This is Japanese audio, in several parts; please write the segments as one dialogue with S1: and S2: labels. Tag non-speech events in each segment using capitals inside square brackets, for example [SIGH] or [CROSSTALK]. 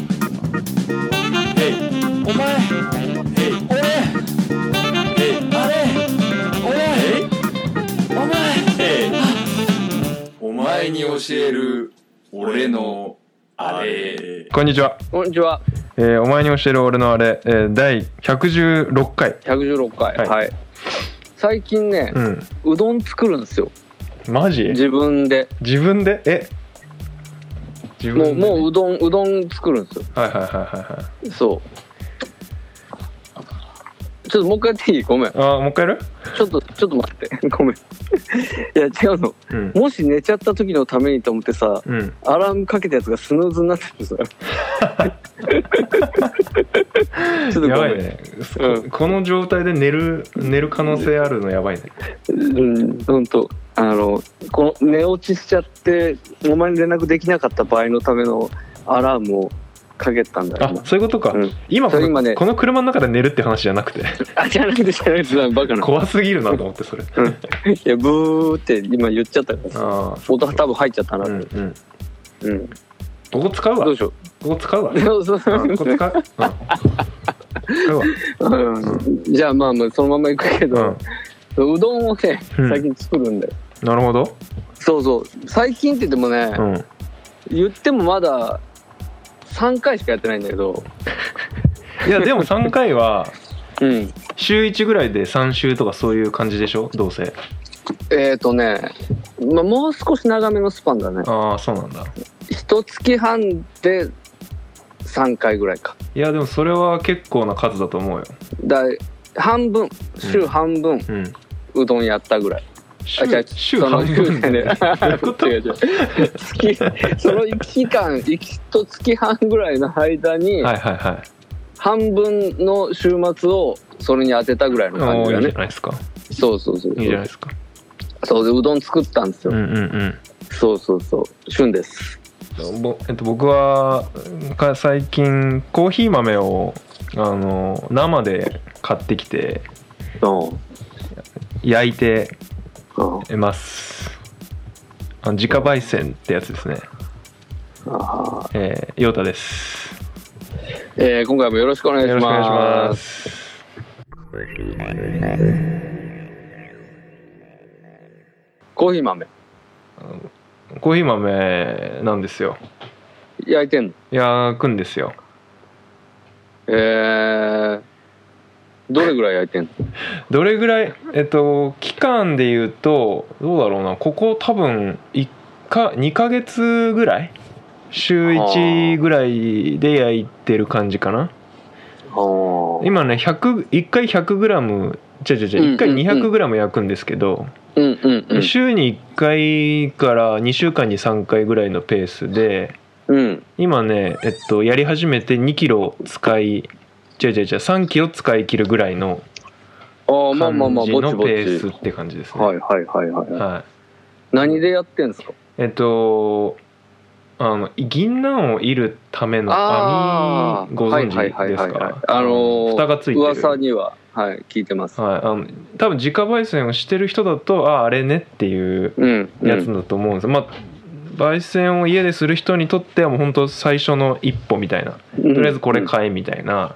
S1: えいお前えい俺えいあれ俺えいお前えいお前に教える俺のあれ
S2: こんにちは、
S3: こんにちは。
S2: えーお前に教える俺のあれ、えー第116回
S3: 116回。
S2: は
S3: はいい。最近ね、
S2: うん
S3: うどん作るんですよ。
S2: マジ
S3: 自分で。
S2: 自分でえ自
S3: もう、
S2: 分でね、
S3: もううどん、うどん作るんですよ。
S2: はいはいはいはいはい
S3: そう。ちょっともう一回やっていいごめん。ち
S2: あーもう一回やる
S3: ょっと、ちょっと待って。 [LAUGHS] ごめん。いや、違うの。
S2: うん
S3: もし寝ちゃった時のためにと思ってさ、
S2: うん
S3: アラームかけたやつがスヌーズになってるさ。
S2: [LAUGHS]
S3: ちょっとご
S2: やば
S3: め
S2: い
S3: ん。
S2: ね、
S3: うん
S2: ここの状態で寝る寝る可能性あるのやばいね
S3: うん、ほんと。あの、この寝落ちしちゃって、お前に連絡できなかった場合のためのアラームをかけたんだよ
S2: あ
S3: 今。
S2: そういうことか、
S3: うん
S2: 今こ
S3: そ
S2: の
S3: れ今ね
S2: この車の中で寝るって話じゃなくて
S3: あ、じゃなくて、じゃなくて、バカな。
S2: 怖すぎるなと思ってそれ
S3: いや、ブーって今言っちゃったから。
S2: ああ
S3: 音多分入っちゃったな。
S2: うんうん
S3: うん。
S2: ここ使うわ
S3: どうしよ
S2: ここ使うわ
S3: う。そうそう
S2: うんここ使う、うん、 [LAUGHS] 使うわ
S3: うん [LAUGHS] じゃあまあまあ、そのまま行くけど、うどんをね、
S2: うん
S3: 最近作るんだよ。
S2: うんなるほど
S3: そうそう。最近って言ってもね、
S2: うん
S3: 言ってもまだ3回しかやってないんだけど、
S2: いやでも3回は
S3: うん。
S2: 週1ぐらいで3週とかそういう感じでしょどうせ
S3: えー、とね、まあ、もう少し長めのスパンだね。
S2: ああそうなんだ
S3: 一月半で3回ぐらいか。
S2: いやでもそれは結構な数だと思うよ
S3: だ半分、週半分、
S2: うん
S3: うどんやったぐらい。
S2: 週
S3: [LAUGHS] 違う
S2: 週
S3: その
S2: 半分
S3: 週ね
S2: どういうこと
S3: 違う違う [LAUGHS] 月その1期間、1月半ぐらいの間に、
S2: はいはいはい
S3: 半分の週末をそれに当てたぐらいの感
S2: おー
S3: じ
S2: い
S3: だ
S2: いじゃ
S3: ね。
S2: ないですか
S3: そうそうそう
S2: いいじゃない。ですか
S3: そうで、うどん作ったんです
S2: う
S3: よ。
S2: んうん
S3: そうそうそう。旬です。
S2: うんぼ、えっと、僕はか最近コーヒー豆をあの生で買ってきて
S3: うん。
S2: 焼いて
S3: うん
S2: ますあの自家焙煎ってやつですね
S3: あー
S2: えー、陽太です
S3: えー今回もよろしくお願い
S2: よろ
S3: し
S2: しくお願いし
S3: ま。
S2: ますす
S3: コーヒー豆。
S2: コーヒー豆なんですよ
S3: 焼いてんの
S2: 焼くんですよ
S3: えー、どれぐらい焼いてんの
S2: どれぐらいえっと期間で言うとどうだろうなここ多分1か2ヶ月ぐらい週1ぐらいで焼いてる感じかな
S3: あ
S2: 今ね100 1回 100g 違う違う違う1回
S3: うんうんうん
S2: 200g 焼くんですけど
S3: うんうんうん
S2: 週に1回から2週間に3回ぐらいのペースで
S3: うん
S2: 今ねえっとやり始めて2キロ使い違う違う違う3キロ使い切るぐらいの
S3: ああまあ
S2: 感
S3: まあまあ
S2: じ
S3: ぼち
S2: の
S3: ぼ
S2: ペー
S3: ち
S2: スって感じですね
S3: はいはいはいはい、はい、
S2: はい
S3: 何でやってんすか
S2: えっとあの銀杏をいるための
S3: あ
S2: 網
S3: ー
S2: ご存知
S3: はいはい
S2: で
S3: は
S2: す
S3: いはいはい
S2: か
S3: あのー
S2: 蓋がついてる
S3: 噂にははい聞いてます
S2: はい、あの多分自家焙煎をしてる人だとあああれねっていう
S3: うんう
S2: やつ
S3: ん
S2: だと思うんです、まあ焙煎を家でする人にとってはもう本当最初の一歩みたいな
S3: と
S2: とりあえずこれ
S3: うん、
S2: 買えみたいな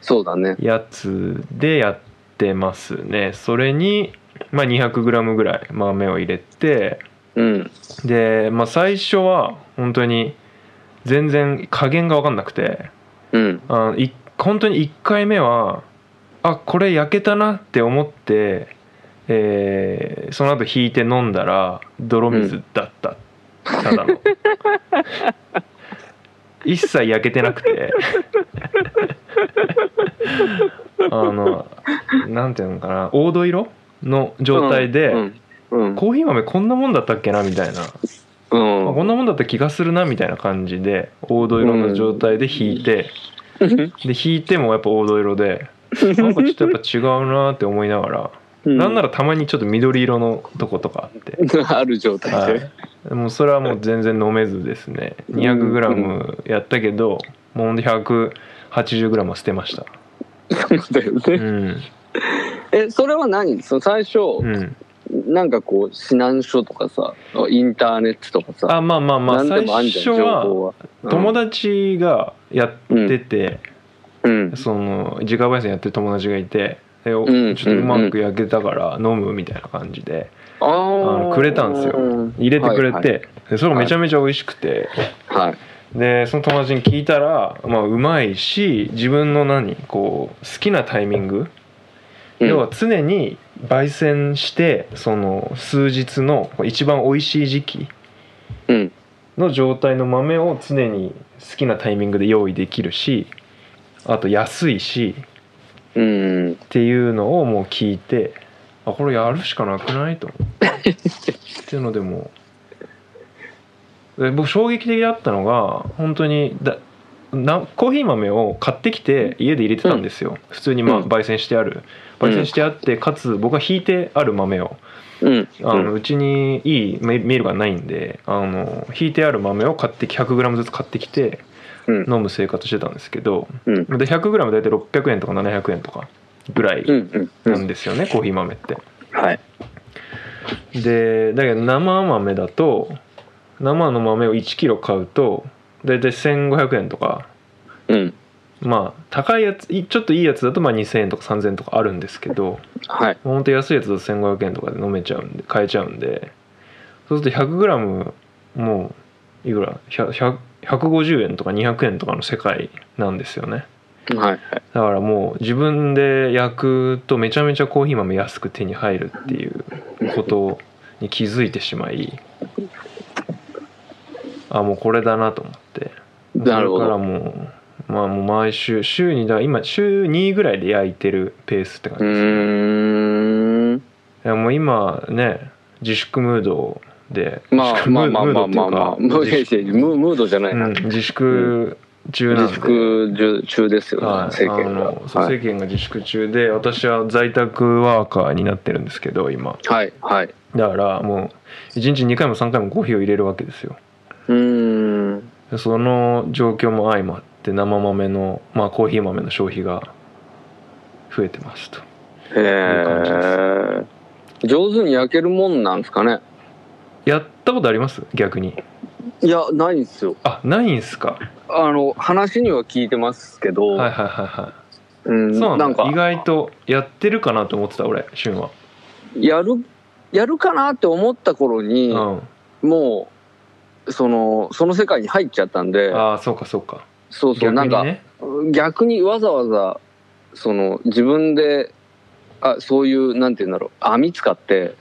S3: そうだね
S2: やつでやってますねそれに、まあ、200g ぐらい豆を入れて
S3: うん
S2: で、まあ、最初は本当に全然加減が分かんなくて
S3: うん
S2: あい本当に1回目はあこれ焼けたなって思って、えーその後引いて飲んだら泥水だった、ただ
S3: [LAUGHS]
S2: の一切焼けてなく
S3: [LAUGHS]
S2: てあのなんていうのかな黄土色の状態で、
S3: うんうん
S2: コーヒー豆こんなもんだったっけなみたいな
S3: うん
S2: まあこんなもんだった気がするなみたいな感じで黄土色の状態で弾いて、で弾いてもやっぱ黄土色
S3: [LAUGHS]
S2: でなんかちょっとやっぱ違うなって思いながら、
S3: うん
S2: なんならたまにちょっと緑色のとことかあって、
S3: [LAUGHS] ある状態で、
S2: はい、もうそれはもう全然飲めずですね 200g やったけどもうほんと100 80g は捨てました
S3: [LAUGHS] そうだよ
S2: う
S3: ね。
S2: ん
S3: え、それは何その最初、
S2: うん
S3: なんかこう、指南書とかさ、インターネットとかさ、
S2: あまあまあまあ
S3: 何
S2: 最
S3: でもあんじゃん、
S2: 初
S3: 情報
S2: は
S3: は。
S2: 友達がやってて、
S3: うん。
S2: その自家焙煎やってる友達がいてでお
S3: うん
S2: ちょっとうまく焼けたから飲むみたいな感じで
S3: あ
S2: あの
S3: ー
S2: くれたんですよ
S3: うん
S2: 入れてくれて、
S3: はい
S2: でそれがめちゃめちゃ美味しくて、
S3: はい。
S2: でその友達に聞いたらまあうまいし自分の何こう好きなタイミング、
S3: うん
S2: 要は常に焙煎してその数日の一番美味しい時期
S3: うん。
S2: の状態の豆を常に好きなタイミングで用意できるしあと安いし
S3: うん。
S2: っていうのをもう聞いてあこれやるしかなくないと思
S3: [LAUGHS]
S2: うっていうのでもうで僕衝撃的だったのが本当にだなコーヒー豆を買ってきて家で入れてたんですよ、普通にま
S3: う
S2: あ
S3: ん
S2: 焙煎してある焙煎してあってかつ僕が引いてある豆を
S3: うん。
S2: あのうちにいいメメールがないんであの引いてある豆を買ってき 100g ずつ買ってきて
S3: うん
S2: 飲む生活してたんですけど
S3: うん。
S2: で 100g 大体600円とか700円とかぐらい
S3: うん。う
S2: なん
S3: ん。
S2: ですよね、コーヒー豆って
S3: はい。
S2: でだけど生豆だと生の豆を1キロ買うと大体1500円とか
S3: うん。
S2: まあ高いやついちょっといいやつだとまあ2000円とか3000円とかあるんですけど
S3: はい。
S2: ほんと安いやつだと1500円とかで飲めちゃうんで買えちゃうんでそうすると 100g もういくら100 100 150円とか200円とかの世界なんですよね
S3: はい。
S2: だからもう自分で焼くとめちゃめちゃコーヒー豆安く手に入るっていうことに気づいてしまいあもうこれだなと思って
S3: なるほ
S2: それから
S3: ど。
S2: もうまあもう毎週週にだから今週2ぐらいで焼いてるペースって感
S3: う
S2: じです、
S3: ーん。
S2: いやもう今ね自粛ムードで
S3: まあ
S2: 自粛ム
S3: まあ
S2: ー
S3: まあ
S2: ムー
S3: ま
S2: ド
S3: あ
S2: ってい
S3: まあ
S2: う
S3: ま
S2: か自粛
S3: あ、ムードじ [LAUGHS] ゃないな。
S2: うん自粛中なんで
S3: 自粛中中ですよね、
S2: はい、
S3: 政権
S2: あ
S3: が。
S2: のそう
S3: はい、
S2: 政権が自粛中で、私は在宅ワーカーになってるんですけど今
S3: はい、はい。
S2: だからもう1日2回も3回もコーヒーを入れるわけですよ
S3: うーん、
S2: その状況も相まって生豆のまあコーヒー豆の消費が増えてますと
S3: へえ。上手に焼けるもんなんですかね。
S2: やったことあります逆に
S3: いや、ないんですよ。
S2: あないんすか
S3: あの、話には聞いてますけど、
S2: はいはいはいは
S3: うん、
S2: いそう
S3: な
S2: なんんだ
S3: か
S2: 意、外とやってるかなと思ってた俺旬は
S3: やる、やるかなって思った頃
S2: う
S3: に、
S2: ん
S3: もう、その、その世界に入っちゃったんで、
S2: ああそうかそうか
S3: そうそう、
S2: 逆
S3: なんか
S2: に、ね
S3: 逆にわざわざその自分であそういうなんて言うんだろう網使って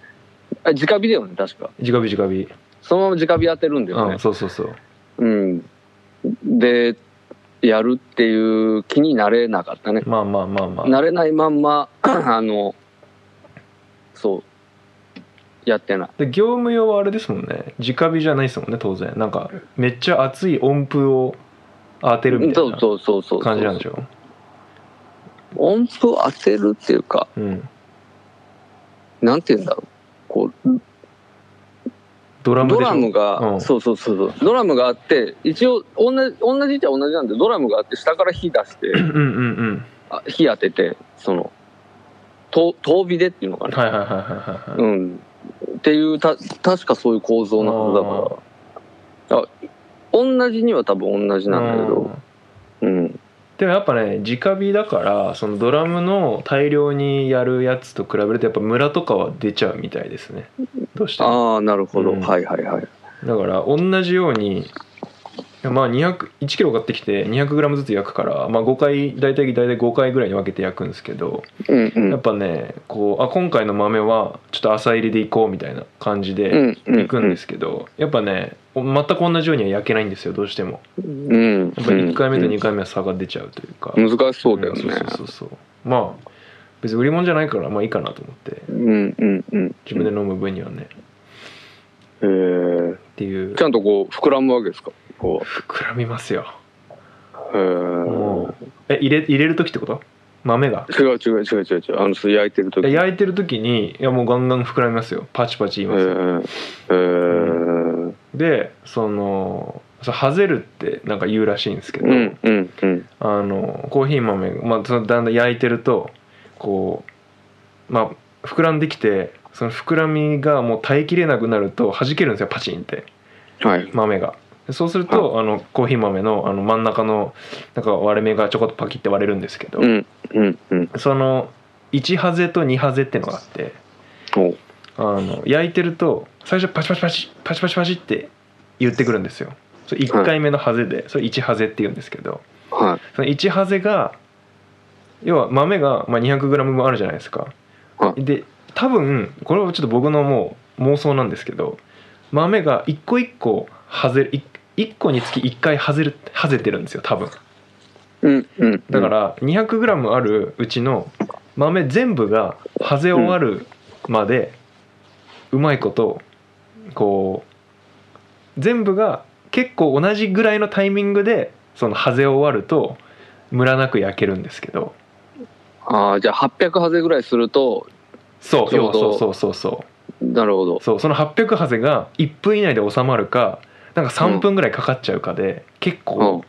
S3: あ直火だよね確か
S2: 直火直火
S3: そのまま直火当てるんだよ
S2: うん
S3: ね
S2: そうそうそう
S3: うん、でやるっていう気になれなかったね
S2: まあまあまあまあ
S3: なれないまんま [CLEARS THROAT] あのそうやってない
S2: で業務用はあれですもんね直火じゃないですもんね当然なんかめっちゃ熱い温風を当てるみた
S3: そ
S2: いうな
S3: そうそうそう
S2: 感じなんでしょ
S3: 音符を当てるっていうか
S2: うん
S3: なんて言うんだろうこう
S2: ドラム
S3: ド
S2: でし
S3: ラム
S2: ょ
S3: が、
S2: うん
S3: そうそうそうそうドラムがあって一応同じ同じっちゃ同じなんでドラムがあって下から火出し
S2: [CLEARS THROAT]
S3: て
S2: うんうんうん
S3: あ火当ててそのと遠火でっていうのか
S2: うん
S3: な、
S2: はいはいはいはいはい、はい
S3: うんっていうた確かそういう構造なはずだからあ同じには多分同じなんだけ
S2: う
S3: ど
S2: ん
S3: うん
S2: でもやっぱね直火だからそのドラムの大量にやるやつと比べるとやっぱムラとかは出ちゃうみたいですねどうしても
S3: ああなるほど、
S2: うん
S3: はいはいはい
S2: だから同じようにまあ200 1キロ買ってきて 200g ずつ焼くから、まあ、5回大体大体5回ぐらいに分けて焼くんですけど、
S3: うんう
S2: やっ
S3: ん
S2: ぱねこうあ今回の豆はちょっと浅入りでいこうみたいな感じ
S3: う
S2: で
S3: んうん
S2: いくんですけど、やっぱねお全く同じようには焼けないんですよどうしても
S3: うんうん
S2: やっぱり1回目と2回目は差が出ちゃうというか、
S3: 難しそうだよね
S2: んそうそうそうそうまあ別に売り物じゃないからまあいいかなと思って
S3: うんうんうん
S2: 自分で飲む分にはね
S3: えー
S2: っていう
S3: ちゃんとこう膨らむわけですかこ
S2: 膨らみますよ
S3: うへー
S2: もうえ入れ入れる時ってこと豆が
S3: 違う違う違う違う違うあのそう焼いてる時
S2: いや焼いてる時にいやもうガンガン膨らみますよパチパチ言い
S3: え
S2: ますよ
S3: ーえー
S2: でそのそうハゼるってなんか言うらしいんですけど、
S3: うんうんうん
S2: あのコーヒー豆、まあ、そのだんだん焼いてるとこう、まあ、膨らんできてその膨らみがもう耐えきれなくなると弾けるんですよパチンって
S3: はい。
S2: 豆が。でそうするとあのコーヒー豆のあの真ん中のなんか割れ目がちょこっとパキって割れるんですけど、
S3: うん、うん、うん。
S2: その1ハゼと2ハゼってのがあって
S3: おう
S2: あの焼いてると最初パチパチパチパチパチパチって言ってくるんですよ。それ1回目のハゼでそれ1ハゼって言うんですけど。
S3: は
S2: その1ハゼが要は豆が、まあ、200g 分あるじゃないですか、
S3: はい
S2: で多分これはちょっと僕のもう妄想なんですけど豆が一個一個ハゼるい一個につき1回ハゼるハゼてるんですよ多分
S3: い。うん、うん。
S2: だか、ら 200g あるうちの豆全部がハゼ終わるまでうまいことこう全部が結構同じぐらいのタイミングでそのハゼ終わるとムラなく焼けるんですけど
S3: ああ、じゃあ800ハゼぐらいすると、
S2: そう
S3: ちょ
S2: 要
S3: う
S2: は
S3: ど
S2: そうそうそうそ
S3: なるほど
S2: う。そうその800ハゼが1分以内で収まるかなんか3分ぐらいかかっちゃうかで結構
S3: うん。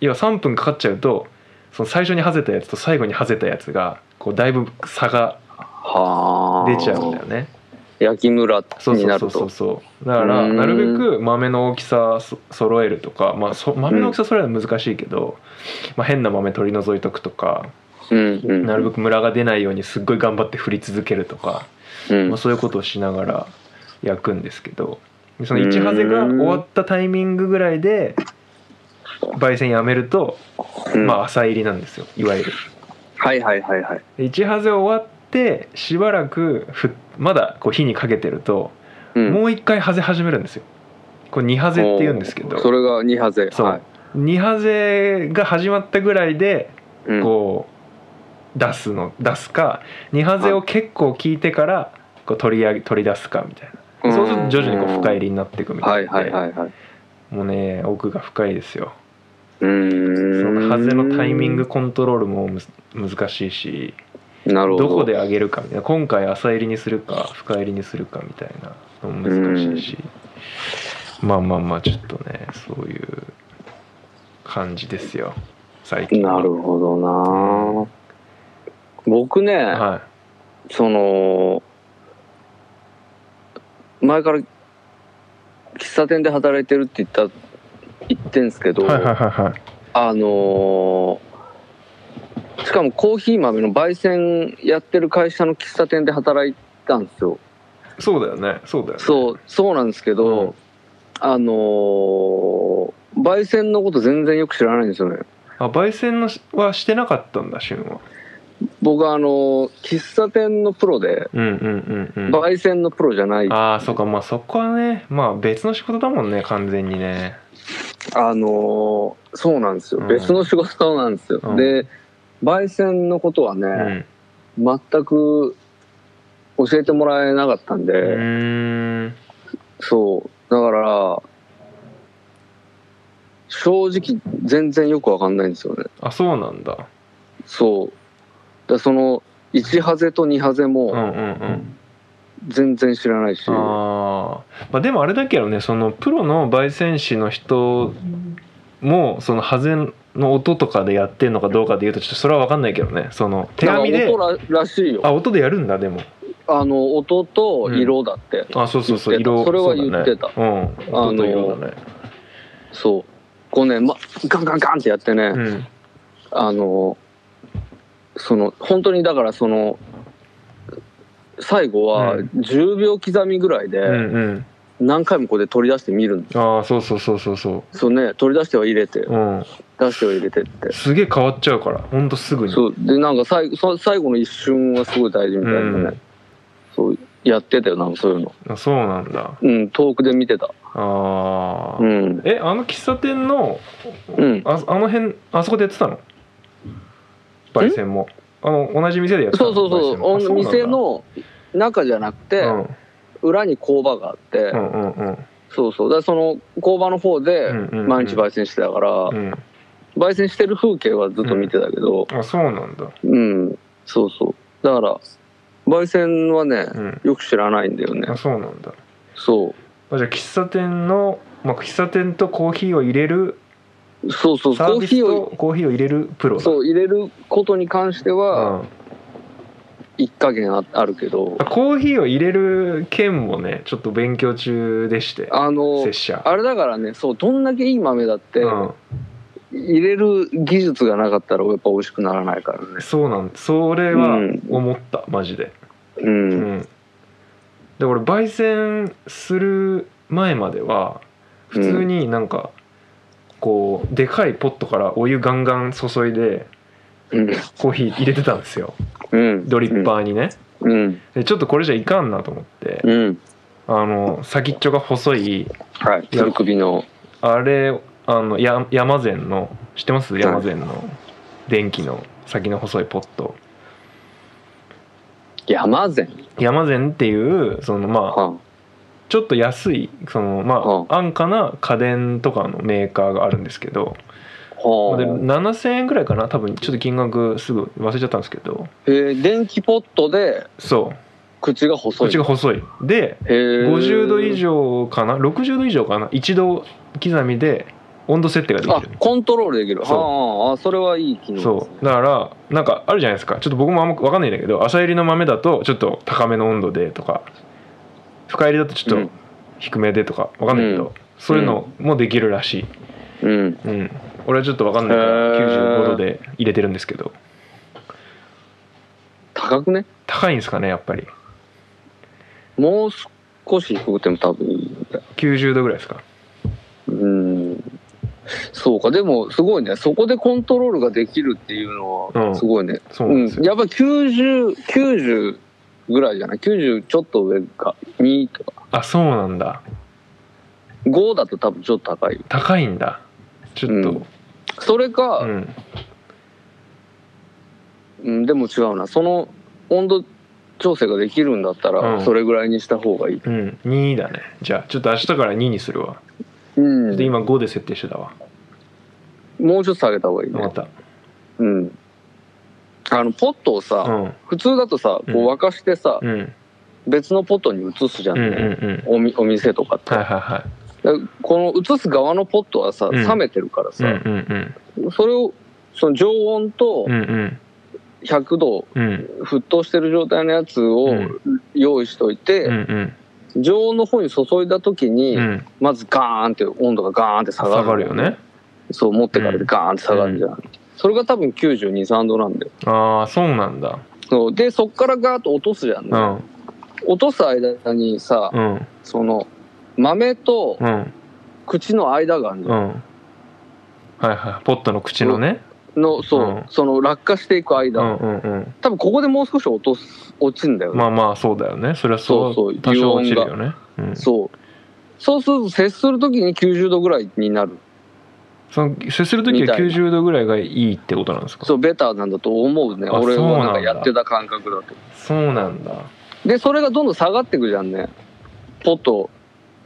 S2: 要は3分かかっちゃうとその最初にハゼたやつと最後にハゼたやつがこうだいぶ差が
S3: はあ。
S2: 出ちゃうんだよ。ね
S3: 焼きムラ
S2: そう
S3: に
S2: そ
S3: な
S2: うそう
S3: る
S2: そう
S3: と。
S2: そうだから
S3: うん
S2: なるべく豆の大きさそ揃えるとか、まあ、そ豆の大きさ揃えるのは難しいけど、まあ、変な豆取り除いとくとか
S3: うん、うん。
S2: なるべくムラが出ないようにすっごい頑張って振り続けるとか、
S3: うん
S2: まあ、そういうことをしながら焼くんですけどその1ハゼが終わったタイミングぐらいで焙煎やめると、
S3: うん
S2: まあ、浅入りなんですよいわゆる。
S3: はいはいはいはい。
S2: で1ハゼ終わってしばらくふまだこう火にかけてると
S3: うん
S2: もう一回ハゼ始めるんですよこれ2ハゼって言うんですけど
S3: それが2ハゼ。
S2: そう
S3: はい
S2: 2ハゼが始まったぐらいで
S3: うん
S2: こう出すの出すか2ハゼを結構聞いてからこう取り上げ取り出すかみたいなそうすると徐々にこう深入りになっていくみた
S3: はいい
S2: な
S3: はい
S2: の
S3: はいはい。
S2: でもうね奥が深いですよ
S3: う
S2: そ
S3: ーん。
S2: のハゼのタイミング。コントロールもむず難しいし
S3: なるほど。
S2: どこで上げるかみたいな今回浅入りにするか深入りにするかみたいなのも難しいし、まあまあまあちょっとねそういう感じですよ最近
S3: なるほどな僕ね、
S2: は
S3: その前から喫茶店で働いてるって言った言ってんすけ
S2: い、
S3: ど、
S2: はいはいはいはい
S3: あのーしかもコーヒー豆の焙煎やってる会社の喫茶店で働いたんですよ
S2: そうだよねそうだよね
S3: そうそうなんですけど、
S2: うん
S3: あのー焙煎のこと全然よく知らないんですよね
S2: あ焙煎のしはしてなかったんだ旬は
S3: 僕はあのー喫茶店のプロで
S2: うんうんうんうん
S3: 焙煎のプロじゃない
S2: ああそっかまあそこはねまあ別の仕事だもんね完全にね
S3: あのーそうなんですよ、
S2: うん
S3: 別の仕事なんですよ、
S2: うん
S3: で焙煎のことは
S2: う
S3: ね、
S2: ん
S3: 全く教えてもらえなかったんで、
S2: うーん
S3: そうだから正直全然よくわかんないんですよね
S2: あそうなんだ
S3: そうだからその1ハゼと2ハゼ
S2: うんうん
S3: も
S2: うん
S3: 全然知らないし、
S2: あー、まあでもあれだけどねそのプロの焙煎士の人もそのハゼの音とかでやってんのかどうかでいうとちょっとそれは分かんないけどねその手
S3: なんか
S2: 紙で
S3: 音ららしいよ
S2: あ音でやるんだでも
S3: あの音と色だって、
S2: あそうそうそう
S3: 言っ
S2: 色
S3: てたそれは言ってた
S2: そうだねうん音と色だね
S3: そうこうね、ま、ガンガンガンってやってね、
S2: うん
S3: あのその本当にだからその最後は
S2: うん
S3: 10秒刻みぐらいで
S2: うんうん
S3: 何回もここで取り出してみるんで
S2: ああそうそうそうそうそ
S3: すよね取り出しては入れて
S2: ううん
S3: 出しては入れてって
S2: すげえ変わっちゃうからほんとすぐに
S3: そうでなんか最後そ最後の一瞬はすごい大事みたいなね、
S2: うん
S3: そうやってたよなんかそういうの
S2: あそうなんだ
S3: うん遠くで見てた
S2: ああ、
S3: うん
S2: えあの喫茶店の
S3: うん
S2: ああの辺あそこでやってたの焙煎もあの同じ店でやってたの
S3: そうそうそう
S2: 焙
S3: お
S2: 煎もあ
S3: 店の中じゃなくて、
S2: そうなんだ
S3: 裏に工場があって、
S2: うんうんうんうん
S3: そうそうだからその工場の方で
S2: うんうんうん
S3: 毎日焙煎してたから、
S2: うん
S3: 焙煎してる風景はずっと見てたけど
S2: あそうなんだ
S3: うん、そうそうだから焙煎はね
S2: うん
S3: よく知らないんだよね
S2: あそうなんだ
S3: そ
S2: あじゃあ喫茶店のまあ喫茶店とコーヒーを入れる
S3: そうそう
S2: サ
S3: コ
S2: ー
S3: ー
S2: ビ
S3: ヒ
S2: ス
S3: ー
S2: と
S3: を
S2: コーヒーを入れるプロだ
S3: そう入れることに関しては
S2: うん
S3: 一加減ああるけど
S2: コーヒーを入れる件もねちょっと勉強中でして
S3: あの
S2: 拙者
S3: あれだからねそうどんだけいい豆だって
S2: うん、
S3: 入れる技術がなかったらやっぱ美味しくならないからね
S2: そうなんそれは
S3: うん
S2: 思った、マジで
S3: う
S2: うんんで俺焙煎する前までは普通になんかこうでかいポットからお湯ガンガン注いで
S3: うん
S2: コーヒー入れてたんですよ
S3: うん
S2: ドリッパーにね
S3: うん
S2: でちょっとこれじゃいかんなと思って
S3: うん
S2: あの先っちょが細い
S3: はい鶴首の
S2: あれあのや山善の知ってます山善の電気の先の細いポット
S3: 山膳
S2: 山善っていうそのまあ
S3: は
S2: ちょっと安いそのま
S3: う
S2: あ安価な家電とかのメーカーがあるんですけど
S3: あは
S2: で
S3: あ
S2: 7000円ぐらいかな多分ちょっと金額すぐ忘れちゃったんですけど
S3: えー電気ポットで
S2: そう
S3: 口が細
S2: こ
S3: い
S2: っちが細いで
S3: へー
S2: 50度以上かな60度以上かな一度刻みで温度設定がで
S3: あ
S2: きる
S3: コントロールできる
S2: そう
S3: はああそれはいい機能です
S2: そ
S3: ね
S2: うだからなんかあるじゃないですかちょっと僕もあんま分かんないんだけど朝入りの豆だとちょっと高めの温度でとか深入りだとちょ
S3: う
S2: っ
S3: ん
S2: と低めでとか分かんないけど、
S3: うん
S2: そういうのもできるらしい、
S3: うん
S2: うん、俺はちょっと分かんないから
S3: へー
S2: 95度で入れてるんですけど
S3: 高くね
S2: 高いんですかねやっぱり
S3: もう少し低くても多分いいんだよ
S2: 90度ぐらいですか
S3: うんそうかでもすごいねそこでコントロールができるっていうの
S2: うん
S3: はすごいね、
S2: そううなん
S3: ん
S2: ですよ、
S3: やっぱ9090ぐらいじゃない90ちょっと上か2とか
S2: あそうなんだ
S3: 5だと多分ちょっと高いよ
S2: 高いんだちょっと
S3: それか、
S2: うん、
S3: うん、でも違うなその温度調整ができるんだった
S2: うん
S3: らそれぐらいにした方がいい、
S2: うん、2だねじゃあちょっと明日から2にするわ
S3: う
S2: ち
S3: ん
S2: ょっと今5で設定してたわ
S3: もうちょっと下げた方がいい
S2: 分か
S3: ね
S2: っ
S3: うんあのポットをさ、
S2: たうん
S3: 普通だとさこう
S2: うん
S3: 沸かしてさ、
S2: うん
S3: 別のポットに移すじゃ
S2: うん
S3: ん、
S2: うん
S3: ね
S2: うん
S3: おみお店とかって、
S2: はいはいはい
S3: でこの移す側のポットはさ
S2: うん
S3: 冷めてるから
S2: うん
S3: さ、
S2: うん
S3: それをその常温と
S2: うんうん
S3: 100度
S2: うんうん
S3: 沸騰してる状態のやつを
S2: うん
S3: 用意しとい
S2: うん
S3: て、
S2: うん
S3: 常温の方に注いだ時に、
S2: うん
S3: まずガーンって温度がガーンって下が
S2: 下
S3: る
S2: がるよね
S3: そう持ってかれてガーンって下がるじゃん、それが多分923度なんだよ
S2: ああそうなんだ
S3: そうでそっからガーッと落とすじゃん、
S2: う
S3: ね
S2: ん
S3: 落とす間にさ、
S2: うん
S3: その豆と
S2: うん
S3: 口の間がある
S2: う
S3: の,、
S2: んはいはいポットの口のね
S3: のそう、
S2: うん
S3: その落下していく間、
S2: うんうんうん
S3: 多分ここでもう少し落とす落ちんだよね、
S2: まあまあそうだよねそれはそう
S3: そうそう
S2: 多少落ちるよねうん
S3: そうそうすると接する時に90度ぐらいになる
S2: その接する時
S3: み
S2: は
S3: たいな
S2: 90度ぐらいがいいってことなんですか
S3: そうベターなんだと思うね
S2: あ
S3: 俺
S2: そう
S3: は
S2: なん
S3: な
S2: だ
S3: んかやってた感覚だと
S2: そうなんだ
S3: でそれがどんどん下がっていくじゃんねポット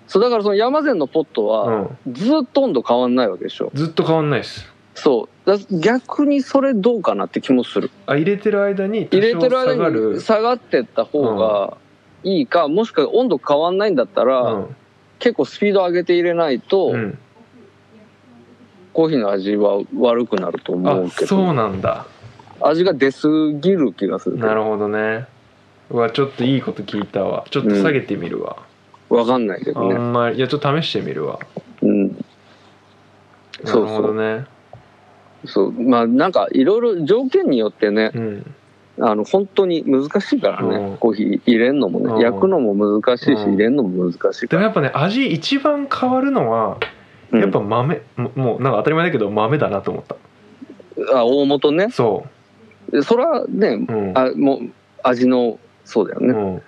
S3: そうだからその山膳のポット
S2: う
S3: は
S2: ん
S3: ずっと温度変わんないわけでしょ、
S2: ずっと変わんないです
S3: そうだ逆にそれどうかなって気もする
S2: あ入れてる間に多
S3: 入
S2: 少
S3: れてる間
S2: 下がる
S3: に下がってった方がいいか、もしくは温度変わんないんだったら、
S2: うん
S3: 結構スピード上げて入れないと、
S2: うん
S3: コーヒーの味は悪くなると思
S2: あ
S3: うけ
S2: そう
S3: ど
S2: なんだ
S3: 味が出すぎる気がする
S2: なるほどねうわちょっといいこと聞いたわちょっと下げてみるわ、
S3: わかんないけど
S2: あ
S3: ね、
S2: んまりいやちょっと試してみるわ
S3: うん、
S2: な
S3: そ
S2: る
S3: うそう
S2: ほどね
S3: そうまあなんかいろいろ条件によってね
S2: うん
S3: あの本当に難しいからね、
S2: うん
S3: コーヒー入れんのもね、
S2: うん
S3: 焼くのも難しいし、
S2: うん
S3: 入れんのも難しい
S2: で
S3: か
S2: も
S3: ら、
S2: やっぱね味一番変わるのは
S3: うん
S2: やっぱ豆、ももうなんか当たり前だけど豆だなと思った
S3: あ大元ね
S2: そ
S3: でそれはね
S2: ううん、
S3: あもう味のそうだよ
S2: う
S3: ね、
S2: ん、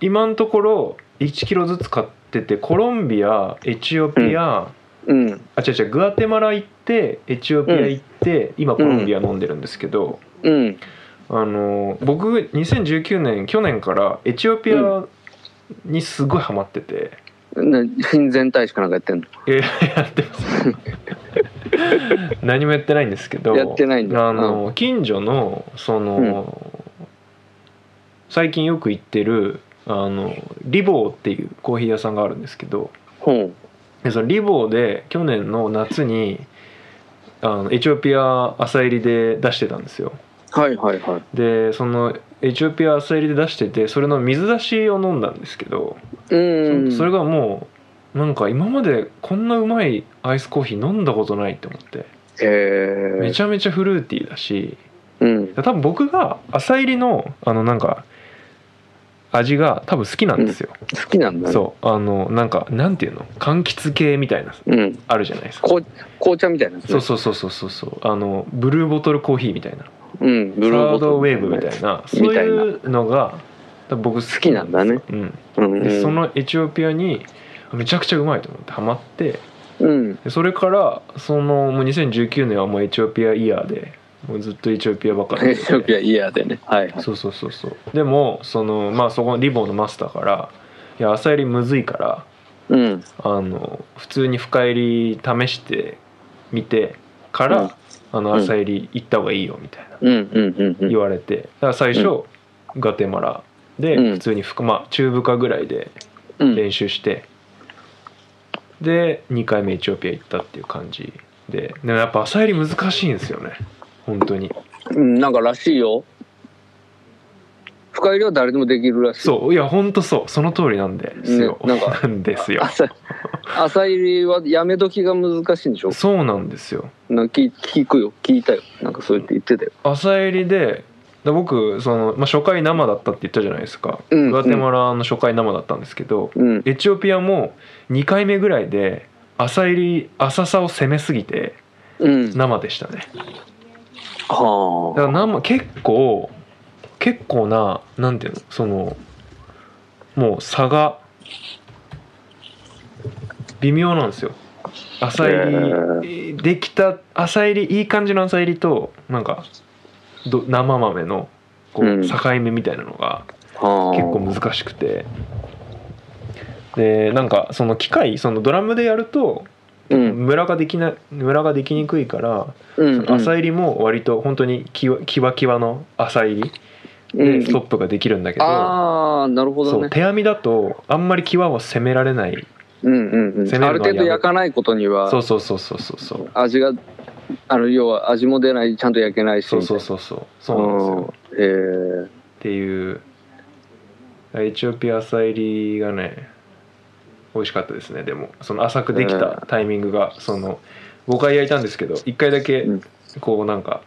S2: 今のところ1キロずつ買っててコロンビアエチオピア、
S3: うん
S2: あ違う違うグアテマラ行ってエチオピア行って、今コロンビア飲んでるんですけど、
S3: うん
S2: あの僕2019年去年からエチオピアにすごいハマってて、
S3: ね親善大使かなんかやってんの
S2: えやってます [LAUGHS] 何もやってないんですけど
S3: やってないんだ
S2: あの、近所のその、最近よく行ってるあのリボーっていうコーヒー屋さんがあるんですけど
S3: ほう
S2: でそのリボーで去年の夏にあのエチオピア朝入りで出してたんですよ
S3: はいはいはい。
S2: でそのエチオピア朝入りで出しててそれの水出しを飲んだんですけど、
S3: うん。
S2: そそれがもうなんか今までこんなうまいアイスコーヒー飲んだことないって思って
S3: へえ。
S2: めちゃめちゃフルーティーだし
S3: うん。
S2: 多分僕が朝入りのあのなんか味が多分好きなんですよ、
S3: 好きなんだね。
S2: そうあのなんかなんていうの柑橘系みたいな
S3: う。うん。
S2: あるじゃないですか
S3: 紅紅茶みたいなやつね
S2: そうそうそうそうそうそうあのブルーボトルコーヒーみたいな
S3: うん。ブルー
S2: サ
S3: ボ
S2: ードウ
S3: トル
S2: ェーブみたいな
S3: み
S2: そう
S3: たいな
S2: いうのが多分僕好きなんですよ
S3: 好、
S2: うん
S3: うんう
S2: で
S3: ん。
S2: そのエチオピアにめちゃくちゃうまいと思ってハマって
S3: うん。
S2: でそれからそのもう2019年はもうエチオピアイヤーでもうずっとエチオピアばっかり
S3: エチオピア嫌でね。はいはい。
S2: そうそうそうそうでもそのまあそこのリボンのマスターから「いや朝入りむずいから
S3: うん。
S2: あの普通に深入り試してみてから、
S3: うん
S2: あの朝入り行った方がいいよ」みたいな
S3: うんうんうん
S2: 言われてだから最初、ガテマラで
S3: うん
S2: 普通に深、まあ、中部化ぐらいで
S3: うん。うん。
S2: 練習して、で2回目エチオピア行ったっていう感じででもやっぱ朝入り難しいんですよね本当に
S3: うんなんからしいよ。深入りは誰でもできるらしい。
S2: そういや本当そうその通りなんですよ、
S3: ねなん
S2: [LAUGHS]
S3: か
S2: なんですよ
S3: 朝朝入りはやめ時が難しいんでしょ
S2: そうなんですよ
S3: なんか聞聞くよ聞いたよなんかそう言って言ってたよ
S2: 朝入りでで僕その、まあ、初回生だったって言ったじゃないですか、
S3: うん
S2: グアテマラの初回生だったんですけど、
S3: うん
S2: エチオピアも2回目ぐらいで朝入り浅さを攻めすぎて
S3: うん
S2: 生でしたねだか
S3: は
S2: ら生結構結構ななんていうのそのもう差が微妙なんですよ朝入りできた朝入りいい感じの朝入りとなんかど生豆のこ
S3: う
S2: うん境目みたいなのが
S3: あはあ
S2: 結構難しくてでなんかその機械そのドラムでやると
S3: うん
S2: ムラができなムラができにくいから
S3: うんうん
S2: 朝入りも割と本当にキワキワキワの朝入り
S3: う
S2: で
S3: ん
S2: ストップができるんだけど、
S3: ああなるほ
S2: そ
S3: ど
S2: う
S3: ね
S2: 手編みだとあんまりキワは攻められない
S3: うんうんうん
S2: 攻めるのは
S3: ある程度
S2: やめ
S3: 焼かないことには
S2: そうそうそうそうそうそう
S3: 味があの要は味も出ないちゃんと焼けないし
S2: そうそうそうそうそうなんですよ
S3: うんえ
S2: っていうエチオピア朝入りがね美味しかったですねでもその浅くできたタイミングがその5回焼いたんですけど1回だけ
S3: うん
S2: こうなんか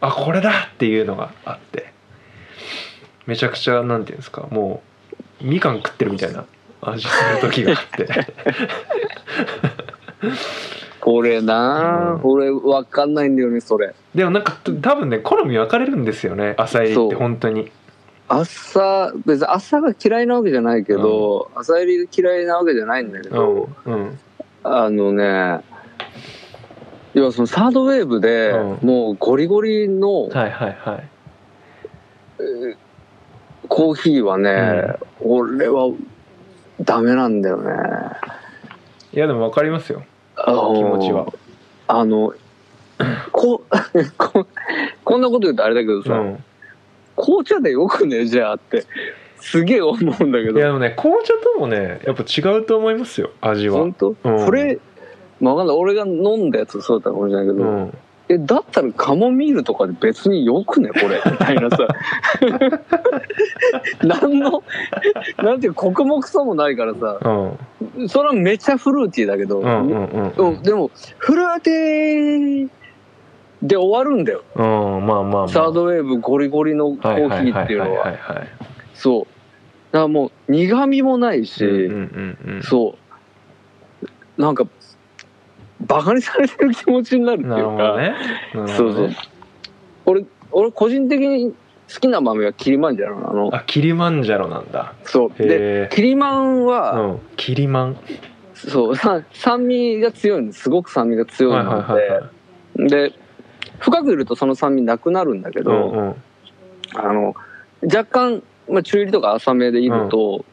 S2: あこれだっていうのがあってめちゃくちゃなんていうんですかもうみかん食ってるみたいな味する時があって
S3: [LAUGHS] ーこれな
S2: うん
S3: ー俺わかんないんだよねそれ
S2: でもなんか多分ね好み分かれるんですよね朝入りって本当に
S3: 朝別に朝が嫌いなわけじゃないけど朝入りが嫌いなわけじゃないんだけ
S2: う
S3: ど
S2: んうん
S3: あのね要はそのサードウェーブで、
S2: う
S3: もうゴリゴリ
S2: は
S3: の
S2: いはいはい
S3: コーヒーはね、俺はダメなんだよね
S2: いやでも分かりますよ
S3: あ
S2: 気
S3: の
S2: 持ちは
S3: あのこ [LAUGHS] ここんなこと言うとあれだけどさ、
S2: うん
S3: 紅茶でよくねじゃあってすげえ思うんだけ
S2: いやで
S3: ど
S2: もね紅茶ともねやっぱ違うと思いますよ味は
S3: 本当、
S2: うん
S3: これまあ、わかんない俺が飲んだやつそうだったかもしれないけ
S2: う
S3: ど、
S2: ん
S3: えだったらカモミールとかで別によくねこ
S2: [LAUGHS]
S3: れみたいなさ [LAUGHS] 何のなんていうか穀も草もないからさ
S2: うん
S3: それはめちゃフルーティーだけど、
S2: うんうんうん
S3: うんでもフルーティーで終わるんだよ、
S2: うんまあまあまあ
S3: サードウェーブゴリゴリのコ
S2: はいは
S3: ーヒ
S2: い
S3: ー
S2: は
S3: っていう
S2: い
S3: のは
S2: はいはい
S3: そうだからもう苦みもないし、
S2: うんうんうん
S3: そうなんかバカにされてる気持ちになるって
S2: う
S3: い
S2: ん
S3: う
S2: なるほ
S3: か
S2: どねなるほ
S3: そうそ
S2: ど
S3: う
S2: ね。
S3: 俺、俺個人的に好きな豆はキリマンジャロなの。
S2: あキリマンジャロなんだ
S3: そう。で、
S2: へえ
S3: キリマン
S2: う
S3: は、
S2: んキリマン
S3: そう、さ酸味が強いんです。すごく酸味が強い
S2: はいはい
S3: の
S2: はいはい
S3: で、で、深くいるとその酸味なくなるんだけ
S2: う
S3: ど、
S2: んうん
S3: あの、若干、まあ、中入りとか浅めでいると、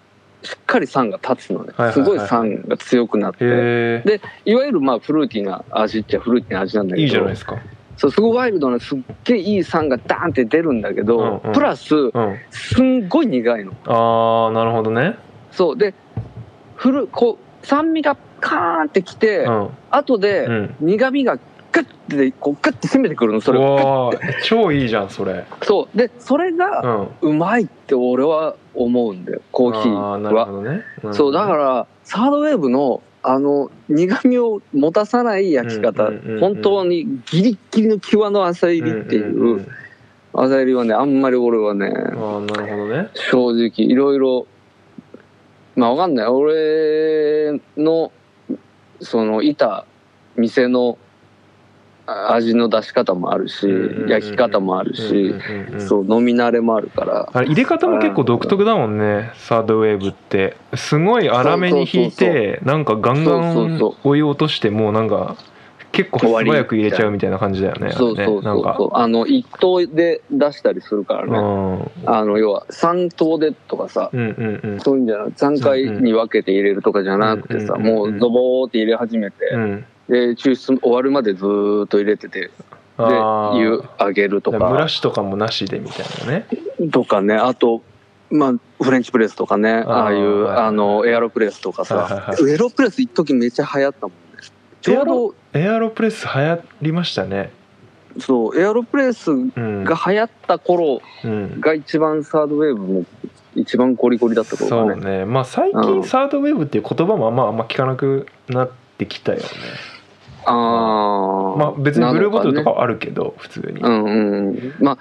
S3: しっかり酸が立つのね
S2: はいはいはい。
S3: すごい酸が強くなって、
S2: へ
S3: でいわゆるまあフルーティーな味っちゃフルーティーな味なん
S2: え
S3: だけど、
S2: いいじゃないですか
S3: そうすごいワイルドなすっげえいい酸がダーンって出るんだけど、
S2: うんうん
S3: プラス
S2: うん
S3: すんごい苦いの
S2: ああなるほどね
S3: そうでふるこう酸味がカーンってきて、
S2: うん
S3: 後で
S2: うん
S3: 苦味がグッてこうグッて攻めてくるのそれ
S2: う
S3: を
S2: わー超いいじゃんそれ
S3: そうでそれ
S2: う
S3: が
S2: ん
S3: うまいって俺は思うんだよコーヒー
S2: あーなる
S3: は
S2: ほどね、ん
S3: そうだからサードウェーブのあの苦みを持たさない焼き方、
S2: うんうんうんうん
S3: 本当にギリッギリの際の浅入りってい
S2: んん
S3: う,、
S2: ん
S3: 浅入りはねあんまり俺はね
S2: あーなるほどね
S3: 正直いろいろまあわかんない俺のそのいた店のあ味の出し方もあるし、
S2: うんうんうん
S3: 焼き方もあるし、
S2: うんうんうん
S3: そう飲み慣れもあるから
S2: あれ入れ方も結構独特だもんねサードウェーブってすごい粗めに引い
S3: そう
S2: てなんかガンガ
S3: そう
S2: ン
S3: そう
S2: 追い落としてもうなんか結構素早く入れちゃうみたいな感じだよね
S3: そ
S2: あ
S3: うそう
S2: れねな
S3: そ
S2: ん
S3: う
S2: か
S3: そうあの一等で出したりするから
S2: う
S3: ね、
S2: ん
S3: あの要は3等でとかさ
S2: うんうんうん
S3: そういうんじゃなく3回に分けて入れるとかじゃなくてさ、
S2: うんうんうんうん
S3: もうドボーって入れ始めて、
S2: うん
S3: で抽出終わるまでずーっと入れててで
S2: あー
S3: 湯あげると
S2: 蒸ら
S3: か
S2: しとかもなしでみたいなね
S3: とかねあとまあフレンチプレスとかね
S2: ー
S3: ああいう
S2: はい
S3: あのエアロプレスとか
S2: はい
S3: さ
S2: はいは
S3: エアロプレス一時めっちゃ流行ったもんねちょうど
S2: エアロプレス流行りましたね
S3: そうエアロプレス
S2: うん
S3: が流行った頃
S2: うん
S3: が一番サードウェーブも一番ゴリゴリだった頃
S2: そ
S3: だ
S2: う
S3: ね
S2: ねまあ最
S3: う
S2: 近
S3: ん
S2: サードウェーブっていう言葉もあんまあんま聞かなくなってきたよね
S3: ああ
S2: まあ別にブルーボトルとかはあるけど普通に
S3: うんうんうんま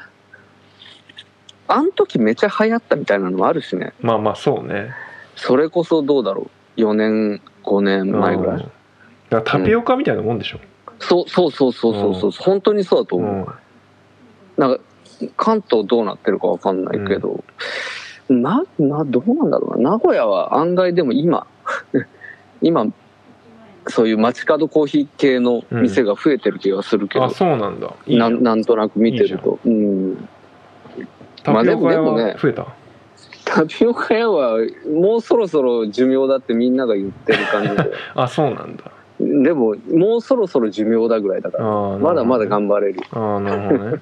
S3: ああん時めちゃ流行ったみたいなのもあるしね
S2: まあまあそうね
S3: それこそどうだろう4年5年前ぐらい、
S2: うんだからタピオカみたいなもんでしょ、
S3: そうそうそうそうそうそ
S2: う
S3: う、
S2: ん
S3: 本当にそうだと
S2: う
S3: 思う、
S2: ん
S3: なんか関東どうなってるかわかんないけど、ななどうなんだろうな名古屋は案外でも今 [LAUGHS] 今そういう街角コーヒー系の店が増えてる気がするけど、
S2: あそうなんだいいじゃ
S3: なんなんとなく見てるとうんま
S2: タ
S3: あ
S2: ピ
S3: で
S2: オ
S3: も
S2: カ屋
S3: でも
S2: は
S3: ね
S2: 増えた、
S3: タピオカ屋はもうそろそろ寿命だってみんなが言ってる感じ
S2: [LAUGHS] あそうなんだ
S3: ででももうそろそろ寿命だぐらいだからま
S2: ま
S3: だまだ頑張れる
S2: あーなるほどね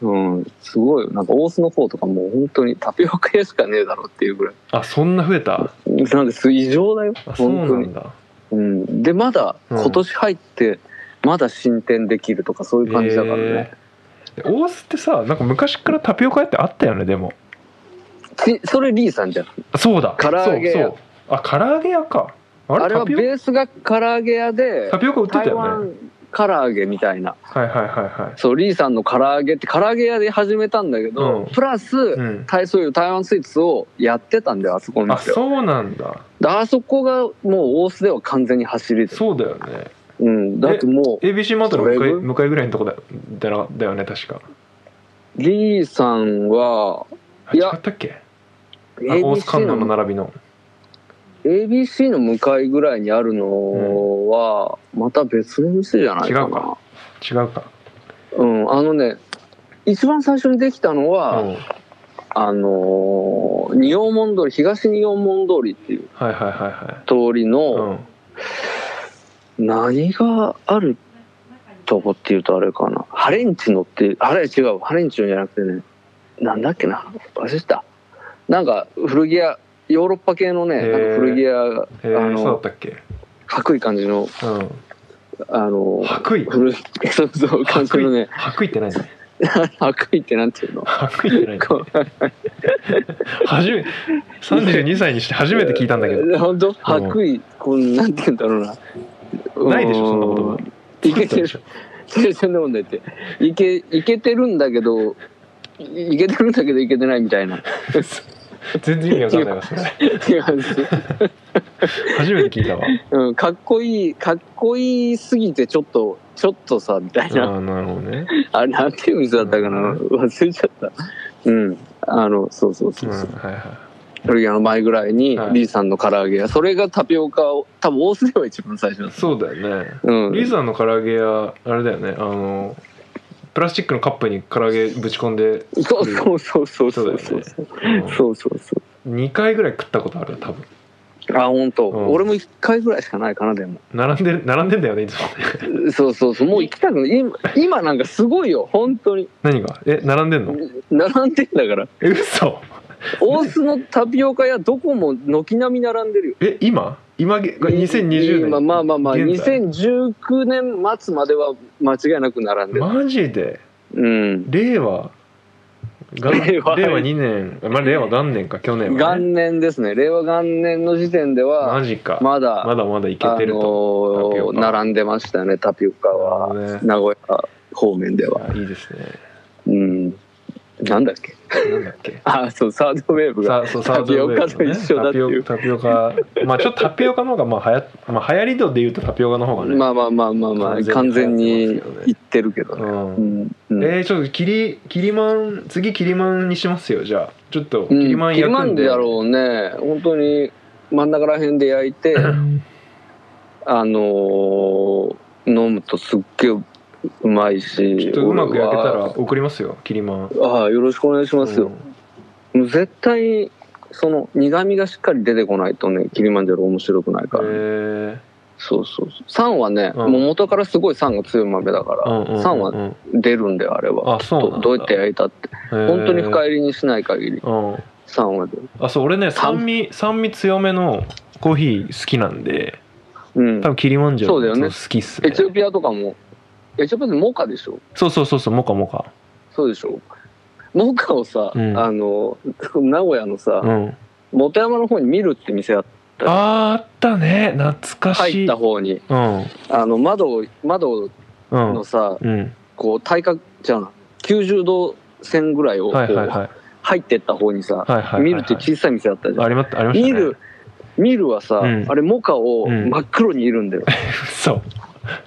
S3: うんすごいよなんか大須の方とかもう本当にタピオカ屋しかねえだろうっていうぐらい
S2: あそんな増えた
S3: なんです異常だよ
S2: あそう
S3: 本当
S2: な
S3: に
S2: んだ
S3: う、ん、でまだ
S2: うん
S3: 今年入ってまだ進展できるとかそういう感じだからね、
S2: えーで大須ってさなんか昔からタピオカ屋ってあったよねでも
S3: ちそれリーさんじゃん
S2: あそうだ
S3: 唐揚げ屋
S2: そうそうあ唐揚げ屋かあ
S3: あ
S2: れ
S3: れは
S2: タピオ
S3: ベースが唐揚げ屋で
S2: タピオカ売ってた
S3: 台
S2: よね
S3: 湾唐揚げみたいな
S2: はいはいはいはい
S3: そうリーさんの唐揚げって唐揚げ屋で始めたんだけど、
S2: うん
S3: プラス、
S2: うん
S3: タイそういう台湾スイーツをやってたんだよあそこの
S2: あ
S3: 店は
S2: そうなんだ
S3: であそこがもう大須では完全に走りで
S2: そうだよね
S3: うん、だっても
S2: ABC マートの向
S3: そ
S2: か
S3: れ
S2: い
S3: ぐ
S2: 向かいぐらいのとこだだなだよね確か
S3: うリーさんは
S2: あ
S3: い
S2: 違
S3: や
S2: ったっけあ大須
S3: ABC
S2: 観音の
S3: の
S2: 並びの
S3: ABC の向かいぐらいにあるのはまた別の店じゃないか
S2: 違
S3: な
S2: うか違うか
S3: うん、あのね一番最初にできたのは、
S2: うん
S3: あのー仁王門通り東仁王門通りっていう
S2: はいはいは
S3: 通り
S2: い
S3: の、
S2: はい、うん、
S3: 何があるとこっていうとあれかなハレンチのってあれ違うハレンチのじゃなくてねなんだっけな忘れてたなんか古着屋ヨーロッパ系のね
S2: へー
S3: なんか古着屋が
S2: えー
S3: あの
S2: そうだったっけ
S3: かっこいい感じの
S2: うん
S3: あの
S2: 白衣
S3: 古いそうそう感じのね
S2: 白衣って
S3: [LAUGHS]
S2: 何
S3: 白衣ってなんていうの
S2: 白衣って何
S3: こう
S2: 初め32歳にして初めて聞いたんだけど
S3: 本当白衣こうなんていうんだろうな
S2: ないでしょそんなこと
S3: といけてる
S2: ょ
S3: 青春の問題っていけいけてるんだけどいいけてるんだけどいけてないみたいな
S2: 全然意味わかんないわ
S3: [LAUGHS]
S2: それ
S3: いう感じ
S2: 初めて聞いたわ
S3: うん、かっこいいかっこいいすぎてちょっとちょっとさみたいな、
S2: ああなるほどね
S3: あれなんていう店だったかな、
S2: うん
S3: 忘れちゃったうんあのそうそう
S2: う
S3: そ
S2: ん
S3: う
S2: はい
S3: そう
S2: は
S3: 古着屋の前ぐらいに
S2: はい
S3: リーさんの唐揚げ屋それがタピオカを多分大須では一番最初なん
S2: い
S3: です
S2: そうだよね
S3: うん
S2: リーさんの唐揚げ屋あれだよねあのプラスチックのカップに唐揚げぶち込んで
S3: そうそうそうそう
S2: そ
S3: そ
S2: だ
S3: う
S2: よ
S3: う
S2: ね
S3: そうそ
S2: うん
S3: うそうそうそ
S2: 2回ぐらい食ったことある多分
S3: うあ本当、
S2: うん
S3: 俺も1回ぐらいしかないかなでも
S2: 並んでる並んでんだよねいつもね [LAUGHS]
S3: そうそうそうもう行きたくない今今なんかすごいよ本当に
S2: 何がえ並んでんの
S3: 並んでんだから
S2: え嘘
S3: 大須のタピオカ屋どこも軒並み並んでるよ
S2: え今今げが2020年
S3: 今まあまあまあ
S2: 現在
S3: 2019年末までは間違いなく並んでる、
S2: マジで
S3: うん
S2: 令和が
S3: [LAUGHS] 令
S2: 令
S3: 和
S2: 和2年、まあ、令和元年か去年は、
S3: 元
S2: ね、
S3: 年ですね令和元年の時点では
S2: マジか
S3: まだ
S2: まだまだいけてると、
S3: あ
S2: タピ
S3: の
S2: オカ
S3: ー並んでましたねタピオカは、
S2: なるほどね
S3: 名古屋方面では、
S2: あいいですね
S3: うん、なんだっけ
S2: なんだっけ
S3: あそうサードウェーブが
S2: さそう
S3: タピオカと一緒だっていう
S2: タピオカタピオカまあちょっとタピオカの方がまあはや、まあ、流行り度で言うとタピオカの方がね、
S3: まあまあまあまあまあ完
S2: 完全
S3: 全に
S2: に
S3: いってるけど
S2: う
S3: ね、
S2: ん
S3: うんうん
S2: えー、ちょっとキリキリマン次キリマンにしますよじゃあちょっとキ
S3: うん
S2: リマン
S3: キリ
S2: 焼
S3: マ
S2: くん
S3: ン
S2: で、
S3: だろうね本当に真ん中ら辺で焼いてあのー飲むとすっげえうまいし
S2: ちょっとうまく焼けたら
S3: 俺
S2: 送りますよキリマン
S3: はああよろしくお願いしますよ、もう絶対その苦みがしっかり出てこないとねキリマンジャロ面白くないか
S2: うん
S3: ら、ね
S2: え
S3: そうそうそう酸はね、
S2: うん
S3: もう元からすごい酸が強い豆だから、
S2: ー、うんうんうん
S3: 酸は
S2: うん
S3: 出るんだよあれは
S2: あそうなん
S3: ど
S2: だ
S3: どうやって焼いたって本当に深
S2: い、
S3: 入りにしない限り
S2: うん、
S3: 酸は出る
S2: あそう俺ね
S3: 酸
S2: 酸味酸味強めのコーヒー好きなんで
S3: うん
S2: 多分キリマンジャロ
S3: そうだよね
S2: 好きっすね
S3: エチオピアとかもエチオピアってモカでしょ
S2: そうそうそうそうモカモカ
S3: そうでしょモカをさ、
S2: うん
S3: あの [LAUGHS] 名古屋のさ、
S2: うん
S3: 元山の方に見るって店あっ
S2: あーあったね懐かし
S3: 入
S2: い
S3: った方に
S2: うん
S3: あの窓を窓
S2: うん
S3: のさ、
S2: うん
S3: こう体格じゃん90度線ぐらいをこ
S2: はいうはいはい
S3: 入ってった方にさ、
S2: はいはいはいはい
S3: 見るって小さい店あったじゃん、
S2: ありまありましたね
S3: 見る見るはさ、
S2: うん
S3: あれモカを
S2: うん
S3: 真っ黒にいるんだよ、
S2: そ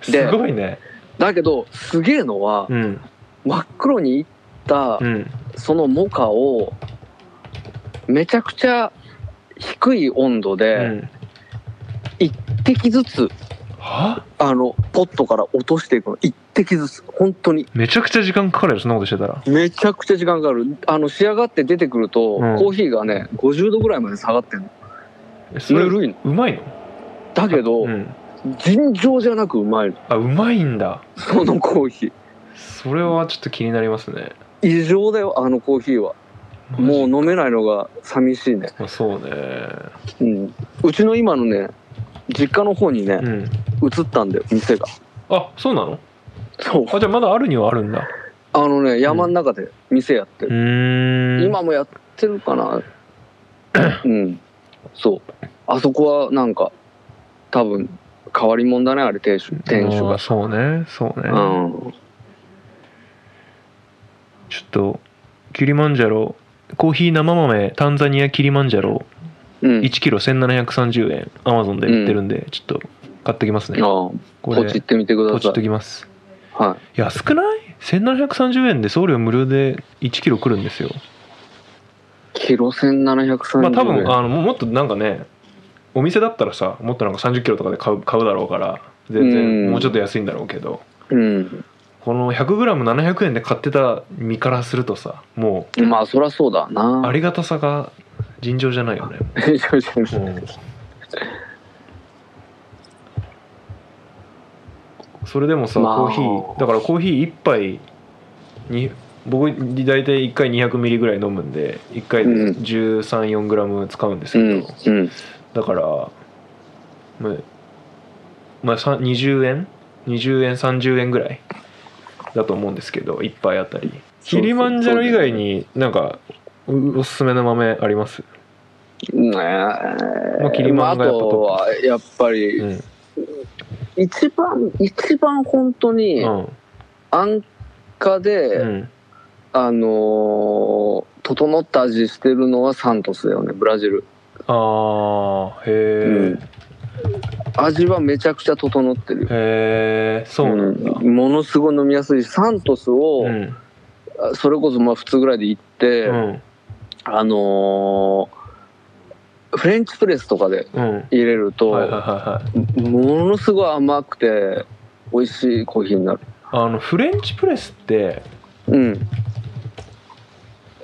S2: う
S3: です
S2: ごいね
S3: だけどすげえのは、
S2: うん
S3: 真っ黒にいった
S2: うん
S3: そのモカをめちゃくちゃ低い温度
S2: う
S3: で
S2: ん
S3: 1滴ずつ、
S2: は
S3: あのポットから落としていくの1滴ずつ本当に
S2: めちゃくちゃ時間かかるよそんなことしてたら
S3: めちゃくちゃ時間かかるあの仕上がって出てくると、
S2: うん
S3: コーヒーがね50度ぐらいまで下がってんの
S2: えそ
S3: ぬ
S2: れ
S3: るいの
S2: うまいの
S3: だけど、
S2: うん
S3: 尋常じゃなくうまいの
S2: あうまいんだ
S3: そのコーヒー
S2: それはちょっと気になりますね
S3: 異常だよあのコーヒーはもう飲めないのが寂しいね、
S2: うそうね
S3: うん、うちの今のね実家の方にね
S2: うん
S3: 移ったんだよ店が
S2: あそうなの
S3: そう
S2: あじゃあまだあるにはあるんだ
S3: あのね山の中で店やって
S2: う
S3: る、
S2: ーん
S3: 今もやってるかなうんそうあそこはなんか多分変わり者だねあれ店主店主
S2: あー
S3: が
S2: そうねそうね、
S3: うん
S2: ちょっとキリマンジャロコーヒー生豆タンザニアキリマンジャロ
S3: うん
S2: 1キロ1730円アマゾンで売ってるんで、ちょっと買ってきますね
S3: ああこ
S2: これ
S3: っち行ってみてくだ
S2: ポチ
S3: さ
S2: っと
S3: い
S2: きます
S3: は
S2: 安くない1730円で送料無料で1キロくるんですよ
S3: いキロ1730円
S2: まあ多分あのももっとなんかねお店だったらさもっとなんか3 0キロとかで買う買うだろうから全
S3: うん
S2: 然もうちょっと安いんだろうけど
S3: うん
S2: この 100g700 円で買ってた身からするとさも
S3: まあそりゃそうだ
S2: う
S3: な [LAUGHS]
S2: ありがたさが尋常じゃないよね
S3: いやいやいや
S2: もうそれでもさ、
S3: まあ
S2: コーヒーだからコーヒー1杯に僕大体1回200ミリぐらい飲むんで1回
S3: うん
S2: 1 3 4グラム使うんです
S3: う
S2: けど、
S3: んうん
S2: だからまあ、まあ、さ20円20円30円ぐらいだと思うんですけど1杯あたり
S3: そう
S2: キリマンジャロ以外になんかおおすすめの豆あります、
S3: ねえ、
S2: まあキリマンがやっぱトップ
S3: まああとはやっぱ
S2: う
S3: り
S2: ん
S3: 一番一番本当に
S2: うん
S3: 安価で、
S2: うん、
S3: あのー整った味してるのはサントスだよねブラジル
S2: ああへえ、
S3: うん味はめちゃくちゃ整ってるよ
S2: へえそうなんだ、
S3: うんものすごい飲みやすいしサントスを、
S2: うん
S3: あそれこそまあ普通ぐらいで行って、
S2: うん
S3: あのーフレンチプレスとかで
S2: うん
S3: 入れると、
S2: はいはいはいはい
S3: ものすごい甘くて美味しいコーヒーになる
S2: あのフレンチプレスって
S3: うん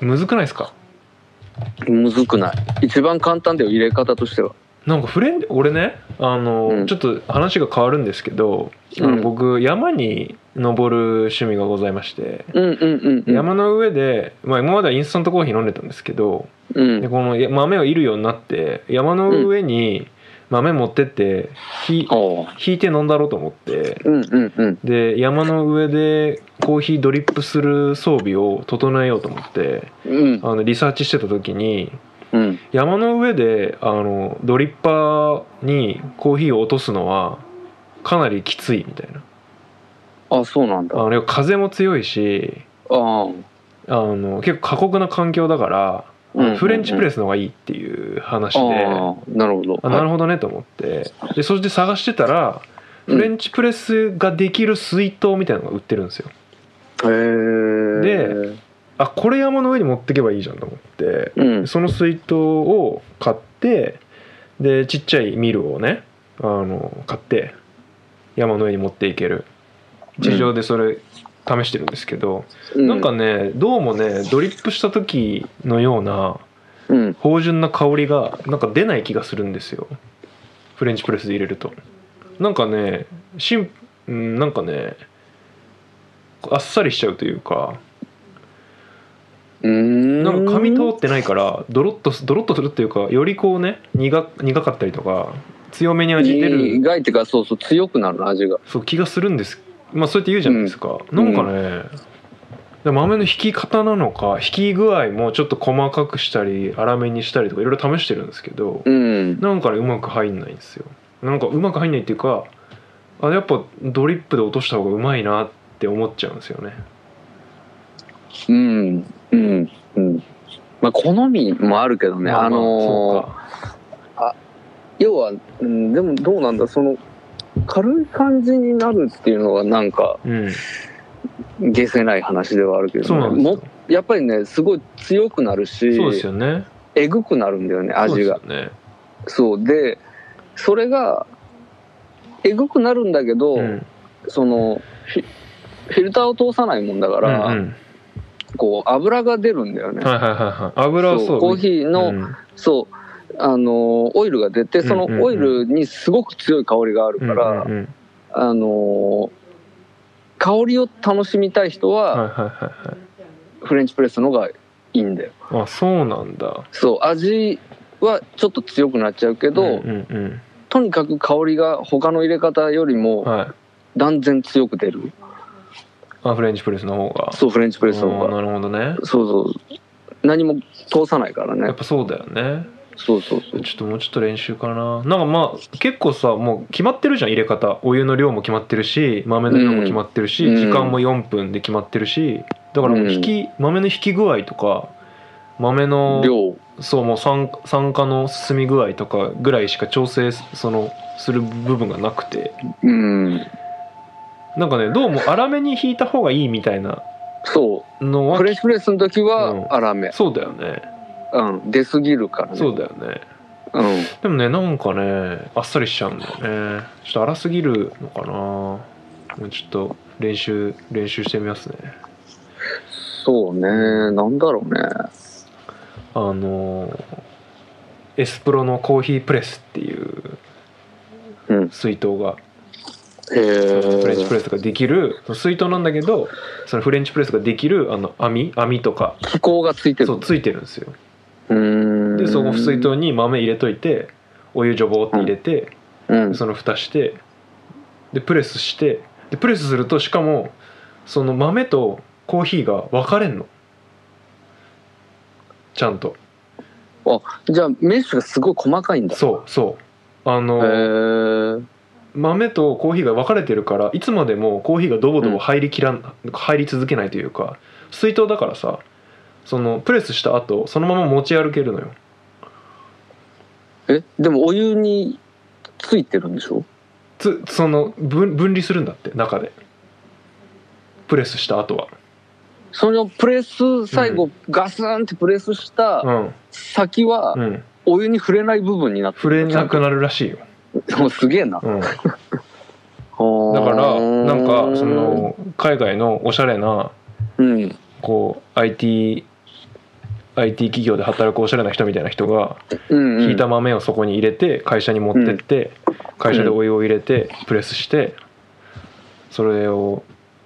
S2: むずくないですか
S3: むずくない一番簡単だよ入れ方としては
S2: なんかフレン俺ねあの、
S3: うん
S2: ちょっと話が変わるんですけど、あ
S3: うん
S2: の僕山に登る趣味がございまして、
S3: うんうんうん
S2: 山の上で、まあ、今まではインスタントコーヒー飲んでたんですけど
S3: うん
S2: でこのや豆をいるようになって山の上に、豆持ってってひ
S3: おう
S2: ひいて飲んだろうと思って
S3: うんうんうん
S2: で山の上でコーヒードリップする装備を整えようと思って
S3: うん
S2: あのリサーチしてた時に
S3: うん
S2: 山の上であのドリッパーにコーヒーを落とすのはかなりきついみたいな
S3: あそうなんだあ
S2: あの風も強いし
S3: あ
S2: あの結構過酷な環境だから、
S3: うん
S2: フレンチプレ
S3: ス
S2: スの方がいいっていう話で、
S3: ああなるほど
S2: あなるほどねと思ってでそして探してたらフレンチプレスができる水筒みたいなのが売ってるんですよ
S3: へえ
S2: であこれ山の上に持ってけばいいじゃんと思って
S3: うん
S2: その水筒を買ってでちっちゃいミルをねあの買って山の上に持っていける地上でそれ試してるんですけど、なんかねどうもねドリップした時のような
S3: うん
S2: 芳醇な香りがなんか出ない気がするんですよフレンチプレスで入れるとなんかねしんうんなんかねあっさりしちゃうというか
S3: うん
S2: なんか紙通ってないからドロッとすドロッとするっていうかよりこうね苦苦かったりとか強めに味出る、
S3: 意外っていうかそうそう強くなる味が
S2: そう気がするんですまあそうやって言うじゃないですか、なんかね、で豆の引き方なのか引き具合もちょっと細かくしたり粗めにしたりとかいろいろ試してるんですけど、
S3: うん
S2: なんかねうまく入んないんですよなんかうまく入んないっていうかあやっぱドリップで落とした方がうまいなって思っちゃうんですよね
S3: うんうんうんまあ好みもあるけどね
S2: まま
S3: あのー
S2: そうか
S3: 要は、うん、でもどうなんだその軽い感じになるっていうのはなんか
S2: うん
S3: 下せない話ではあるけど、ね、
S2: そうなんですよ
S3: もやっぱりねすごい強くなるし
S2: そうですよね
S3: えぐくなるんだよね味が
S2: そうですよね
S3: そうでそれがえぐくなるんだけど、
S2: うん
S3: そのフィフィルターを通さないもんだから、
S2: うんうん
S3: こう油が出るんだよね、
S2: はいはいはいはい油はそう
S3: そうコーヒーの、
S2: うん
S3: そうあのオイルが出てその
S2: うんうんうん
S3: オイルにすごく強い香りがあるから、
S2: うんうんうん
S3: あの香りを楽しみたい人
S2: はいは
S3: はい
S2: はいはい
S3: フレンチプレスの方がいいんだよ
S2: あそうなんだ
S3: そう味はちょっと強くなっちゃうけど、
S2: んうん
S3: とにかく香りが他の入れ方より
S2: うん
S3: も
S2: はい
S3: 断然強く出る、
S2: あフレンチプレスの方が
S3: そうフレンチプレスの方
S2: あー
S3: が
S2: なるほどね
S3: そうそう何も通さないか
S2: や
S3: ら
S2: っ
S3: ね
S2: ぱそうだよね
S3: そうそうそう
S2: ちょっともうちょっと練習かななんかまあ結構さもう決まってるじゃん入れ方お湯の量も決まってるし豆の量も決まってるし、
S3: うん
S2: 時間も4分で決まってるしだからもう引き、豆の引き具合とか豆の
S3: 量
S2: そうもう酸酸化の進み具合とかぐらいしか調整すそのする部分がなくて
S3: うん
S2: なんかねどうも粗めに引いた方がいいみたいな
S3: そ
S2: の
S3: う
S2: は
S3: フレンチプレスの時
S2: うん
S3: は粗め、
S2: そうだよね
S3: うん、出すぎるからね
S2: そうだよね
S3: うん
S2: でもねなんかねあっさりしちゃうんだよねちょっと荒すぎるのかなもうちょっと練習練習してみますね
S3: そうねなんだろうね
S2: あのーエスプロのコーヒープレスっていう
S3: うん
S2: 水筒が、
S3: へえ
S2: フレンチプレスができるその水筒なんだけどそのフレンチプレスができるあの網網とか
S3: 気候がついてる
S2: そうついてるんですよ
S3: うーん
S2: でそこ水筒に豆入れといてお湯ジョボって入れて、
S3: うん
S2: その蓋してでプレスしてでプレスするとしかもその豆とコーヒーが分かれんのちゃんと
S3: じゃあメッシュがすごい細かいんだ
S2: そうそうあ
S3: へ
S2: の、
S3: え
S2: 豆とコーヒーが分かれてるからいつまでもコーヒーがドボドボ入りきらん、入り続けないというか水筒だからさそのプレスした後そのまま持ち歩けるのよ
S3: えでもお湯についてるんでしょ
S2: つその分分離するんだって中でプレスした後は
S3: そのプレス最後ガスンってプレスした
S2: うん
S3: 先は
S2: うん
S3: お湯に触れない部分になって
S2: 触れなくなるらしいよ、
S3: る [LAUGHS] もうすげえなだか
S2: うんだからなんかその海外のおしゃれな
S3: うん
S2: こう IT IT 企業で働くおしゃれな人みたいな人が
S3: うん
S2: ひいた豆をそこに入れて会社に持ってって会社でお湯を入れてプレスしてそれを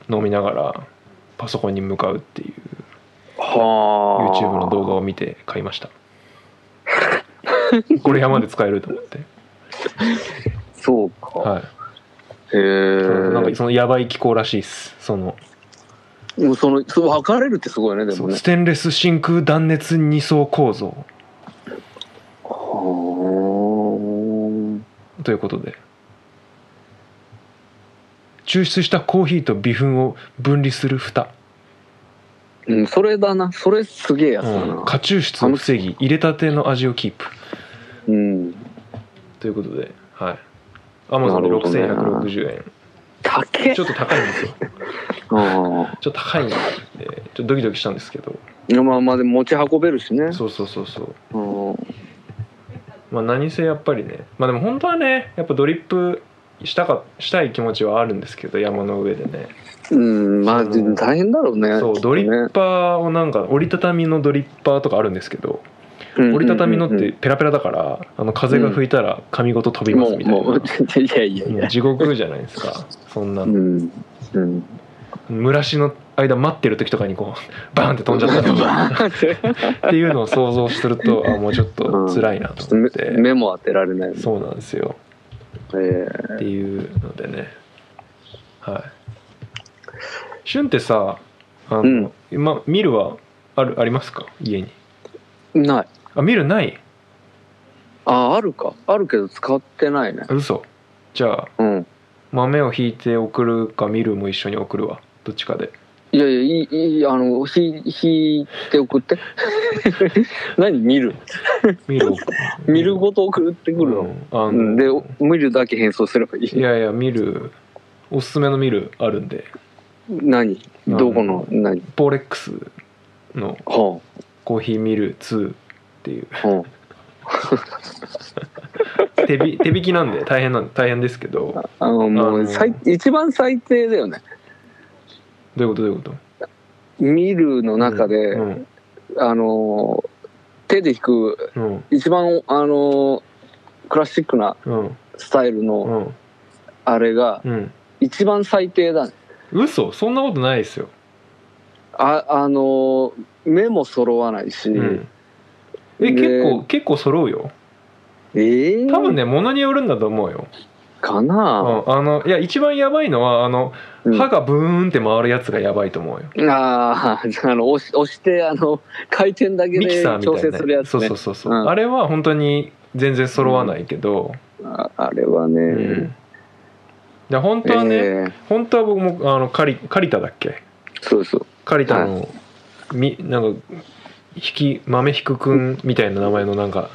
S2: 飲みながらパソコンに向かうっていう
S3: はあ
S2: YouTube の
S3: [LAUGHS]
S2: 動画を見て買いましたこれ山で使えると思って
S3: そうか。
S2: はい
S3: へえ。
S2: なんかそのやばい気候らしいっすその
S3: もうその、そう分かれるってすごいね、で
S2: そ
S3: も
S2: う
S3: ね
S2: ス。テンレス真空断熱二層構造
S3: は
S2: ということで抽出したコーヒーと微粉を分離する蓋、
S3: あうん、それだな。それすげえやつだ
S2: うん、
S3: な。
S2: 過抽出を防ぎ入れたての味をキープ
S3: うん。
S2: ということではいアマゾンで
S3: なるほどね
S2: 6160円
S3: 高え
S2: ちょっと高いんですよ
S3: あ
S2: ちょっと高いんでちょっとドキドキしたんですけど
S3: あ。まあまあ、でも持ち運べるしね。
S2: そうそうそうそう
S3: うん
S2: まあ何せやっぱりねまあでも本当はねやっぱドリップしたかしたい気持ちはあるんですけど山の上でね
S3: うん、まあ、
S2: その
S3: 大変だろうね。
S2: そう
S3: きっ
S2: ド
S3: とね
S2: リッパーをなんか折りたたみのドリッパーとかあるんですけど折りたたみのっ
S3: うんう
S2: て
S3: ん
S2: ペラペラだからあの風が吹いたら髪ごと飛びますみたいな
S3: もう、も [LAUGHS] う、いやいやい
S2: もう
S3: や。
S2: 地獄じゃないですかそんな
S3: う
S2: の
S3: ん。うん。
S2: 蒸らしの間待ってる時とかにこうバーンって飛んじゃ
S3: [LAUGHS]
S2: ったりとかっていうのを想像するとあもうちょっと辛いなと思っ
S3: め
S2: て
S3: 目も当てられないもん。
S2: そうなんですよ
S3: え
S2: っていうのでねはいしゅんってさあの、
S3: うん
S2: 今ミルはあるありますか家に
S3: えない。
S2: あミルない
S3: あ、あるか。あるけど使ってないね。
S2: あ嘘じゃあ
S3: うん。
S2: 豆を引いて送るかミルも一緒に送るわどっちかで
S3: いやいや、いい、いい、あの、ひ、ひいて送って。 [LAUGHS] 何見る
S2: ミルを送
S3: [LAUGHS] 見るごと送ってくるの。
S2: うんあの
S3: うん、で、お見るだけ変装すればい
S2: い
S3: い。
S2: やいやミルおすすめのミルあるんで
S3: 何
S2: うん
S3: どこの、何
S2: ポーレックスの
S3: は
S2: コーヒーミル2っていう
S3: あ、は
S2: 手び [LAUGHS] 手引きなんで大変なん大変ですけどど
S3: あ。あの、も
S2: あの
S3: う、最、一番最低だよね。
S2: ういうことどういうこと
S3: 見るの中で、
S2: うん
S3: あの、手で弾く、
S2: うん
S3: 一番、あの、クラシックな
S2: うん
S3: スタイルの、
S2: うん
S3: あれが、
S2: うん
S3: 一番最低だね。
S2: 嘘そんなことないですよ、
S3: あ、あの、目も揃わないし、
S2: うん、え
S3: で
S2: 結構結構揃うよ
S3: ええ
S2: 多分ね物によるんだと思うよ、
S3: か
S2: う
S3: な、
S2: ん、あのいや一番やばいのはあの
S3: うん
S2: 歯がブーンって回るやつがやばいと思うよ
S3: あー [LAUGHS] あの押し押してあの回転だけ
S2: ミキ
S3: で
S2: サーみ
S3: 調
S2: たい
S3: 整
S2: な、
S3: するやつ
S2: そう
S3: ね
S2: そうそうそう、
S3: うん
S2: あれは本当に全然揃わないけど、
S3: ああれはね、
S2: うんで本当はね、
S3: えー
S2: 本当は僕もあのカリカリタだっけ
S3: そうそう
S2: カリタの、みなんか引き豆引くくんみたいな名前のなんか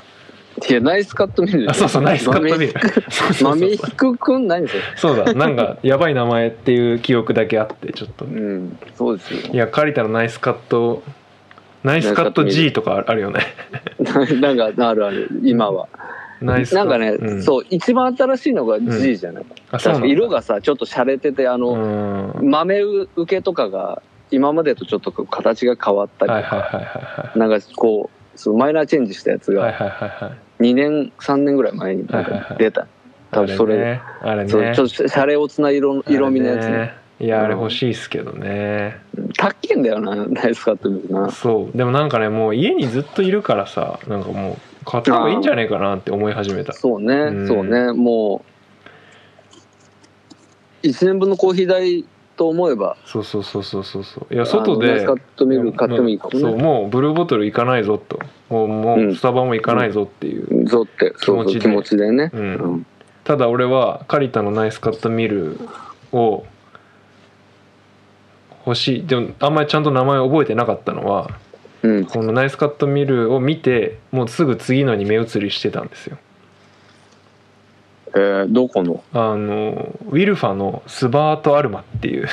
S3: いやナイスカットミル
S2: あそうそうナイスカットビー
S3: 豆
S2: ルそうそう
S3: 豆
S2: そう
S3: 引くくん何それ
S2: そうだなんかやばい名前っていう記憶だけあってちょっと
S3: うんそうですよ [LAUGHS]
S2: いやカリタのナイスカットナイスカット G とかあるよね
S3: ななんかあるある今は
S2: ナイスカ
S3: な
S2: ッ
S3: ん
S2: ト
S3: かね、
S2: うん
S3: そう一番新しいのが
S2: ん
S3: G じゃない、
S2: あそうなん
S3: 確か
S2: だ
S3: 色がさちょっと洒落ててあの、
S2: うん
S3: 豆受けとかが今までとちょっと形が変わったり、
S2: はいはいはいは
S3: なんかこうそのマイナーチェンジしたやつ
S2: い
S3: が、
S2: はいはいはいはいはい
S3: 2年3年ぐらい前になん
S2: はいはいは
S3: か
S2: い
S3: 出た多分それ
S2: あれね
S3: そう
S2: あれね
S3: ちょっとシャレオツな色色味のやつ
S2: あれ
S3: ね
S2: ねいやあれ
S3: うん
S2: 欲しいっすけどね、
S3: たっけんだよなナイスカット見るな
S2: そうでもなんかねもう家にずっといるからさなんかもう買った方がいいんじゃねえかなって思い始めた
S3: そうね、
S2: うん
S3: そうねもう1年分のコーヒー代と思えば
S2: そうそうそうそうそうそういや外
S3: あのナイ
S2: で
S3: スカットミル買ってもいいか
S2: そ
S3: も
S2: う
S3: ね
S2: もうブルーボトル行かないぞともうも
S3: う
S2: うんスタバも行かないぞっていう、
S3: ぞってそうそう
S2: 気
S3: 気
S2: 持
S3: 持ちでね、
S2: う
S3: うんん
S2: ただ俺はカリタのナイスカットミルを欲しいでもあんまりちゃんと名前覚えてなかったのは
S3: うん、
S2: このナイスカットミルを見てもうすぐ次のに目移りしてたんですよ
S3: えーどこの
S2: あのウィルファのスバートアルマっていう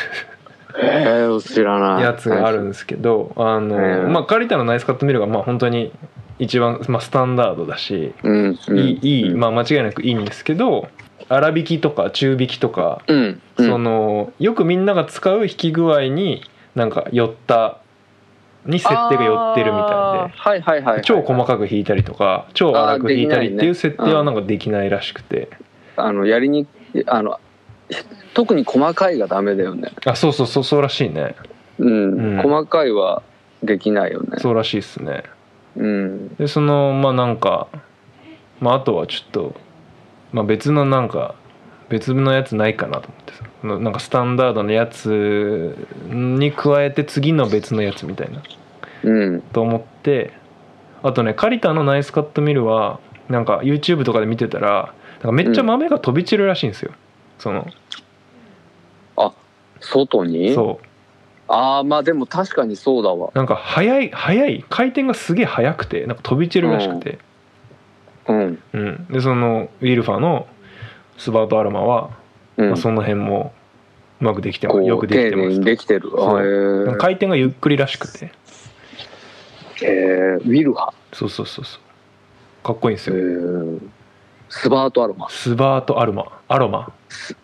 S3: えー、知らない
S2: やつがあるんですけどあの
S3: うん
S2: まあカリタのナイスカットミルがまあ本当に一番、まあ、スタンダードだし
S3: うんうん
S2: いいいい
S3: うん
S2: まあ間違いなくいいんですけど粗挽きとか中挽きとか
S3: うんうん
S2: そのよくみんなが使う引き具合になんか寄ったに設定が寄ってるみた
S3: あ
S2: い
S3: ー
S2: で
S3: はいはいはいはい
S2: 超細かく引いたりとか超粗く引いたりっていう設定はなんかできないらしくて
S3: あのやりにあの特に細かいがダメだよね
S2: あそうそうそうそうらしいね
S3: うん、
S2: うん
S3: 細かいはできないよね
S2: そうらしいっすね
S3: うん
S2: でそのまあなんかまああとはちょっとまあ、別のなんか別のやつないかなと思ってさななんかスタンダードのやつに加えて次の別のやつみたいな
S3: うん
S2: と思ってあとねカリタのナイスカットミルはなんか YouTube とかで見てたらなんかめっちゃ豆が飛び散るらしいんですよ、その
S3: 外に
S2: そ
S3: ああまあでも確かにそうだわ
S2: うなんか速い速い回転がすげえ速くてなんか飛び散るらしくて、
S3: うん
S2: うん、でそのウィルファーのスバートアルマは、
S3: うん、
S2: まあ、その辺もうまくできてま
S3: こ
S2: す
S3: う
S2: よくできて
S3: 丁
S2: ま
S3: 寧
S2: す
S3: にできてる
S2: そう
S3: あへ
S2: なんか回転がゆっくりらしくて
S3: えへーウィルハ
S2: そうそうそうそうかっこいいんです
S3: へ
S2: よ、
S3: ースバートアロマ
S2: スバートアルマアロマ
S3: ス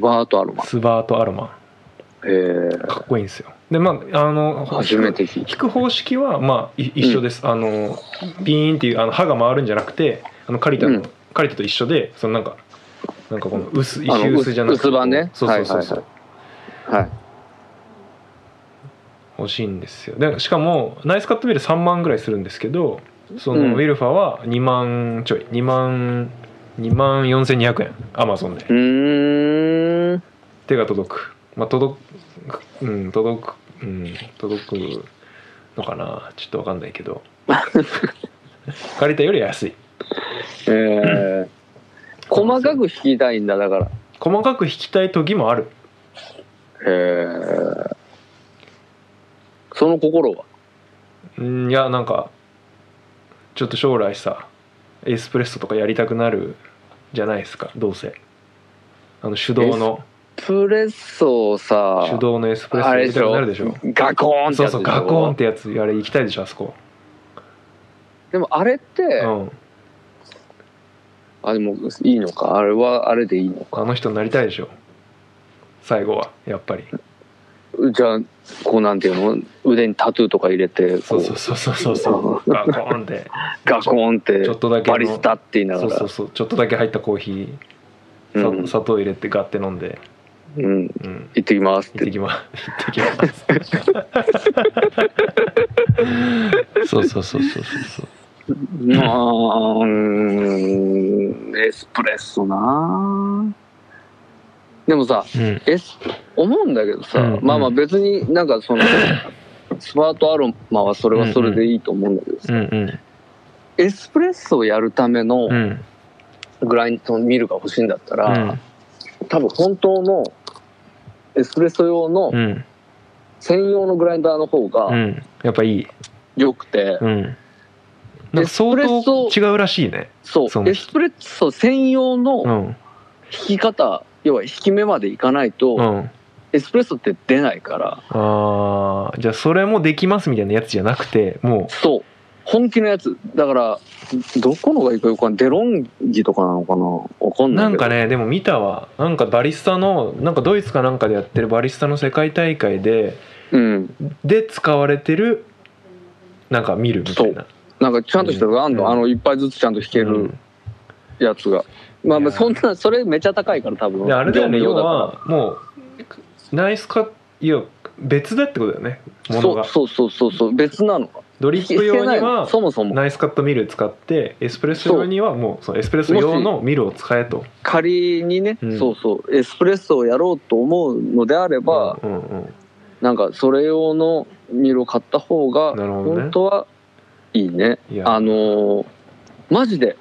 S3: バートアロマ
S2: スバートアロマ
S3: へー
S2: かっこいいんですよでまああの
S3: 初めて聞い
S2: 引く方式はまあい一緒です、あのビーンっていうあの刃が回るんじゃなくてあのカリタの、
S3: うん
S2: カリタと一緒でそのなんかなんかこの薄
S3: あの
S2: 石薄じゃなくて
S3: 薄版ね
S2: そうそうそうそう、
S3: はいたはい
S2: 欲しいんですよでしかもナイスカットビル3万ぐらいするんですけどその
S3: うん
S2: ウィルファは2万ちょい2万2万4200円アマゾンで
S3: うーん
S2: 手が届くまあ届くうん届くうん届くのかなちょっと分かんないけ
S3: [LAUGHS]
S2: ど借りたより安い
S3: えー細かく引きたいんだだから
S2: 細かく引きたい時もある
S3: えーその心は
S2: うんいやなんかちょっと将来さエスプレッソとかやりたくなるじゃないですかどうせあの手動の
S3: プレッソをさ
S2: 手動のエスプレッソ
S3: あ
S2: や
S3: れ
S2: り
S3: で
S2: た
S3: し
S2: く
S3: ょ
S2: なるでしょ
S3: ガコーンって
S2: そう
S3: やつでしょ
S2: そうガコーンってやつあれ行きたいでしょあそこ、
S3: でもあれって、
S2: うん、
S3: あでもいいのかあれはあれでいいの
S2: あの人になりたいでしょ最後はやっぱり
S3: じゃあこうなんていうの腕にタトゥーとか入れて
S2: そ
S3: こ
S2: うそうそうそうそうそうガコーンって
S3: ガコーンっ
S2: ち
S3: て
S2: ょっとだけの
S3: バリスタって言いなが
S2: そう
S3: ら
S2: そうそうちょっとだけ入ったコーヒ
S3: う
S2: ー
S3: ん
S2: さ砂糖入れてガッて飲んで
S3: うん
S2: うん
S3: 行ってきますっ
S2: 行って
S3: て
S2: きます行ってきます
S3: [LAUGHS]
S2: そうそうそうそうそうそう
S3: まあうーんエスプレッソなでもさ
S2: うん
S3: エス思うんだけどさ、
S2: うん
S3: まあまあ別になんかそのスパートアロマはそれはそれでいいと思うんだけどさ、
S2: うんうん
S3: エスプレッソをやるための
S2: うん
S3: グラインドミルが欲しいんだった
S2: う
S3: ら、
S2: ん
S3: 多分本当のエスプレッソ用の
S2: うん
S3: 専用のグラインダーの方
S2: う
S3: が
S2: んやっぱいい
S3: 良くて、
S2: うんなんか相
S3: エスプレ
S2: 当
S3: ッソ
S2: 違うらしいね
S3: そう
S2: そうね
S3: エスプレッソ専用
S2: う
S3: の
S2: ん
S3: 引き方、要は引き目までいかないと、
S2: うん
S3: エスプレッソって出ないから
S2: あーじゃあそれもできますみたいなやつじゃなくても
S3: そう本気のやつだからどこのがいいかよくわかんないデロンギとかなのかなわか
S2: うん
S3: ない
S2: なん
S3: けど
S2: かねでも見たわなんかバリスタのなんかドイツかなんかでやってるバリスタの世界大会で
S3: うん
S2: で使われてるなんか見るみたいな
S3: なんかちゃんとしたのがあんの,、
S2: うん
S3: あの一杯ずつちゃんと弾け
S2: う
S3: る
S2: ん
S3: やつが、まあ
S2: い
S3: ま
S2: や
S3: あそんなそれめちゃ高いから多分
S2: であれだよね
S3: 業
S2: 要
S3: 務用だか
S2: はもうナイスカいや別だってことだよね
S3: ら
S2: ものが
S3: そうそうそうそうそう別なの
S2: ドリップ用に
S3: 弾けない
S2: は
S3: そもそも
S2: ナイスカットミル使ってエスプレッソ用にはもうそのエスプレッソ用のミルを使えと
S3: 仮にね、
S2: うん
S3: そうそうエスプレッソをやろうと思うのであれば、
S2: うんうん
S3: なんかそれ用のミルを買った方が
S2: なるほどね
S3: 本当はいいね
S2: うんいや
S3: あのーマジで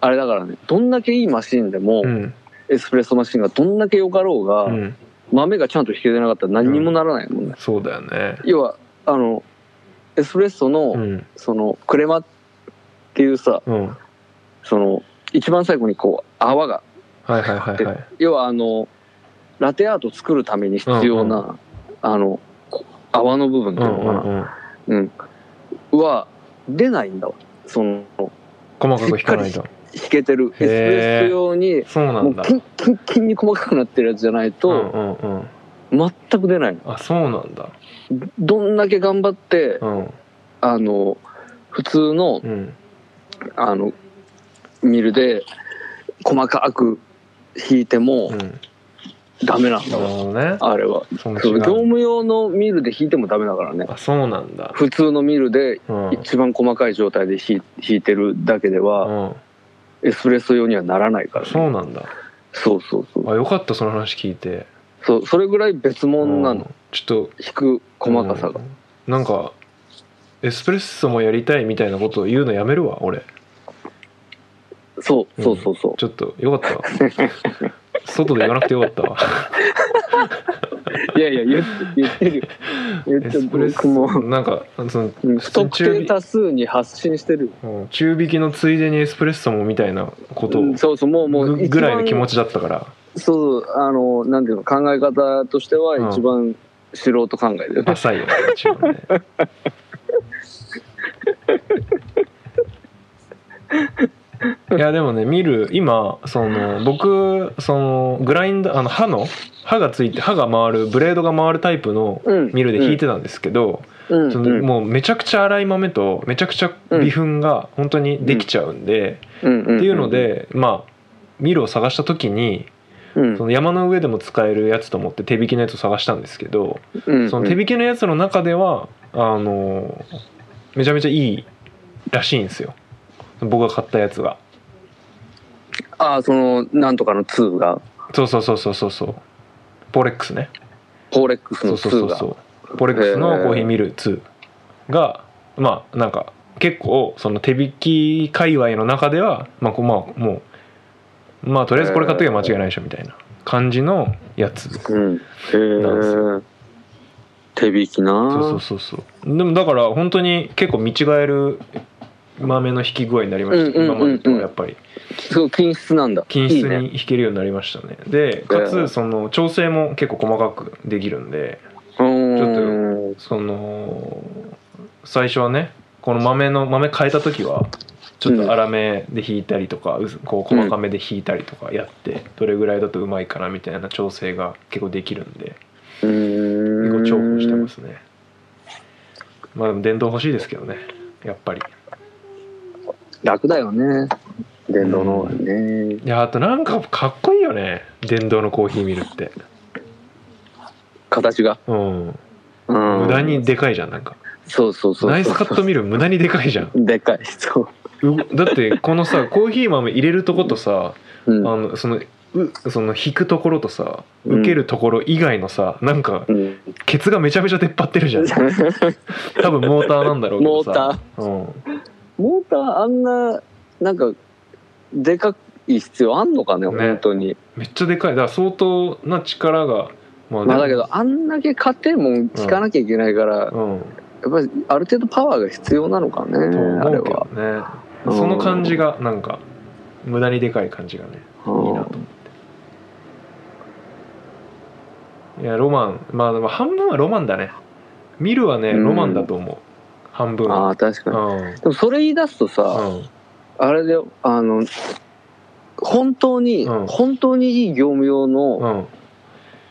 S3: あれだからねどんだけいいマシンでも、
S2: うん
S3: エスプレッソマシンがどんだけよかろうが、
S2: うん
S3: 豆がちゃんと引けてなかったら何にもならないもんね、
S2: そうだよね
S3: 要はあのエスプレッソの、
S2: うん
S3: そのクレマっていうさ
S2: うん
S3: その一番最後にこう泡が
S2: はいはいはいはい
S3: 要はあのラテアート作るために必要な、
S2: う
S3: あのこ泡の部分っ
S2: う
S3: ていう
S2: ん
S3: のか
S2: う
S3: な、
S2: んうん
S3: うん、は出ないんだわその
S2: 細かく引かないと
S3: 弾けてるエスプ
S2: へー
S3: レッソ用に
S2: そうな
S3: も
S2: ん
S3: う
S2: だ
S3: キンキンキンに細かくなってるやつじゃない
S2: うん
S3: と
S2: うんうん
S3: 全く出ないの
S2: あそうなんだ
S3: どんだけ頑張って
S2: うん
S3: あの普通の
S2: うん
S3: あのミルで細かく弾いて
S2: う
S3: も
S2: んなる
S3: ダメなんだわ
S2: ほどね
S3: あれは
S2: その
S3: そう
S2: 違
S3: 業
S2: う
S3: 務用のミルで弾いてもダメだからね
S2: あそうなんだ
S3: 普通のミルで
S2: うん
S3: 一番細かい状態で弾い弾いてるだけでは
S2: うん
S3: エスプレッソ用にはならないから、ね、
S2: そうなんだ
S3: そうそうそう
S2: あよかったその話聞いて
S3: そうそれぐらい別物なの、
S2: うんちょっと
S3: 引く細かさが、
S2: うんなんかエスプレッソもやりたいみたいなことを言うのやめるわ俺
S3: そうそうそうそう、
S2: ちょっとよか
S3: [LAUGHS]
S2: ったわ外で言わなくてよかったわ
S3: いやいや言って言ってるよ言
S2: エ
S3: って
S2: ス
S3: る
S2: プレッ
S3: 僕
S2: ソ
S3: も
S2: なんかその
S3: う
S2: 普
S3: ん不
S2: 通に
S3: 特
S2: 中
S3: 定多数に発信してる
S2: うん中引きのついでにエスプレッソもみたいなこと
S3: う
S2: を
S3: んそうそうもうもう
S2: ぐ
S3: 一番
S2: ぐらいの気持ちだったから
S3: そうあのなんていうの考え方としては一番素人考えだよね、
S2: 浅いよね一応ねいやでもね見る今その僕そのグラインダーあの刃の刃がついて刃が回るブレードが回るタイプの
S3: うん
S2: ミルで引いてたんですけど、
S3: うん
S2: そ
S3: うん
S2: のもうめちゃくちゃ粗い豆とめちゃくちゃ微粉が本当にできちゃうんで、
S3: うんん
S2: っていうのでまあミルを探した時に
S3: うん
S2: その山の上でも使えるやつと思って手引きのやつを探したんですけど、
S3: うん
S2: その手引きのやつの中ではあのめちゃめちゃいいらしいんですよ僕が買ったやつが
S3: ああそのなんとかの2が
S2: そうそうそうそうそうそうポレックスね
S3: ポーレックス
S2: そ
S3: の
S2: うそうそ
S3: 2
S2: う
S3: が
S2: そうポレックスのコーヒーミル2がまあなんか結構その手引き界隈の中ではまあこうまあもうまあとりあえずこれ買っとけば間違いないでしょみたいな感じのやつ
S3: うんへ
S2: なんです
S3: え手引きな
S2: そうそうそうそうでもだから本当に結構見違える豆の引き具合になりました、
S3: うんうんうんうん
S2: 今までとはやっぱり
S3: すごい均質なんだ
S2: 均質
S3: いいね
S2: に引けるようになりましたねでか
S3: え
S2: つ
S3: え
S2: その調整も結構細かくできるんで
S3: う
S2: ちょっと
S3: ーん
S2: その最初はねこの豆の豆変えた時はちょっと粗めで引いたりとか、うすこう細かめで引いたりとかやってどれぐらいだとうまいかなみたいな調整が結構できるんで
S3: うー
S2: 結構
S3: ん
S2: 重宝してますねまあでも電動欲しいですけどねやっぱり
S3: 楽だよね電動の方がね
S2: いやあとなんかかっこいいよね電動のコーヒーミルって
S3: 形が
S2: うん
S3: うん
S2: 無駄にでかいじゃんなんか
S3: そうそうそう
S2: ナイスカットミル無駄にでかいじゃん
S3: でかいそう
S2: うだってこのさコーヒー豆入れるとことさ
S3: う
S2: あ
S3: ん
S2: のそのうその引くところとさ受けるところ以外のさなんか
S3: うん
S2: ケツがめちゃめちゃ出っ張ってるじゃん多分モーターなんだろうけど
S3: モ
S2: さ
S3: ータ
S2: ーうん
S3: ーモーターあんななんかでかい必要あんのか
S2: ね
S3: ね本当に
S2: めっちゃでかいだから相当な力がまあ
S3: まあだけどあんだけ勝てもん聞かなきゃいけないから、
S2: うん
S3: やっぱりある程度パワーが必要なのかね
S2: と
S3: あ
S2: 思
S3: れ
S2: うけど
S3: は
S2: ね
S3: うん
S2: その感じがなんか無駄にでかい感じがねいいなと思っていやロマンまあでも半分はロマンだね見るはね
S3: うん
S2: ロマンだと思う半分
S3: あ
S2: は
S3: あ確か
S2: う
S3: に、
S2: ん
S3: でもそれ言い出すとさ、あれであの本当に、
S2: うん
S3: 本当にいい業務用
S2: う
S3: の
S2: ん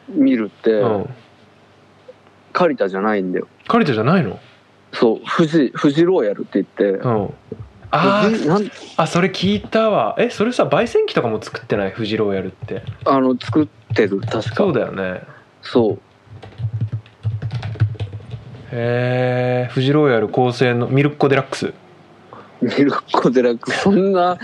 S3: 見るって、
S2: うんうん
S3: カリタじゃないんだよ
S2: カリタじゃないの
S3: そう富士富士ローヤルって言って、
S2: うんあー
S3: でなん
S2: あそれ聞いたわえそれさ焙煎機とかも作ってないフジローやるって
S3: あの作ってる確か
S2: そうだよね
S3: そう
S2: へえフジローやる構成のミルッコデラックス
S3: ミルコデラックスそんな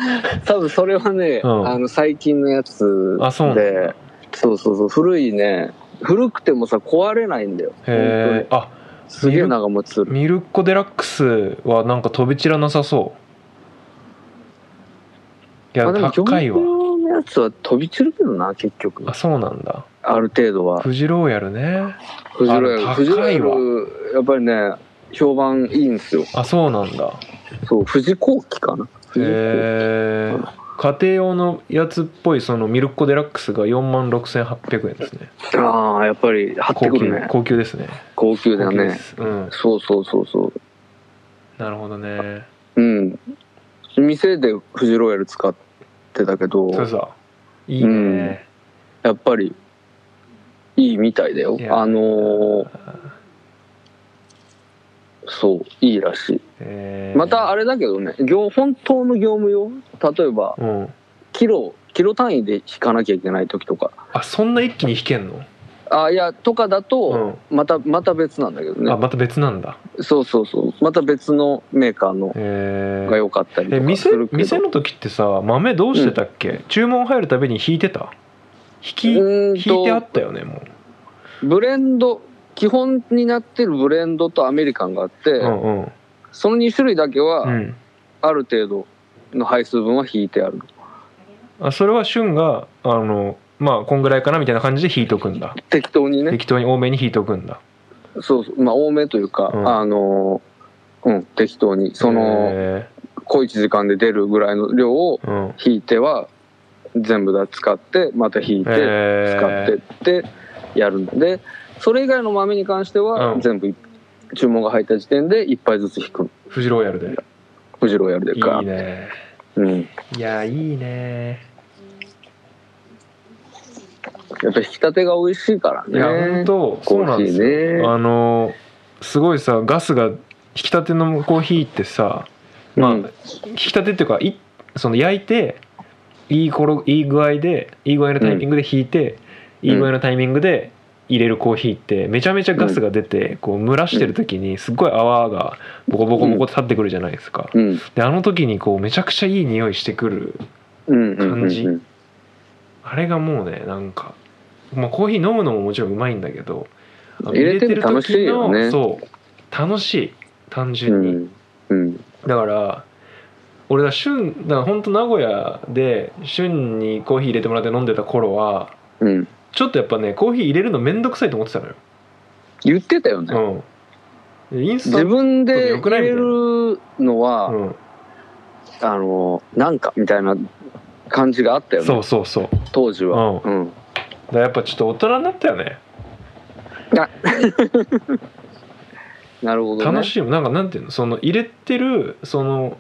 S3: 多分それはね、
S2: うん
S3: あの最近のやつ
S2: あそうなんだ
S3: でそうそうそう古いね古くてもさ壊れないんだよ
S2: へえ
S3: 本
S2: あ
S3: 当にすげえ長持ちする
S2: ミルッコ・デラックスはなんか飛び散らなさそういや
S3: あでも業
S2: 高
S3: 務
S2: いわ
S3: 用のやつは飛び散るけどな結局
S2: あそうなんだ
S3: ある程度は
S2: フジローヤルね
S3: 藤
S2: あ
S3: ロヤル
S2: 高いわ
S3: 藤ロヤルやっぱりね評判いいんですよ
S2: あそうなんだ
S3: そう藤後期かな
S2: へ
S3: 藤後
S2: え家庭用のやつっぽいそのミルッコ・デラックスが4万6800円ですね
S3: 期ああやっぱり張っ
S2: 高
S3: てく
S2: 級
S3: るね
S2: 高級ですね
S3: 高級だ
S2: 高
S3: よ
S2: 級で
S3: ね
S2: すうん
S3: そうそうそうそう
S2: なるほどね
S3: うん店でフジローヤル使ってたけど
S2: そうさいいね
S3: やっぱりいいみたいだよ
S2: いや
S3: あのーそういいらし
S2: え
S3: い
S2: ー
S3: またあれだけどね業本当の業務用例えば
S2: うん
S3: キロキロ単位で引かなきゃいけない時とか
S2: あそんな一気に引けんの
S3: あいやとかだと
S2: う
S3: またまた別なんだけど
S2: ん、あ
S3: ね
S2: また別なんだ
S3: そうそうそうまた別のメーカーの
S2: え
S3: が良かったり
S2: え
S3: とか
S2: 店
S3: するけど
S2: 店の時ってさ豆どうしてたっけ、注文入るたびに引いてた引き
S3: うーんと
S2: 引いてあったよねも
S3: ブレンド基本になってるブレンドとアメリカンがあって、
S2: う、うんうん
S3: その2種類だけ
S2: う
S3: は
S2: ん、
S3: ある程度の配数分は引いてある、
S2: あそれは旬があのまあこんぐらいかなみたいな感じで引いとくんだ
S3: 適当にね
S2: 適当に多めに引いとくんだ
S3: そうそうまあ多めというか、
S2: うん
S3: あのうん適当にその
S2: へ
S3: 小1時間で出るぐらいの量を
S2: ーうん
S3: 引いては全部だ使ってまた引いて
S2: へー
S3: 使ってってやるんだでそれ以外の豆に関しては
S2: うん
S3: 全部注文が入った時点で1杯ずつ引く
S2: フジローヤルで
S3: フジローやるでか
S2: いいね
S3: うん、
S2: いやいいね
S3: やっぱ引き立てが美味しいから
S2: いや
S3: ね
S2: 本当
S3: コ
S2: そうなん
S3: ー
S2: で
S3: ヒ
S2: すよ
S3: ーね
S2: あのすごいさガスが引き立てのコーヒーってさまあ、
S3: うん
S2: 引き立てっていうかいその焼いていい頃いい具合でいい具合のタイミングで引いて、
S3: ん
S2: いい具合のタイミングで入れるコーヒーってめちゃめちゃガスが出て、こう蒸らしてる時にすっごい泡がボコボコボコって立ってくるじゃないですか、
S3: うん
S2: であの時にこうめちゃくちゃいい匂いしてくる
S3: うんうんうん
S2: 感じ
S3: うん
S2: あれがもうねなんか、まあ、コーヒー飲むのももちろんうまいんだけどあの
S3: 入れてる楽しいよね
S2: 入れてる時のそう楽しい単
S3: う
S2: 純に、
S3: んうん
S2: だから俺だ旬だから本当名古屋で旬にコーヒー入れてもらって飲んでた頃は
S3: うん
S2: ちょっとやっぱねコーヒー入れるのめんどくさいと思ってたのよ、
S3: 言ってたよね
S2: うん、インスタ
S3: 自分で
S2: よく
S3: 入
S2: ないみ
S3: れ
S2: たいな
S3: るのは、
S2: うん、
S3: あのなんかみたいな感じがあったよ
S2: そ
S3: ね
S2: うそうそうだか
S3: 当時
S2: う
S3: は、うん
S2: らやっぱちょっと大人になったよね
S3: なるほどね
S2: 楽しいもんなんかなんていうのその入れてるその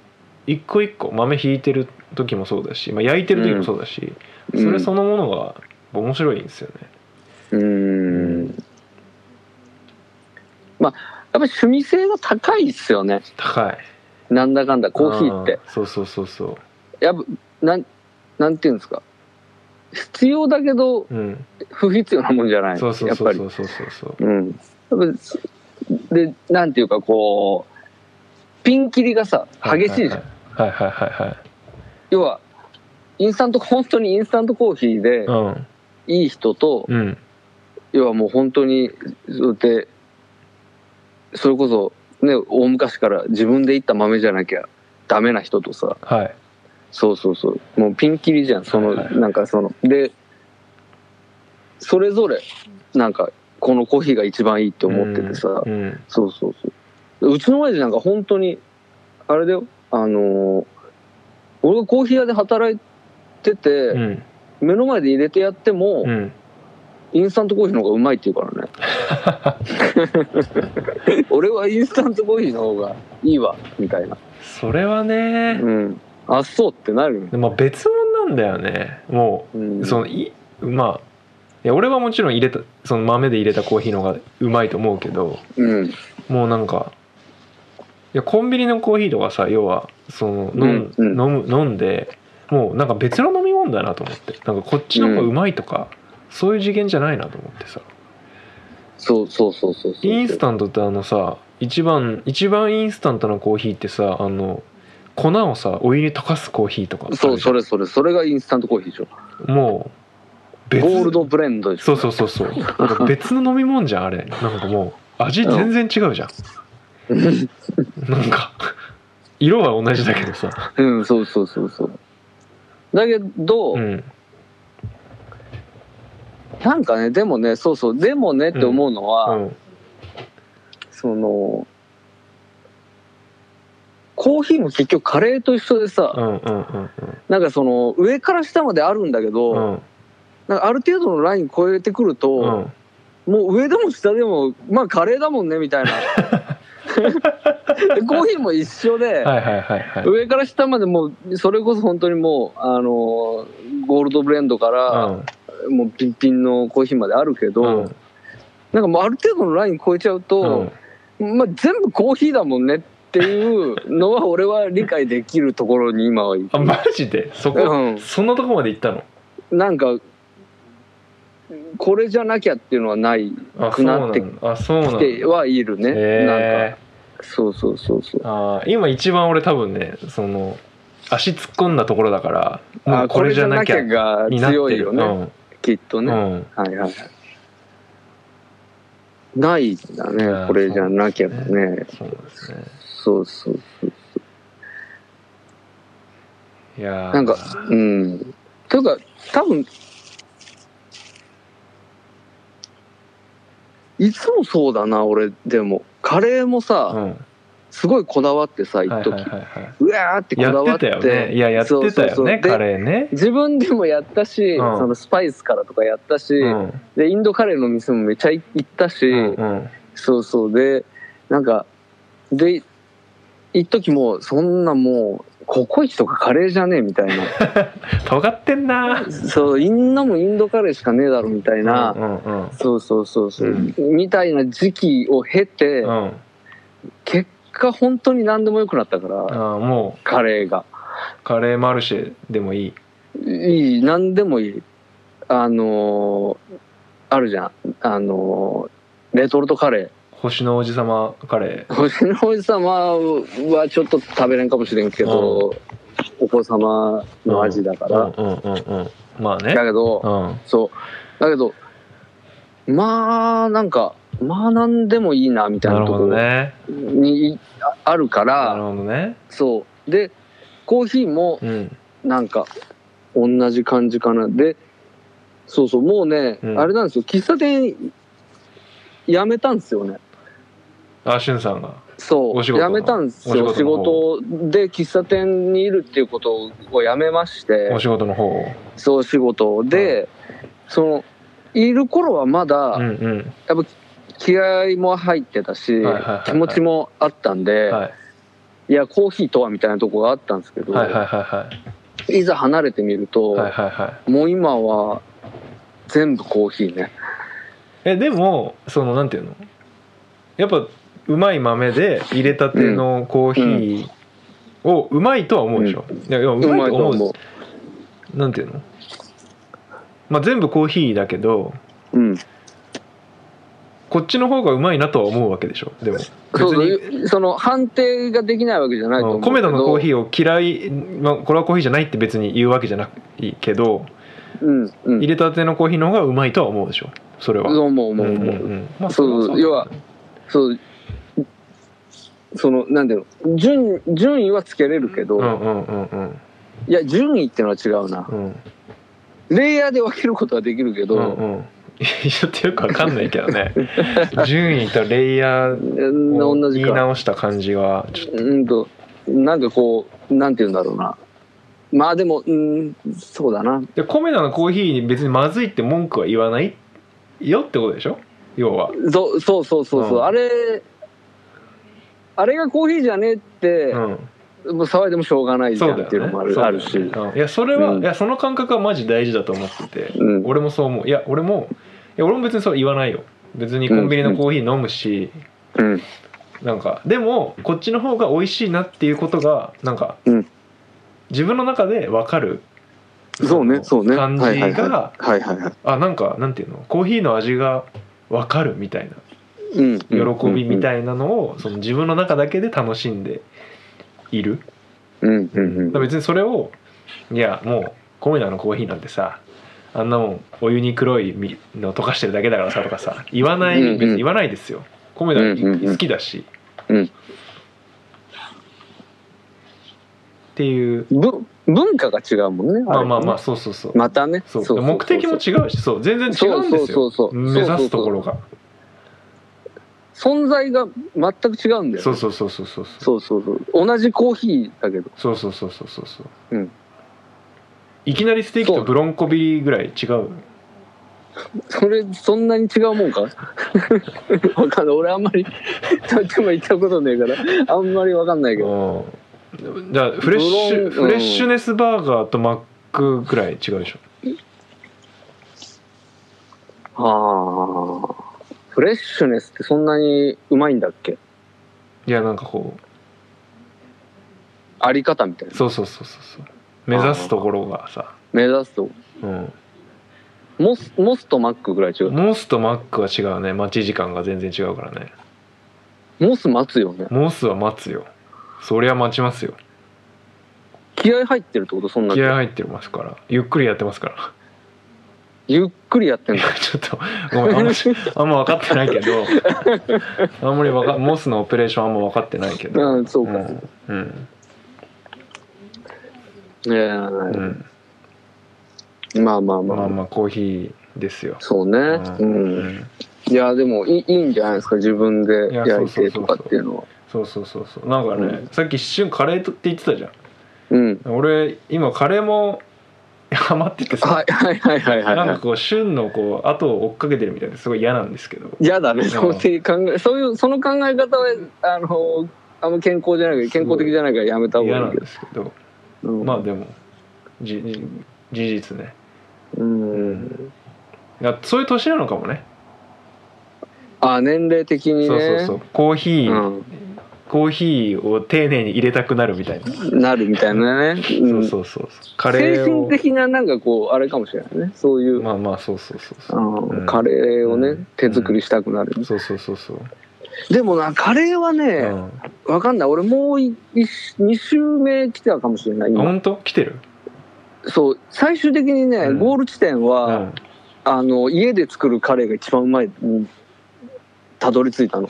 S2: 一個一個豆ひいてる時もそうだし、まあ、焼いてる時もそうだし、
S3: うん
S2: それそのものが面白いんですよね、
S3: うーんまあやっぱり趣味性が高いっすよね
S2: 高い
S3: なんだかんだコーヒーって
S2: うんそうそうそうそ
S3: やっぱなんなんていうんですか必要だけど
S2: ううん
S3: 不必要なもんじゃない
S2: そうそう
S3: やっ
S2: そ
S3: ぱ
S2: う
S3: り
S2: そうそうそうそう
S3: うんやっぱでなんていうかこうピンキリがさ激しいじゃん、
S2: はいはいはいはい
S3: 要はインスタント本当にインスタントコーヒーで
S2: うん
S3: いい人と、
S2: うん
S3: 要はもう本当にそうでそれこそね大昔から自分でいった豆じゃなきゃダメな人とさ
S2: はい
S3: そうそうそうもうピンキリじゃんその
S2: はいはい
S3: なんかそのでそれぞれなんかこのコーヒーが一番いいって思っててさ、
S2: うん
S3: そうそうそううちの親父なんか本当にあれだよあのー俺がコーヒー屋で働いてて、
S2: うん
S3: 目の前で入れてやっても、
S2: うん
S3: インスタントコーヒーの方がうまいって言う
S2: [LAUGHS]
S3: からね俺はインスタントコーヒーの方がいいわみたいな
S2: それはね
S3: うんあそうってなるよね、
S2: でも別物なんだよねも
S3: うん、
S2: うそのいまあいや俺はもちろん入れたその豆で入れたコーヒーの方がうまいと思うけど
S3: うん
S2: もうなんかいやコンビニのコーヒーとかさ要はその飲ん
S3: うんうん
S2: 飲む飲んでもうなんか別の飲み物だなと思ってなんかこっちの方がうまいとか、そういう次元じゃないなと思ってさ
S3: そうそうそうそうそう
S2: インスタントってあのさ一番一番インスタントなコーヒーってさあの粉をさお湯に溶かすコーヒーとか
S3: そうそ
S2: れ
S3: れそれそれがインスタントコーヒーでしょ
S2: もう別
S3: ゴールドブレンドでしょ
S2: そうそうそうそうなんか別の飲み物じゃんあれなんかもう味全然違うじゃんなんか色は同じだけどさ
S3: うんそうそうそうそうだけど、
S2: うん
S3: なんかねでもねそうそうでもねって思うのは、
S2: うん
S3: そのコーヒーも結局カレーと一緒でさ、
S2: うんうんうんうん
S3: なんかその上から下まであるんだけど、
S2: うん
S3: なんかある程度のライン超えてくる
S2: う
S3: と、
S2: ん
S3: もう上でも下でもまあカレーだもんねみた
S2: [LAUGHS]
S3: いなでコーヒーも一緒で、
S2: はいはいはいはい
S3: 上から下までもうそれこそ本当にもうあのーゴールドブレンドか
S2: う
S3: ら、
S2: ん
S3: もうピンピンのコーヒーまであるけど、
S2: うん
S3: なんかもうある程度のライン超えちゃうと、まあ、全部コーヒーだもんねっていうのは俺は理解できるところに今はいる
S2: あマジでそこ
S3: うん
S2: そんなとこまで行ったの
S3: なんかこれじゃなきゃっていうのはない
S2: あそ
S3: く
S2: うな
S3: なって
S2: んだあそうなん
S3: き
S2: だ
S3: てはいるね、なん
S2: へ
S3: かそうそうそうそう
S2: ーあー今一番俺多分ねその足突っ込んだところだからも
S3: あ
S2: うこれじゃなきゃ
S3: これじが
S2: になって
S3: 強い
S2: る
S3: よね、きっと
S2: うん
S3: ね、
S2: うん
S3: はいはいはいないんだ
S2: い
S3: ね
S2: や
S3: これじゃなきゃね
S2: そうそうですね
S3: そうそうそう
S2: いやー
S3: なんかうんというか多分いつもそうだな俺でもカレーもさ、
S2: うん
S3: すごいこだわってさ一
S2: はい
S3: 時、
S2: はいはいはいう
S3: わーってこ
S2: や
S3: だわ
S2: っ
S3: って
S2: たよねいややってたよね
S3: そうそうそうで
S2: カレーね
S3: 自分でもやったし、
S2: うん
S3: そのスパイスからとかやったし、
S2: うん
S3: でインドカレーの店もめちゃ行ったし、
S2: うんうん
S3: そうそうでなんかで一時もうそんなもうココイチとかカレーじゃねえみたいな
S2: 尖ってんな
S3: そうインナもインドカレーしかねえだろみたいな、
S2: うんうん
S3: そうそうそうそう、
S2: うん
S3: みたいな時期を経て、
S2: うんうん
S3: 結果本当に何でもよくなったから、
S2: ああも
S3: カレーが
S2: うカレーマルシェでもいい
S3: いい何でもいいあのーあるじゃんあのーレトルトカレー
S2: 星の王子様カレー
S3: 星の王子様はちょっと食べれんかもしれんけど、お子様の味だから、
S2: うんうんうんうんまあね
S3: だけど、
S2: うん
S3: そうだけどまあなんかまあなんでもいいなみたい
S2: な
S3: な
S2: る
S3: と
S2: ほ
S3: こ
S2: どね
S3: ろにああるか
S2: なる
S3: ら
S2: ほどね
S3: そうでコーヒーも
S2: うん
S3: なんか同じ感じかなでそうそうもうね、
S2: うん
S3: あれなんですよ喫茶店やめたんですよね
S2: あしゅんさんが
S3: そ
S2: お
S3: う
S2: 仕事の
S3: やめたんですよ
S2: お
S3: 仕
S2: 仕事の
S3: 事で喫茶店にいるっていうことをやめまして
S2: お仕事の方を
S3: そう仕事で、そのいる頃はまだ、
S2: うんうん
S3: やっぱ気合も入ってたし、
S2: はいはいはいはい
S3: 気持ちもあったんで、
S2: はい
S3: い、やコーヒーとはみたいなとこがあったんですけど、
S2: はいはいはい
S3: いざ離れてみると、
S2: はいはいはいはい
S3: もう今は全部コーヒーね
S2: えでもそのなんていうのやっぱうまい豆で入れたてのコーヒーをうまいとは思うでしょ、いやいやう
S3: うま
S2: まい
S3: い
S2: と
S3: と
S2: は思
S3: 思
S2: うなんていうのまあ全部コーヒーだけど
S3: う、うん、
S2: こっちの方がうまいなとは思うわけでしょでも別
S3: そうそ
S2: に
S3: うその判定ができないわけじゃないと思うけど
S2: コメダのコーヒーを嫌い、まあ、これはコーヒーじゃないって別に言うわけじゃないけど
S3: うんうん
S2: 入れたてのコーヒーの方がうまいとは思うでしょそれは
S3: そう思う思う思う、
S2: んんんまあ
S3: そう
S2: れ
S3: 要はそうそのなんていうの順順位はつけれるけど、
S2: うんうんうんうん
S3: いや順位ってのは違うな
S2: うん
S3: レイヤーで分けることはできるけど、
S2: うんうん、ちょっとよくわかんないけど
S3: [LAUGHS]
S2: ね順位とレイヤー
S3: うん
S2: を
S3: 同じ
S2: 言い
S3: か
S2: 直した感じはちょっ
S3: うんとなんかこうなんて言うんだろうなまあでもうんそうだな
S2: とでコメダのコーヒーに別にまずいって文句は言わないよってことでしょ要は
S3: そうそうそうそうそう、
S2: うん
S3: あれあれがコーヒーじゃねえって、
S2: うん
S3: もう騒いでもしょうがないじ
S2: そう
S3: ゃ
S2: だ
S3: ん
S2: よ
S3: っていうの
S2: ね
S3: もある,、
S2: そうだ
S3: あ
S2: よね
S3: るし、
S2: うんいやそれは、
S3: うん
S2: いやその感覚はマジ大事だと思ってて、
S3: うん、
S2: 俺もそう思ういや俺もいや俺も別にそれ言わないよ別にコンビニのコーヒー飲むし、
S3: うん
S2: なんかでもこっちの方が美味しいなっていうことがなんか、
S3: うん
S2: 自分の中で分かる
S3: そうねそうね
S2: 感じが、
S3: はいはいはいはいはい
S2: あなんかなんていうのコーヒーの味が分かるみたいな
S3: うん
S2: 喜びみ
S3: い
S2: たいなのを、その自分の中だけで楽しんでいる、
S3: うんうんうん
S2: だから別にそれをいやもうコメダのコーヒーなんてさあんなもんお湯に黒いみの溶かしてるだけだからさとかさ言わない
S3: うんうん
S2: 別に言わないですよコメダ
S3: うんうんうん
S2: 好きだし、
S3: うん
S2: っていう
S3: ぶ文化が違うもんね
S2: まあまあまあ
S3: あ
S2: そうそうそう
S3: れまたね
S2: そう目的も違うしそう全然違うんです
S3: そ
S2: よ
S3: うそうそうそう
S2: 目指すところが
S3: 存在が全く違うんだよね
S2: そうそうそうそうそうそう
S3: そうそうそう同じコーヒーだけど
S2: そうそうそうそうそうそう
S3: うん
S2: いきなりステーキとブロンコビリーぐらい違う
S3: それそんなに違うもんか [LAUGHS] わかんない俺あんまり [LAUGHS] とっても行ったことねえからあんまりわかんないけど
S2: うんじゃあフレッシ
S3: ブロ
S2: ュ
S3: ン
S2: フレッシュネスバーガーとマックぐらい違うでしょ
S3: ああフレッシュネスってそんなにうまいんだっけ
S2: いやなんかこ
S3: あり方みたいうな
S2: そうそうそうそうそう目指すところがさ
S3: 目指すと
S2: うん
S3: モスモスとマックぐらい違う
S2: モスとマックは違うね待ち時間が全然違うからね
S3: モス待つよね
S2: モスは待つよそりゃ待ちますよ
S3: 気合入ってるってことそんな
S2: 気合入ってますからゆっくりやってますから [LAUGHS]
S3: ゆっくりや [LAUGHS] ってんだ
S2: ちょっとごめんあんま [LAUGHS] しあんま分かってないけどあんまりわかモスのオペレーションあんま分かってないけど
S3: うんそうか、
S2: んうん
S3: ええ
S2: うん
S3: まあまあまあ、
S2: まあまあコーヒーですよ
S3: そうねう、
S2: うんん
S3: いやでもいいいいんじゃないですか自分で
S2: いや
S3: 焼い
S2: そうそうそ
S3: て
S2: うそ
S3: とか
S2: う
S3: っていうのは
S2: そうそうそうそうなんかね、
S3: う
S2: さっき一瞬カレーとって言ってたじゃん
S3: うん
S2: 俺今カレーも [LAUGHS] ハマっててさ、
S3: はいはいはいはいはい
S2: なん
S3: は
S2: かこう旬のこう後を追っかけてるみたいですごい嫌なんですけど
S3: い嫌だね
S2: うん
S3: そういう考えそういうその考え方はあのあんま健康じゃない健康的じゃないからやめた方
S2: 嫌
S3: が
S2: な
S3: い
S2: いん
S3: けど
S2: ですけど
S3: うん
S2: まあでもじじ事実ね
S3: うん
S2: いやそういう年なのかもね
S3: あ年齢的にね
S2: そうそうそうコーヒー、コーヒーを丁寧に入れたくなるみたいな、
S3: うん、なるみたいなね、うん、
S2: そうそうそうカレ
S3: 精
S2: ー
S3: 神
S2: を
S3: 的ななんかこうあれかもしれないねそういう、
S2: まあまあそうそうそうそ
S3: あの
S2: うん
S3: カレーをね、
S2: うん
S3: 手作りしたくなる、
S2: うそうそうそうそう、
S3: でもなカレーはね、
S2: うん、あ
S3: わかんない俺もう2週目来てたかもしれない今
S2: 本当来てる
S3: そう最終的にね、
S2: うん
S3: ゴール地点
S2: う
S3: は、
S2: ん
S3: あの家で作るカレーが一番うまいにたどり着いたの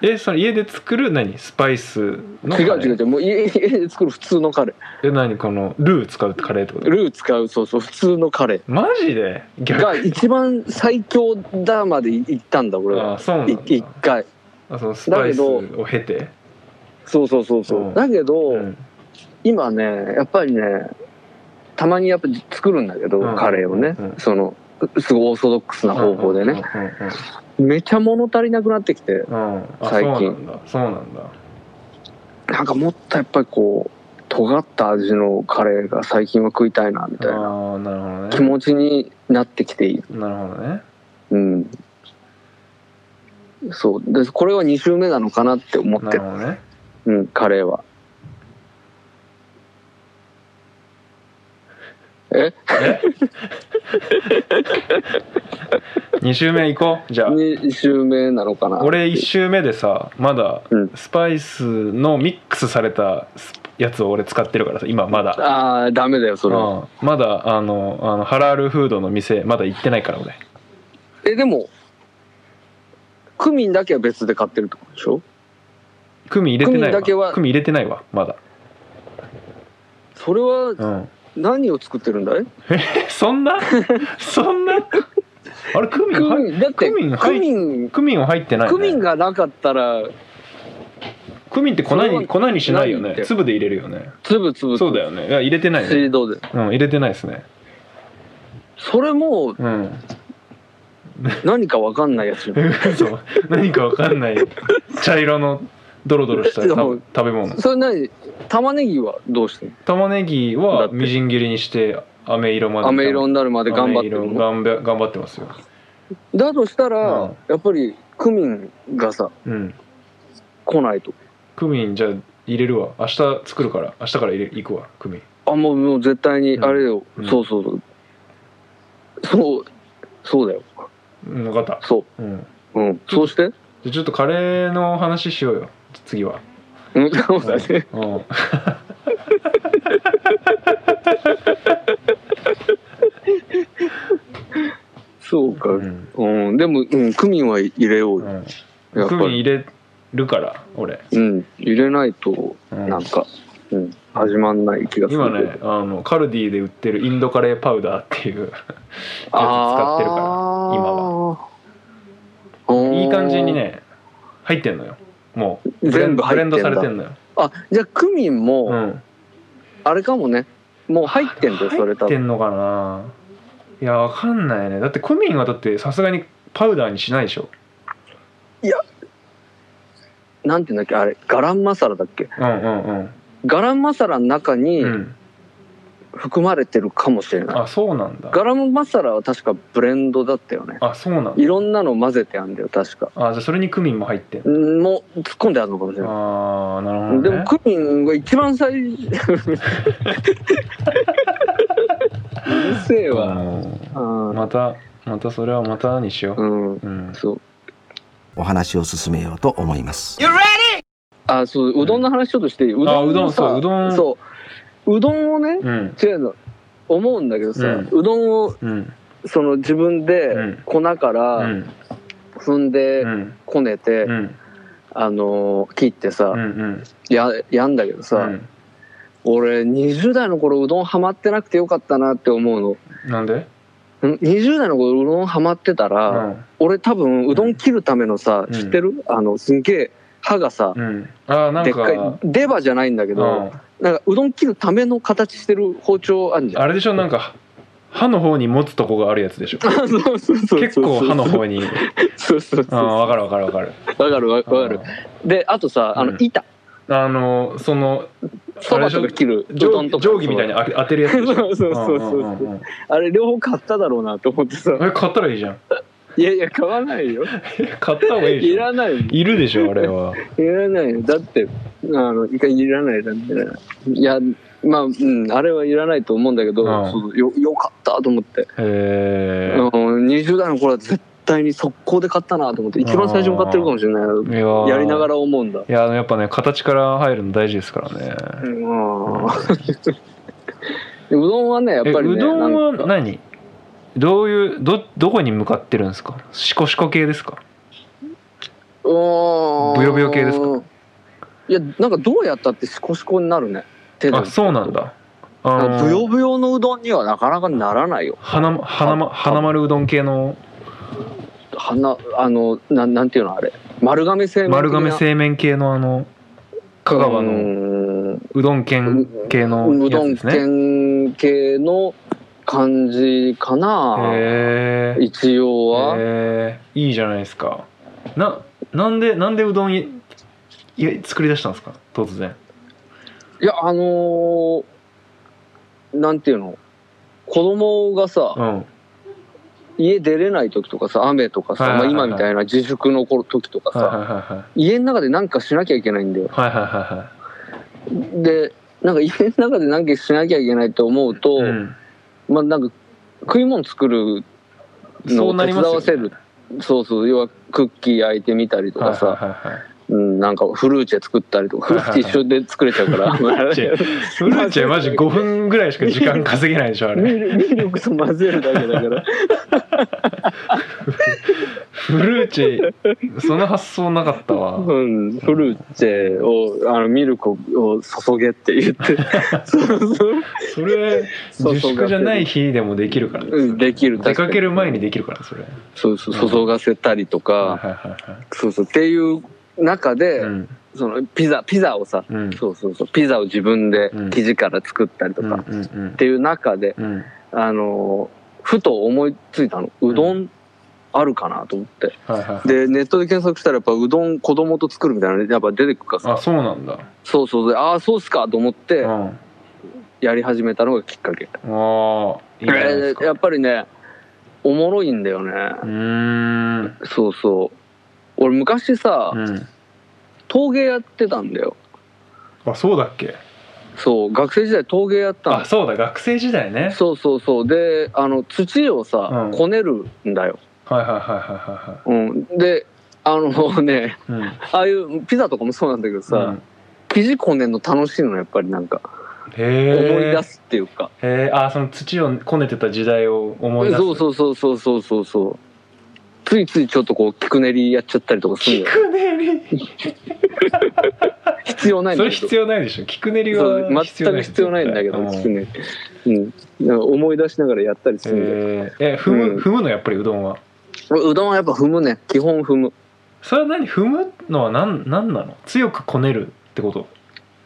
S2: えその家で作る何スパイスのカ
S3: 違
S2: レー
S3: う違う違うもう家家で作る普通のカレ
S2: え何このルー使うカレーってこ
S3: ー
S2: と
S3: ルー使うそうそう普通のカレ
S2: マジで
S3: ー
S2: 逆
S3: が一番最強だまで行ったんだ俺は
S2: あそうなんだ
S3: い一回
S2: あそのスパイスを経て
S3: そうそうそうそう、
S2: うん
S3: だけど、
S2: うん
S3: 今ねやっぱりねたまにやっぱ作るんだけど、
S2: うん
S3: カレーをね、
S2: うん
S3: そのすごいオーソドックスな方法でね、めちゃ物足りなくなってきて
S2: うんうんうんうんあ
S3: 最近
S2: そうなんだそうなんだ
S3: なんかもっとやっぱりこう尖った味のカレーが最近は食いたいなみたいな
S2: ああなるほどね
S3: 気持ちになってきている
S2: なるほどね
S3: うんそうでこれは2週目なのかなって思っ
S2: な
S3: て
S2: る
S3: る、
S2: ほどね
S3: うん、カレーは
S2: 2週目行こうじゃあ
S3: 2週目なのかな
S2: 俺1週目でさまだ
S3: うん
S2: スパイスのミックスされたやつを俺使ってるからさ今まだ
S3: ああダメだよそれは
S2: うんまだあのあのハラールフードの店まだ行ってないから俺
S3: えでもクミンだけは別で買ってるってことでしょ
S2: クミ入れてない
S3: クミだけは
S2: わクミ入れてないわまだ
S3: それは
S2: うん
S3: 何を作ってるんだい
S2: えそんな [LAUGHS] そんなあれクミン
S3: ク
S2: 入っ
S3: ミンだって
S2: クミン
S3: ク
S2: 入っ
S3: ミン
S2: クミンは入ってない、ね、
S3: クミンがなかったら
S2: クミンって粉
S3: それは
S2: に粉にしないよ
S3: ないっ
S2: ね
S3: て
S2: 粒で入れるよね
S3: 粒々
S2: そうだよねいや入れてないね
S3: 水道で
S2: うん入れてないですね
S3: それも
S2: うん
S3: 何か分かんないやつじゃん
S2: [LAUGHS] そう何かわかんない茶色のドロドロした
S3: で
S2: 食
S3: も
S2: べ物
S3: [LAUGHS] それ何玉ねぎはどうしてんの
S2: 玉ねぎ
S3: だ
S2: は
S3: って
S2: みじん切りにして飴色まで
S3: 飴色になるまで頑張って
S2: 飴
S3: る
S2: 色
S3: の
S2: 頑張頑張ってますよ
S3: だとしたら、
S2: うん
S3: やっぱりクミンがさ
S2: うん
S3: 来ないと
S2: クミンじゃあ入れるわ明日作るから明日から入れ行くわクミン
S3: あもうもう絶対に
S2: うん
S3: あれよ、
S2: うん
S3: そうそうそうそうそうだよ
S2: うん分かった
S3: そ
S2: うん
S3: ううんそうして
S2: じゃあちょっとカレーの話しようよ次は
S3: うんそうだね
S2: うん
S3: そうか
S2: うん
S3: うん、でも、うん、クミンは入れよう
S2: う
S3: よ、
S2: ん
S3: やっ
S2: クミ
S3: ぱ
S2: ン
S3: り
S2: 入れるから俺、
S3: うん入れないと
S2: うん
S3: なんか、うん、始まんない気がする
S2: 今ねあのカルディで売ってるインドカレーパウダーっていうやつ使ってるから今
S3: は今
S2: いい感じにね入ってんのよもうブレン
S3: 全部入ってんだ
S2: ブレンドされてんのよ、
S3: あじゃあクミン
S2: う
S3: も
S2: ん、
S3: あれかもね、もう入ってんだよそれ
S2: 入
S3: 多
S2: って
S3: 分
S2: んのかないやわかんないねだってクミンはだってさすがにパウダーにしないでしょ
S3: なんていうんだっけあれガランマサラだっけ
S2: うんうん
S3: ガランマサラの中
S2: う
S3: に
S2: んうん
S3: 含まれてるかもしれない、
S2: あそうなんだ
S3: ガランマサラは確かブレンドだったよね
S2: あそうなんだ
S3: いろんなの混ぜてあんだよ確か
S2: あじゃあそれにクミンも入ってんの
S3: んもう突っ込んであるのかもしれない
S2: ああなるほど、ね、
S3: でもクミンが一 [LAUGHS] 番最うるせえわ
S2: うん
S3: うん
S2: またまたそれはまたにしよう、
S3: うん、
S2: うん、
S3: そう
S4: お話を進めようと思います
S3: あそううどんの話ちょっとしていい、う
S2: あうどん
S3: をさ
S2: そううどん
S3: そううどんをね
S2: うん
S3: 違うの思うんだけどさ、
S2: うん
S3: うどんを
S2: うん
S3: その自分
S2: う
S3: で
S2: ん
S3: 粉から
S2: うん
S3: 踏んで
S2: うん
S3: こねて、
S2: うん
S3: あのー切ってさ、
S2: うんうん
S3: ややんだけどさ、
S2: うん
S3: 俺20代の頃うどんハマってなくてよかったなって思うの
S2: なんで
S3: ん20代の頃うどんハマってた
S2: う
S3: ら、
S2: ん
S3: 俺多分うどん切るためのさ、
S2: うん
S3: 知ってるあのすんげえ歯がさ、
S2: うんあなん
S3: でっかい
S2: か
S3: 出歯じゃないんだけ
S2: う
S3: ど、
S2: ん
S3: なんかうどん切るための形してる包丁あんじゃん
S2: あれでしょなんか歯の方に持つとこがあるやつでしょ
S3: そうそう [LAUGHS] そう
S2: 結構歯の方
S3: に
S2: にうん
S3: そうそうそう
S2: わ
S3: わ
S2: かるわかるわかる
S3: かるわかるであとさあ
S2: う
S3: の
S2: ん
S3: 板
S2: あのその
S3: そばとか切るう
S2: 定
S3: ど
S2: 規
S3: んとか
S2: 定規みたいに当て当てるやつでしょ
S3: [LAUGHS] そうそうそうそう
S2: うんうんうん
S3: あれ両方買っただろうなと思ってさ
S2: え買ったらいいじゃん
S3: いやいや買わないよ
S2: 買った方がいいで
S3: [LAUGHS] い
S2: しょ
S3: らないい
S2: いるでしょあれは
S3: らないよだってあのいかいらないだっていやまあ、うん、あれはいらないと思うんだけど、
S2: うん
S3: そうよよかったと思って、
S2: へえ
S3: うん、20代の頃は絶対に速攻で買ったなと思って一番最初に買ってるかもしれない
S2: いやー
S3: やりながら思うんだ
S2: いややっぱね形から入るの大事ですからね
S3: うん、う [LAUGHS] どんはねやっ
S2: え
S3: ぱりね
S2: うどん
S3: なん
S2: は
S3: か
S2: 何どういうどどこに向かってるんですかシコシコ系ですか
S3: うーん
S2: ブヨブヨ系ですか
S3: いやなんかどうやったってシコシコになるね手で
S2: あそうなんだあ
S3: なんか
S2: の
S3: ブヨブヨのうどんにはなかなかならないよ
S2: 花花ま花丸うどん系の
S3: 花あのなんなんていうのあれ丸亀製麺的な
S2: 丸亀製麺系のあの香川
S3: う
S2: の
S3: ーん
S2: うどん県系の
S3: う
S2: や
S3: ど
S2: つ
S3: ん
S2: ですね
S3: 県系の感じかな
S2: へえ
S3: 一応は、
S2: へえいいじゃないですかななんでなんでうどんいいや作り出したんですか突然
S3: いやあのーなんていうの子供がさ、
S2: うん
S3: 家出れない時とかさ雨とかさ、
S2: はいはいはい
S3: まあ、今みたいな自粛の頃時とかさ、
S2: はいはいはいはい
S3: 家の中で何かしなきゃいけないんだよ
S2: はいはいはいは
S3: でなんか家の中で何かしなきゃいけないと思うと、
S2: いうん
S3: まあなんか食い物作るの
S2: そ
S3: を
S2: うな
S3: 手
S2: り
S3: 伝
S2: ますよね
S3: わせるそう,、そう要はクッキー焼いてみたりとかさ、
S2: はいはいはいはい
S3: うん、なんかフルーチェ作ったりとかフ
S2: は
S3: ル
S2: いはい
S3: ー
S2: は
S3: チ
S2: い
S3: ェ一緒で作れちゃうか
S2: [LAUGHS]
S3: ら
S2: ルーチェフルー
S3: [LAUGHS]
S2: チェマジ5分ぐらいしか時間稼げないでしょあ
S3: ミ [LAUGHS]
S2: れ
S3: ルミルクと混ぜるだけだから
S2: フルーチェその発想なかったわ
S3: うん、フルーチェをあのミルクを注げって言って
S2: [LAUGHS]
S3: そうそう
S2: それ
S3: そう
S2: 自
S3: そう
S2: 粛じゃない日でもできるからね
S3: うんできる
S2: 出かける前
S3: に
S2: にできるからそれはい
S3: そうそう注がせたりと
S2: は
S3: か、
S2: いはいはい
S3: そうそうっていう中で、
S2: うん
S3: そのピザピザをさ、
S2: うん
S3: そうそうそうピザを自分で
S2: うん
S3: 生地から作ったりと
S2: う
S3: か、
S2: ん
S3: っ
S2: うんうん
S3: ていう中で
S2: うん
S3: あのーふと思いついたのうどんあるかなと思って、
S2: はいはいはい
S3: でネットで検索したらやっぱうどん子供と作るみたいなのやっぱ出てくるから
S2: あ
S3: さ
S2: そうなんだ
S3: そうそうでああそうっすかと思っ
S2: う
S3: て
S2: んあ
S3: やり始めたのがきっかけ、
S2: あいいじゃないです
S3: えー
S2: か
S3: やっぱりねおもろいんだよね、
S2: うーん
S3: そうそう俺昔さ、
S2: うん
S3: 陶芸やってたんだよ
S2: あそうだっけ
S3: そう学生時代陶芸やったの
S2: あそうだ学生時代ね
S3: そうそうそうであの土をさ、
S2: うん
S3: こねるんだよ、
S2: はいはいは
S3: うん、であのね [LAUGHS]
S2: いはいはいはい
S3: ああいうピザとかもそうなんだけどさ、
S2: うんうん
S3: 生地こねるの楽しいのやっぱりなんか思い
S2: へ
S3: 出
S2: え
S3: すっていうか、
S2: へえあその土をこねてた時代を思い出す
S3: そうそうそうそうそうそうそうついついちょっとこうキクネリやっちゃったりとかするんだよ
S2: 菊練り
S3: 必要ないん
S2: そ
S3: だ
S2: れ
S3: けど
S2: 必要ないでしょ菊練り
S3: そう
S2: は
S3: 全く必要ないんだけどキクネリうん、なんか思い出しながらやったりするんだよ、
S2: ええ踏む
S3: うん
S2: 踏むのやっぱりうどんは
S3: うどんはやっぱ踏むね基本踏む
S2: それは何踏むのは何何なの強くこねるってこと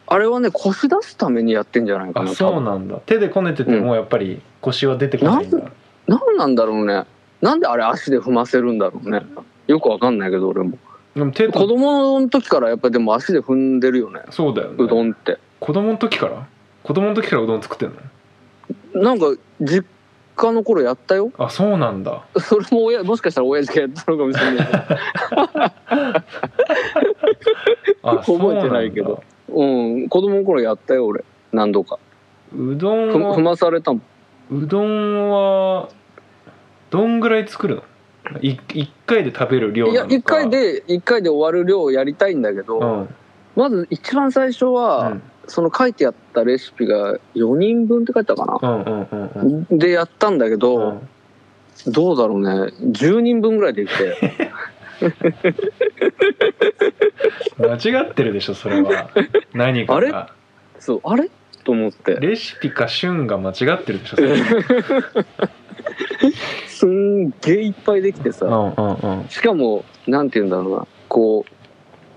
S3: あれはね腰出すためにやってんじゃないか
S2: あ
S3: な
S2: そう
S3: 多
S2: なんだ手でこねててもやっぱり腰は出てこないんだ
S3: 分なんなんだろうねなんであれ足で踏ませるんだろうねよくわかんないけど俺も
S2: でも手
S3: 子
S2: と
S3: 供の時からやっぱでも足で踏んでるよね
S2: そうだよ
S3: うど
S2: ね
S3: んって
S2: 子供の時から子供の時からうどん作ってんの
S3: なんか実家の頃やったよ
S2: あそうなんだ
S3: それも親もしかしたら親父がやったのかもしれないけど
S2: あ
S3: 覚えてないけど [LAUGHS] うん子供の頃やったよ俺何度か
S2: そうなんだうど
S3: ふ
S2: ん
S3: 踏
S2: は
S3: まされたもん
S2: うどんはどんぐらい作るのい一回で食べる量
S3: い
S2: な
S3: や
S2: のか
S3: 一回で一回で終わる量をやりたいんだけど、
S2: うん、うん
S3: まず一番最初は、その書いてあったレシピが4人分って書いてたか
S2: うんうんうん
S3: な、
S2: うん
S3: でやったんだけ
S2: う
S3: ど、
S2: ん
S3: どうだろうね10人分ぐらいでき
S2: [LAUGHS]
S3: て
S2: 間違ってるでしょそれ
S3: [LAUGHS]
S2: は何かが
S3: そうあれと思って
S2: レシピか旬が間違ってるでしょ
S3: [LAUGHS]
S2: それは
S3: すんげえいっぱいできて
S2: う
S3: さ
S2: んうんうん
S3: しかもなんて言うんだろうなこ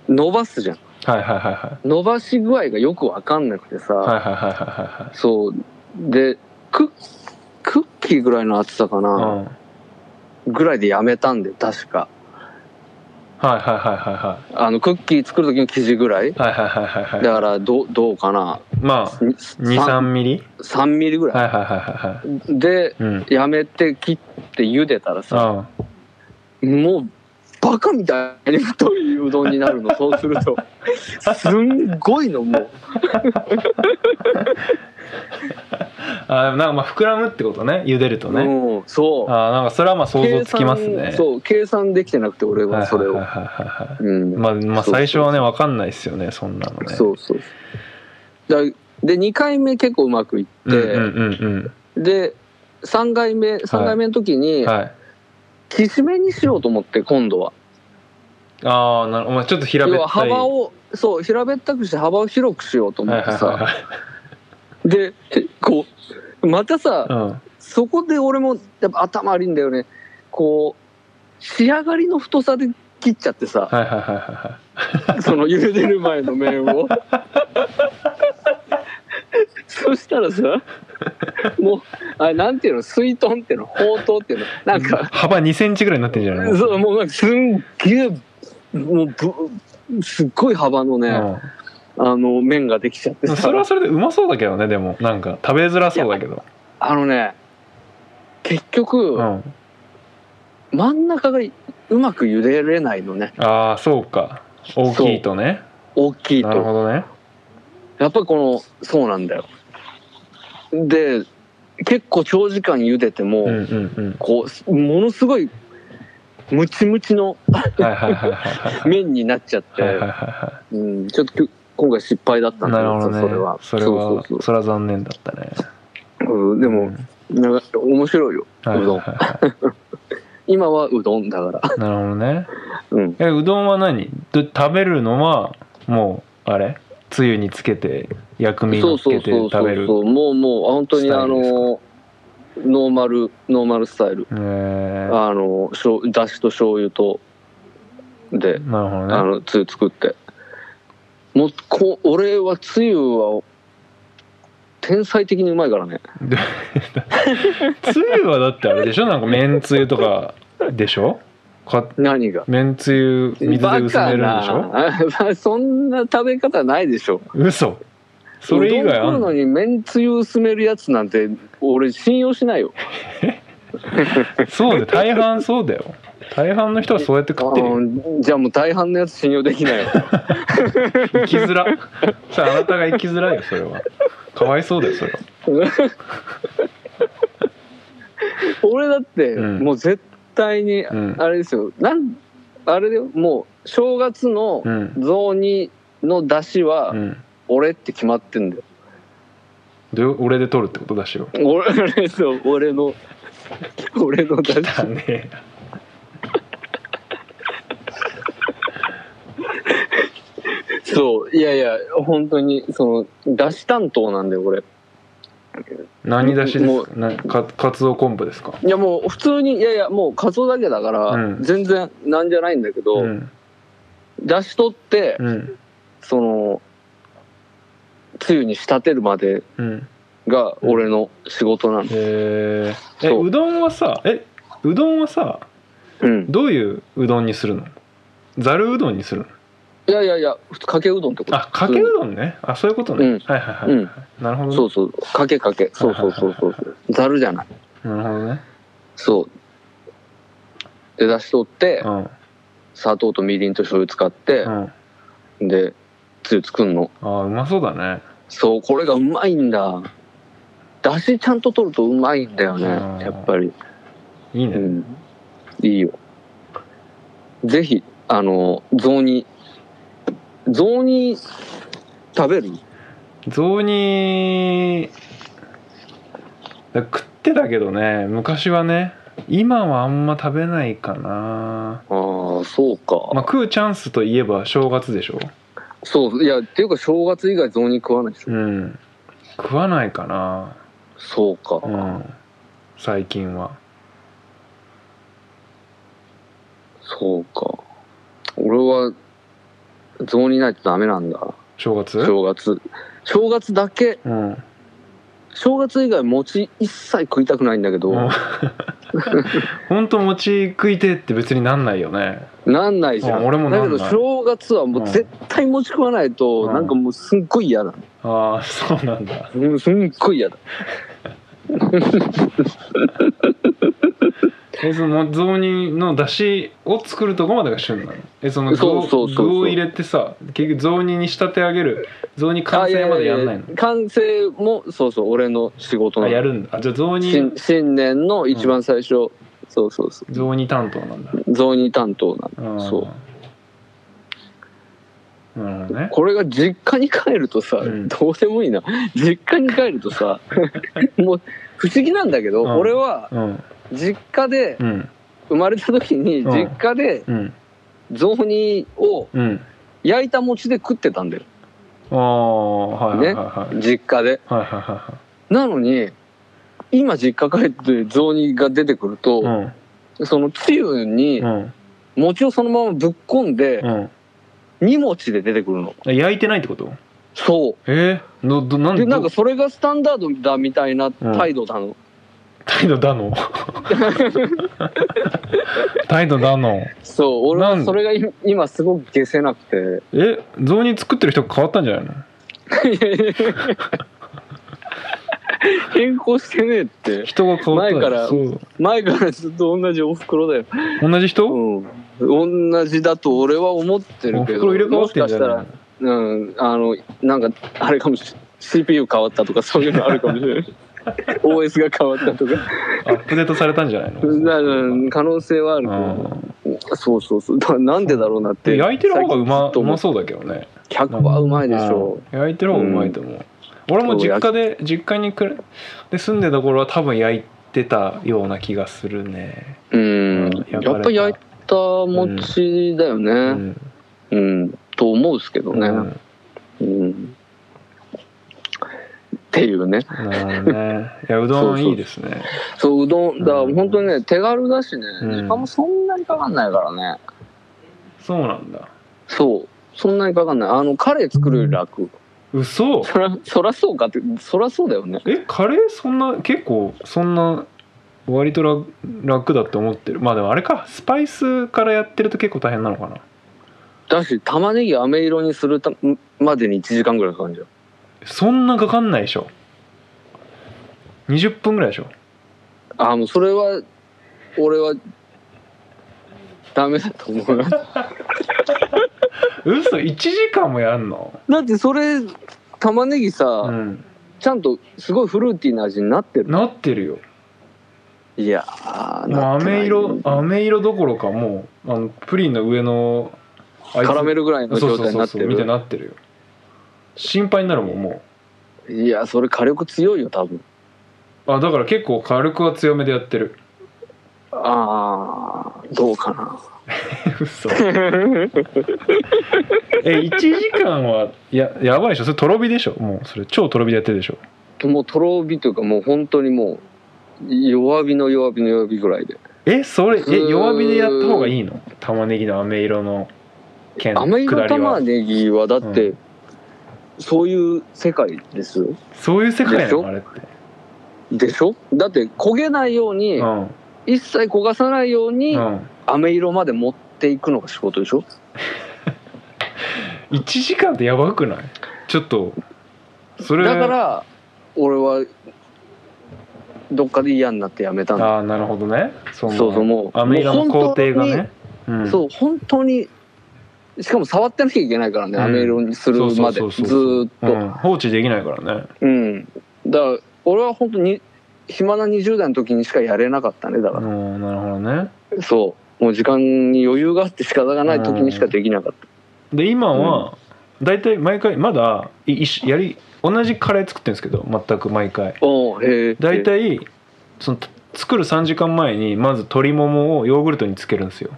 S3: う伸ばすじゃん
S2: はいはいはいはい
S3: 伸ばし具合がよく分かんなくてさ、
S2: はいはいはいは
S3: そうでクックッキーぐらいの厚さか
S2: いはい
S3: な、
S2: うん
S3: ぐらいでやめたんで確か
S2: はいはいはいはいは
S3: あのクッキー作る時の生地ぐらい
S2: いはいはいはいはい
S3: だ
S2: は
S3: からどうどうかない
S2: まあ23
S3: 3
S2: ミリ
S3: ミリぐら
S2: はい
S3: い、
S2: はいはいはいはい
S3: で
S2: うん
S3: やめて切って茹でたらさ
S2: あ
S3: もうバカみたいに太いうどんにな
S2: [LAUGHS]
S3: るのそうするとすんごいのもう
S2: あなんかまあ膨らむってことね茹でるとね、
S3: うんそう
S2: あなんかそれはまあ想像つきますね
S3: 計算そう計算できてなくて俺
S2: は
S3: はいそれを、
S2: はいはいはいはい
S3: うん
S2: まあまあ
S3: そうそうそう
S2: 最初はねわかんないですよねそんなのね
S3: そうそうだで2回目結構うまくいって、
S2: うんうんうん
S3: で3回目3回目の時
S2: う
S3: に
S2: んはい
S3: きしめにしようと思って今度は
S2: ああなるまあちょっと平べっ
S3: 要
S2: たい
S3: は幅をそう平べったくして幅を広くしようと思
S2: はい
S3: って
S2: はい
S3: さ、
S2: はい
S3: でこうまたさ、
S2: はい
S3: そこで俺もやっぱ頭悪いんだよねこう仕上がりの太さで切っちゃってさ
S2: [LAUGHS] はいはいはいは
S3: その茹でる前の
S2: [LAUGHS]
S3: 麺をそしたらさもうあれなんていうの水豚っていうのほうとうっていうのなん
S2: いはい
S3: か
S2: 幅2センチぐらいになってんじゃないの
S3: そうもうなんかすんげえもうぶすっごい幅のね、あの麺ができちゃって
S2: うん、
S3: さ
S2: それはそれでうまそうだけどねでもなんか食べづらそうだけど
S3: あのね結
S2: う
S3: 局、
S2: ん
S3: 真ん中がうまく茹でれないのね
S2: ああそうか大きいとね
S3: 大きい
S2: なるほ
S3: と
S2: どね
S3: やっぱりこのそうなんだよで結構長時間茹でても、
S2: うんうん
S3: こうものすごいムチムチの
S2: うんはいはいはいはいはい
S3: [LAUGHS] 麺になっちゃって、
S2: はいはいはいは
S3: うん、ちょっときゅ今回失敗だった
S2: い
S3: ん
S2: な
S3: だ
S2: るほどね
S3: それは
S2: それは
S3: そうそう
S2: それは残念だったね
S3: そう、うん、で
S2: う
S3: も
S2: ん
S3: なんか面白いよ
S2: はいうはい [LAUGHS]
S3: どん
S2: は
S3: 今はうどんだから
S2: いなるほどね
S3: うん
S2: えうどんは何ど食べるのはもうあれつゆにつけて薬味
S3: そ
S2: に
S3: う
S2: つ
S3: そ
S2: け
S3: う
S2: て
S3: そう
S2: 食べ
S3: そう
S2: る
S3: そうもうもう本当
S2: ス
S3: に
S2: タ
S3: あ
S2: イルですか
S3: のノーマルノーマルスタイル、
S2: えー
S3: あのしょうだしと醤油と
S2: な
S3: で、
S2: るほど
S3: あ
S2: ね
S3: のつゆ作ってもうこ俺はつゆは天才的にうまいからね
S2: [LAUGHS] つゆはだってあれでしょなんかめんつゆとかでしょか
S3: 何が
S2: めんつゆ水で薄めるんでしょ
S3: バカな [LAUGHS] そんな食べ方ないでしょ
S2: 嘘それ以外あ
S3: うどん食うんの
S2: の
S3: にめんつゆ薄めるやつなんて俺信用しないよ
S2: そうで大半そうだよ大半の人はそうやって食ってるよ
S3: あーじゃあもう大半のやつ信用で
S2: [LAUGHS]
S3: きないよ
S2: 生きづらさああなたが生きづらいよそれはかわいそうだよそれは
S3: 俺だって
S2: うん
S3: もう絶対に
S2: うん
S3: あれですよ、なんあれでもう正月の
S2: うん
S3: 雑煮の出汁は
S2: うん
S3: 俺って決まってんだよ
S2: で俺で取るってことだしよ
S3: 俺俺そう俺の俺の出汁
S2: だね
S3: そういやいや本当にその出汁担当なんだよ俺
S2: 何出しで
S3: も
S2: すかなかかつお昆布ですか
S3: いやもう普通にいやいやもうカツオだけだから、
S2: うん
S3: 全然なんじゃないんだけど、
S2: うん
S3: 出し取って、
S2: うん
S3: そのつゆに仕立てるまで
S2: うん
S3: が俺の仕事なの
S2: えー、え
S3: そう
S2: うどんはさえうどんはさ
S3: うん
S2: どういううどんにするのざるうどんにするの
S3: いやいやいや普通かけうどんってこと
S2: あかけうどんねあそういうことね、
S3: うん
S2: はいはいはい、
S3: うん
S2: なるほどね
S3: そうそうかけかけそうそうそうそうそうざるじゃない
S2: なるほどね
S3: そうで出し取って
S2: うん
S3: 砂糖とみりんと醤油使って
S2: う、ん
S3: でつゆ作んの
S2: あーうまそうだね
S3: そうこれがうまいんだだしちゃんと取るとうまいんだよね
S2: うん
S3: やっぱり
S2: いいうね
S3: ん、いいよ。ぜひ、あの、雑煮。雑煮、食べる
S2: 雑煮だ食ってたけどね昔はね今はあんま食べないかな
S3: ああ、そうか。
S2: まあ食うチャンスといえば正月でしょ
S3: そう、いや、っていうか正月以外雑煮食わないでしょ。
S2: うん食わないかな
S3: そうか。
S2: うん最近は
S3: そうか。俺は、雑煮ないとダメなんだ。
S2: 正月
S3: 正月。正月だけ、
S2: うん
S3: 正月以外餅一切食いたくないんだけど、
S2: うん [LAUGHS] 本当餅食いてって別になんないよね
S3: なんないじゃん。
S2: うん俺もなんない
S3: だけど正月はもう絶対餅食わないと、
S2: うん
S3: なんかもうすっごい嫌だ。
S2: ああそうなんだ
S3: うん、すっごい嫌だ。
S2: えその雑煮の出汁を作るとこまでが旬なのえその具を
S3: そうそうそうそう
S2: 具を入れてさ結局雑煮に仕立て上げる雑煮完成までやんないの
S3: あややや完成も、そうそう、俺の仕事
S2: あ
S3: なの
S2: やるんだあじゃあ雑煮
S3: 新新年の一番最初、そうそうそ
S2: 雑煮担当なんだ
S3: う雑煮担当な
S2: あー
S3: そ
S2: なるほどね
S3: のこれが実家に帰るとさ、
S2: うん
S3: どうでもいいな実家に帰る
S2: [LAUGHS]
S3: とさもう不思議なんだけど、
S2: うん
S3: 俺は
S2: うん
S3: 実家で
S2: うん
S3: 生まれた時に
S2: うん
S3: 実家で
S2: うん
S3: 雑煮を
S2: うん
S3: 焼いた餅で食ってたんだよ
S2: ああはいはいはいはい、
S3: 実家で
S2: はいはいは
S3: なのに今実家帰って雑煮が出てくる
S2: い
S3: と、
S2: はい
S3: そのつゆに
S2: うん
S3: 餅をそのままぶっこんで
S2: うん
S3: 煮餅で出てくるの
S2: うん焼いてないってこと
S3: そう
S2: えー、のどなん
S3: で
S2: で
S3: なんかそれがスタンダードだみたいな態度なの、
S2: 態度だ
S3: [LAUGHS]
S2: の態度だの
S3: そう俺
S2: なん
S3: は
S2: で
S3: それがい今すごく消せなく
S2: え雑煮作ってる人変わったんじゃないの
S3: て変更してねえって
S2: 人が変わった
S3: 前から
S2: そう
S3: 前からずっと同じおふくろだよ、
S2: 同じ人、
S3: うん、同じだと俺は思ってる
S2: お
S3: け
S2: ふく
S3: ど
S2: ろ入れ替わってんじゃ
S3: も
S2: な
S3: し
S2: い
S3: かしたらうんあのなんかあれかもし CPU 変わったとかそういうのあるかもしれない OS が変わったとか
S2: アップデートされたんじゃないの
S3: だから可能性はあるけど
S2: うん
S3: そうそうそうだからなんでだろうなって
S2: で焼いてる方がうま
S3: 最近ずっと
S2: う
S3: 思
S2: ま
S3: っ
S2: そうだけどね
S3: 100はうまいでしょ
S2: うん焼いてる方がうまいと思う、俺も実家で実家にくるで住んでた頃は多分焼いてたような気がするね、
S3: う
S2: うん
S3: やっぱ焼いた餅だよ
S2: たう
S3: ね
S2: ん
S3: うん、と思うっすけどね
S2: う
S3: うん
S2: ん、
S3: っていうね
S2: なるほどねいやうどんいいですね
S3: そううどんだから
S2: うん
S3: 本当にね手軽だしね
S2: うん
S3: 時間もそんなにかかんないからね
S2: そうなんだ
S3: そうそんなにかかんないあのカレー作るより楽
S2: 嘘
S3: そらそらそうかってそらそうだよね
S2: えカレーそんな結構そんな割と楽楽だって思ってるまあでもあれかスパイスからやってると結構大変なのかな
S3: だし玉ねぎ飴色にするたまでに1時間ぐらいかかるじゃん
S2: そんなかかんないでしょ20分ぐらいでしょ
S3: あもうそれは俺はダメだと思うな
S2: 嘘1時間もやんの
S3: [LAUGHS] だってそれ玉ねぎさ、
S2: うん
S3: ちゃんとすごいフルーティーな味になってる
S2: なってるよ
S3: いや
S2: も
S3: ー
S2: う
S3: なってない
S2: 飴色飴色どころかもうあのプリンの上のあいつ
S3: カラメルぐらいの
S2: そう
S3: 状
S2: そう
S3: 態に
S2: そ
S3: な
S2: う
S3: って
S2: そうみたいにな
S3: る
S2: ってるよ心配になるもんも
S3: いやそれ火力強いよ多分
S2: うあだから結構火力は強めでやってる
S3: あーどうかな
S2: 嘘え1時間はややばいでしょそれとろ火でしょもうそれ超とろ火でやってるでしょ
S3: もうとろ火というかもう本当にもう弱火の弱火の弱火ぐらいで
S2: えそれ
S3: う
S2: え
S3: ーん
S2: 弱火でやった方がいいの玉ねぎの飴色の剣の
S3: 飴色
S2: 下り
S3: 玉
S2: は
S3: ねぎはだって、
S2: う
S3: そういう世界ですよ
S2: そういう世界な
S3: でしょ
S2: のあれって
S3: でしょだって焦げないように、
S2: うん
S3: 一切焦がさないように、
S2: うん
S3: 飴色まで持っていくのが仕事でしょ
S2: 1時間ってやばくないちょっとそれ
S3: だから俺はどっかで嫌になってやめたんだ
S2: ああなるほどねその
S3: そうそうもう
S2: 飴色の工程が
S3: もう本
S2: ねうん
S3: そう本当にしかも触ってなきゃいけないからね、
S2: うん
S3: 飴色にするまでず
S2: そうそうそうそう
S3: ーっと
S2: うん放置できないからね
S3: うん、だから俺は本当に暇な20代の時にしかやれなかったね
S2: お
S3: だか
S2: ーなるほどね
S3: らそうもう時間に余裕があって仕方がない時にしかできなかっ
S2: で今は大体毎回まだい一緒やり同じカレー作ってるんですけど全く毎回
S3: た、おおへえ
S2: 大体その作る3時間前にまず鶏ももをヨーグルトにつけるんですよ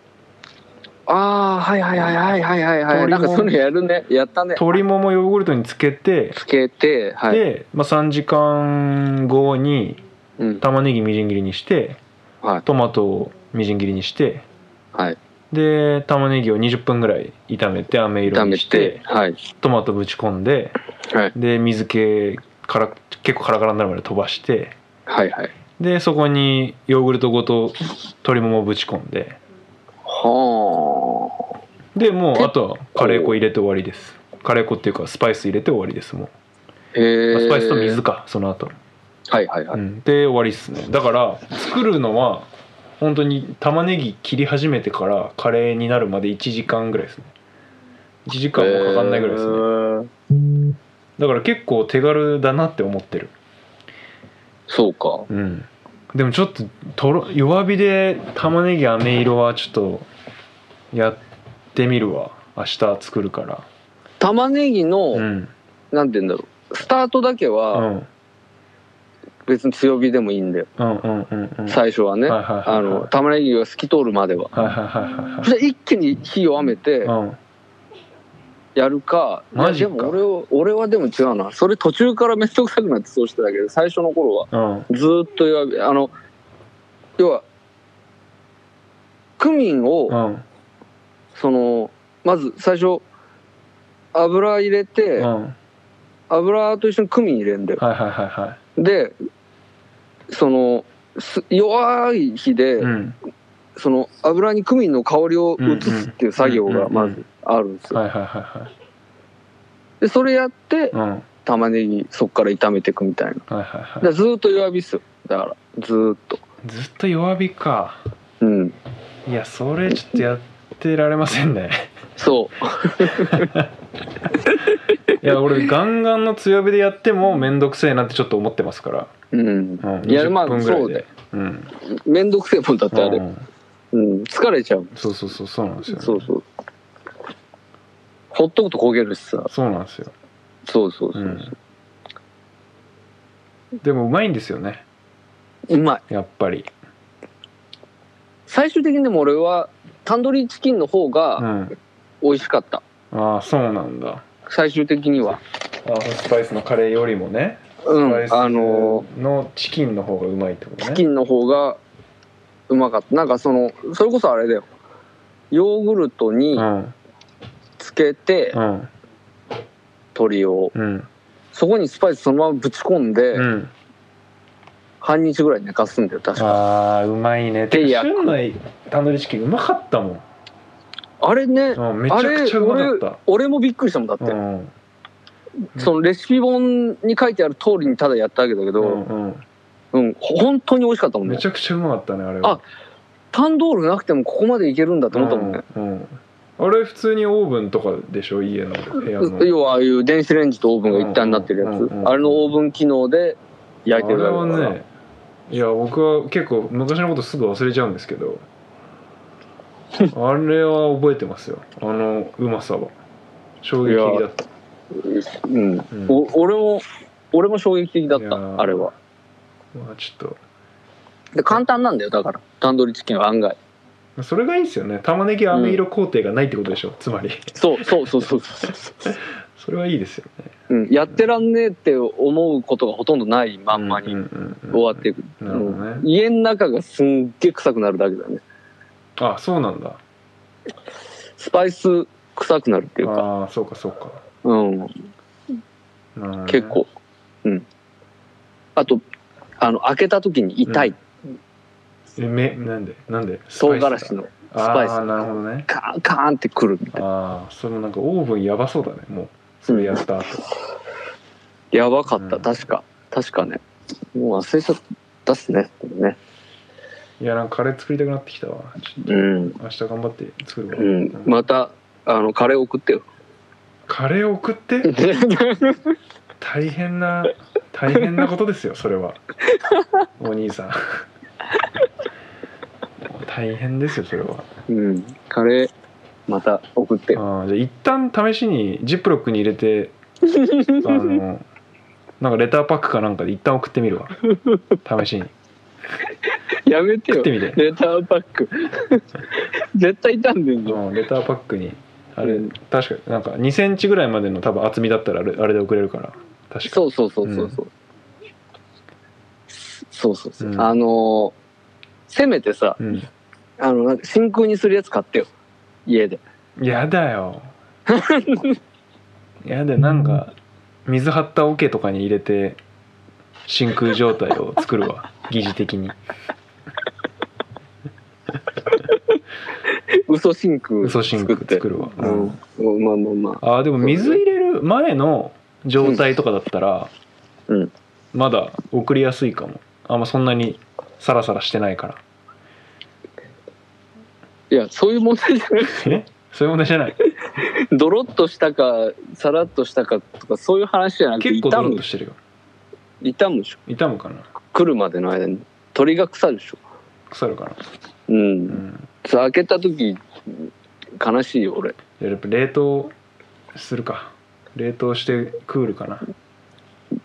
S3: ああはいはいはいはいはいはいはい
S2: 鶏
S3: なん
S2: も
S3: かそういうのやるねやったね
S2: 鶏ももヨーグルトにつけて
S3: つけてはい、
S2: で、まあ、3時間後に
S3: うん、
S2: 玉ねぎみじん切りにして
S3: はい
S2: トマトをみじん切りにして
S3: はい
S2: で玉ねぎを20分ぐらい炒めて飴色
S3: 炒め
S2: にして
S3: てはい
S2: トマトぶち込んで
S3: はい
S2: で水気から結構カラカラになるまで飛ばして
S3: はいはい
S2: でそこにヨーグルトごと鶏ももをぶち込んで
S3: は
S2: でもうあとはカレー粉入れて終わりですカレー粉っていうかスパイス入れて終わりですも
S3: あへ
S2: う、
S3: え
S2: スパイスと水かその後、
S3: はいはいは
S2: う
S3: い、
S2: ん、で終わりっすねだから作るのは本当に玉ねぎ切り始めてからカレーになるまで1時間ぐらいですね1時間もかかんないぐらいですね、
S3: ね
S2: だから結構手軽だなって思ってる
S3: そうか
S2: うんでもちょっととろ弱火で玉ねぎ飴色はちょっとやってみるわ明日作るから
S3: 玉ねぎの、
S2: うん
S3: なんて言うんだろうスタートだけ
S2: う
S3: は
S2: ん
S3: 別に強火でもいいんだよ、
S2: うんうんうんうん
S3: 最初はね、
S2: はいはいはいはい
S3: あの玉ねぎが透き通るまでは
S2: はいはいはいはい
S3: それ一気に火弱めて
S2: はいうん
S3: やるか,、
S2: マジか
S3: でも俺は俺はでも違うなそれ途中からめんどくさくなってそうしてたけど最初の頃は
S2: うん
S3: ずーっと弱火あの要はクミンを、
S2: うん
S3: そのまず最初油入れて、
S2: うんはい
S3: 油と一緒にクミン入れんだよ
S2: はいはいは
S3: でそのす弱い火で、
S2: いうん
S3: その油にクミンの香りを移すっていう作業
S2: うんうんうん
S3: が
S2: うんうん
S3: まずあるんですよ
S2: はいはいはいはい
S3: でそれやって
S2: うんはい
S3: 玉ねぎそっから炒めていくみたいなだか
S2: はいはい
S3: らずーっと弱火っすよだからずーっと
S2: ずっと弱火か
S3: うん
S2: いやそれちょっとやってられませんね
S3: そ
S2: いや俺ガンガンの強火でやっても面倒くせえなってちょっと思ってますか
S3: ううん
S2: ら、うん、
S3: いやまあ
S2: 20分ぐらい
S3: そうだよ
S2: でうん
S3: 面倒くせえもんだってあ
S2: う
S3: れ、
S2: ん
S3: うん、疲れちゃう
S2: そうそうそうそうなんですよね、
S3: そうそうほっとくと焦げるしさ
S2: そうなんですよ、
S3: そうそうそうう、
S2: ん、でもうまいんですよね
S3: うまい
S2: やっぱり
S3: 最終的にでも俺はタンドリーチキンの方
S2: う
S3: が
S2: ん
S3: 美味しかった
S2: ああそうなんだ
S3: 最終的には
S2: あスパイスのカレーよりもね
S3: う
S2: ス
S3: ん
S2: パイス
S3: あのー
S2: のチキンの方がうまいってことね
S3: チキンの方がうまかったなんかそのそれこそあれだよヨーグルトに
S2: うん
S3: つけて
S2: うん
S3: 鶏を
S2: うん
S3: そこにスパイスそのままぶち込んで
S2: うん
S3: 半日ぐらい寝かすんだよ確か
S2: ああうまいねてか
S3: でやっ
S2: 旬のタンドリーチキンうまかったもん
S3: あれね
S2: うんめちゃくちゃうまかっ
S3: 俺もびっくりしたもんだったて
S2: うんうん
S3: そのレシピ本に書いてある通りにただやったわけだけ
S2: う
S3: ど
S2: んうん
S3: うん本当に美味しかったもん
S2: め
S3: ね
S2: ちゃくちゃうまかったねあれは
S3: あタンドールなくてもここまでいけるんだと思ったもんね
S2: うんうんあれ普通にオーブンとかでしょ家の部屋の
S3: 要はああいう電子レンジとオーブンが一体になってるや
S2: うん
S3: つ
S2: うんうんうん
S3: あれのオーブン機能で焼いてるだけだ
S2: あ
S3: か
S2: れ
S3: ら
S2: はねいや僕は結構昔のことすぐ忘れちゃうんですけどあれは覚えてますよあのうまさは衝撃的だった
S3: うん
S2: うん
S3: お俺も俺も衝撃的だっ
S2: いや
S3: た
S2: ー
S3: あれは
S2: まあちょっ
S3: で簡単なんだよだからタンドリーチキンは案外
S2: とそれがいいですよね玉ねぎ飴色工程がないってことでしょ、つまり [LAUGHS]
S3: そうそうそうそうそうそう、
S2: それはいいですよね
S3: うん、やってらんねえって思うことがほとんどないまんまに終わっていく、
S2: なるほどね、
S3: うん家の中がすんげえ臭くなるだけだね
S2: あそうなんだ
S3: スパイス臭くなるっていうか、
S2: ああそうかそうか
S3: うん、
S2: なるほどね
S3: 結構うんあとあの開けた時に痛い、
S2: うんえめなんでなんでス
S3: 唐辛子の
S2: スパ
S3: パ
S2: イ
S3: イ
S2: ス
S3: ス
S2: ああなるほどね
S3: カーンカーンってくるみたいな
S2: ああそのなんかオーブンやばそうだねもうそれやった後、
S3: やばかった、
S2: うん
S3: 確か確かねもう忘れちゃったっすねこれね
S2: いやなんかカレー作りたくなってきたわちょっと
S3: うん
S2: 明日頑張って作るわ、
S3: うん、またあのカレー
S2: [LAUGHS]
S3: 送ってよ。
S2: カレー送って大変な大変なことですよそれ
S3: [LAUGHS]
S2: はお兄さん [LAUGHS] 大変ですよそれは
S3: うん。カレー、また送って。
S2: ああじゃあ一旦試しにジップロックに入れ
S3: [LAUGHS]
S2: てあのなんかレターパックかなんかで一旦送ってみるわ試
S3: [LAUGHS]
S2: しに
S3: やめて
S2: 食っ
S3: よ。
S2: てみて、
S3: レターパ
S2: [LAUGHS]
S3: ック。絶対傷んでんじゃん。
S2: うん、レターパックにあれ、
S3: うん
S2: 確かになんか2センチぐらいまでの多分厚みだったらあれあれで送れるから確か
S3: そうそうそうそうそう。そうそうそう。
S2: うん
S3: あのーせめてさ、
S2: に、
S3: あの、なんか真空にするやつ買ってよ。家で。
S2: うん、やだ
S3: [LAUGHS]
S2: よやだなんか水張った桶とかに入れて真空状態を作る
S3: [LAUGHS]
S2: わ疑似的に
S3: 嘘真空
S2: 嘘真空
S3: って。
S2: 作るわ、
S3: う
S2: うん
S3: ん。まあまあまあ。
S2: あーでも水入れる前の状態とかだったら、
S3: うん
S2: まだ送りやすいかもあんまそんなにサラサラしてないから
S3: いや、そういう問題じゃない。 [LAUGHS]
S2: えそういう問題じゃない
S3: ドロッとしたか、さらっとしたかとか、そういう話じゃなくて、
S2: 結構
S3: 傷
S2: ドロッ
S3: む
S2: と、してるよ
S3: 傷むでしょ。
S2: 傷むかな
S3: 来るまでの間に。鳥が腐るでしょ。
S2: 腐るかな
S3: う。
S2: うんん
S3: そう開けた時、悲しいよ、俺。
S2: いややっぱ冷凍するか冷凍してクールかな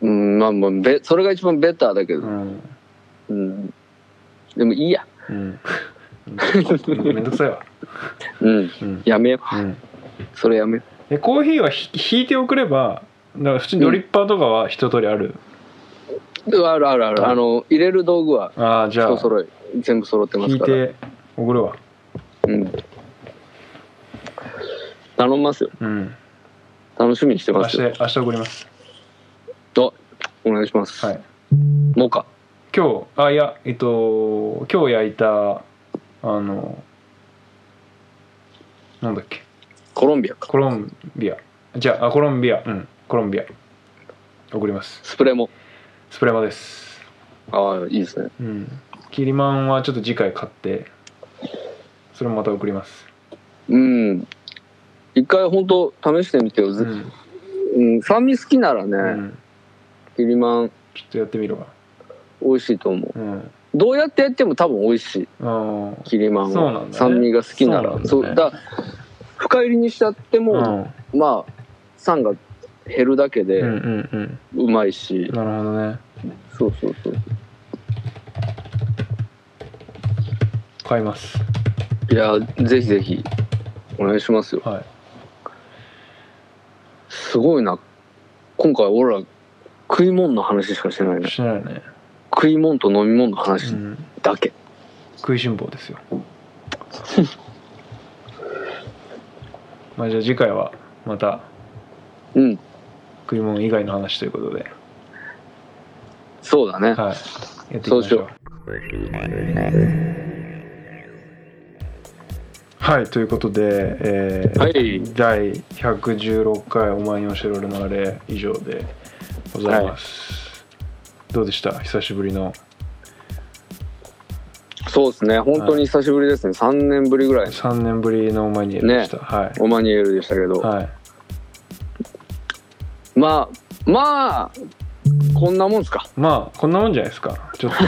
S3: うん、まあまあ、べそれが一番ベターだけ
S2: う
S3: ど。
S2: ん
S3: うん。でもいいや。
S2: うんうんめんどくさいわ
S3: うん。
S2: うん、
S3: やめよ
S2: うん、
S3: う。それやめよ
S2: でコーヒーはひ引いて送ればだから普通にドリッパーとかは一通りある、
S3: う。うわあるあるある。あの、入れる道具は、
S2: ああじゃ
S3: 人
S2: あ
S3: 揃い。全部揃ってま
S2: 引
S3: す
S2: い
S3: から。
S2: て送るわ
S3: うん。頼みますよ。
S2: うん
S3: 楽しみにして
S2: 明
S3: ます
S2: 日
S3: よ。
S2: 明日送ります
S3: と、お願いします。
S2: はい
S3: もうか。
S2: 今日あいやえっと今日焼いたあのなんだっけ
S3: コロンビアか。
S2: コロンビアじゃああコロンビアうんコロンビア送ります
S3: スプレーも。
S2: スプレマです
S3: ああ、いいですね。
S2: うんキリマンはちょっと次回買ってそれもまた送ります、
S3: うん。一回本当試してみてよ。
S2: う
S3: ず
S2: ん
S3: うん、酸味好きなら
S2: う
S3: ね、
S2: ん、
S3: キリマン
S2: ちょっとやってみるわ
S3: 美味しいと思
S2: う
S3: う。
S2: ん
S3: どうやってやっても多分美味しい。
S2: あー
S3: キリマン
S2: そうなんだ
S3: は
S2: ね
S3: 酸味が好きなら
S2: そ
S3: そうう
S2: なんだね
S3: だ深入りにしちゃって
S2: うん
S3: も、まあ酸が減るだけで
S2: うん
S3: う
S2: うんうん
S3: まいし、
S2: なるほどね
S3: そうそうそう
S2: 買います
S3: いやぜひぜひお願いしますよ
S2: はい
S3: すごいな今回俺ら食い物の話しかしてないね
S2: しないね、
S3: 食い物と飲み物の
S2: う
S3: 話
S2: ん、
S3: だけ、
S2: 食いしん坊ですよ [LAUGHS] まあじゃあ次回はまた
S3: うん、
S2: 食い物以外の話ということで、
S3: そうだね
S2: はい、やっていき
S3: そう
S2: ま
S3: し
S2: しょう
S3: よ
S2: はいということで、えー
S3: はい
S2: 第116回「お前に教えられのあれ」以上でございます、どうでした久しぶりの
S3: そうですね本当に久しぶりですね3年ぶりぐらい
S2: 3年ぶりのお前にやりました、は
S3: オマニエルでしたけど
S2: い、はい、
S3: まあまあこんなもんっすか
S2: まあこんなもんじゃないですかちょっ
S3: [LAUGHS]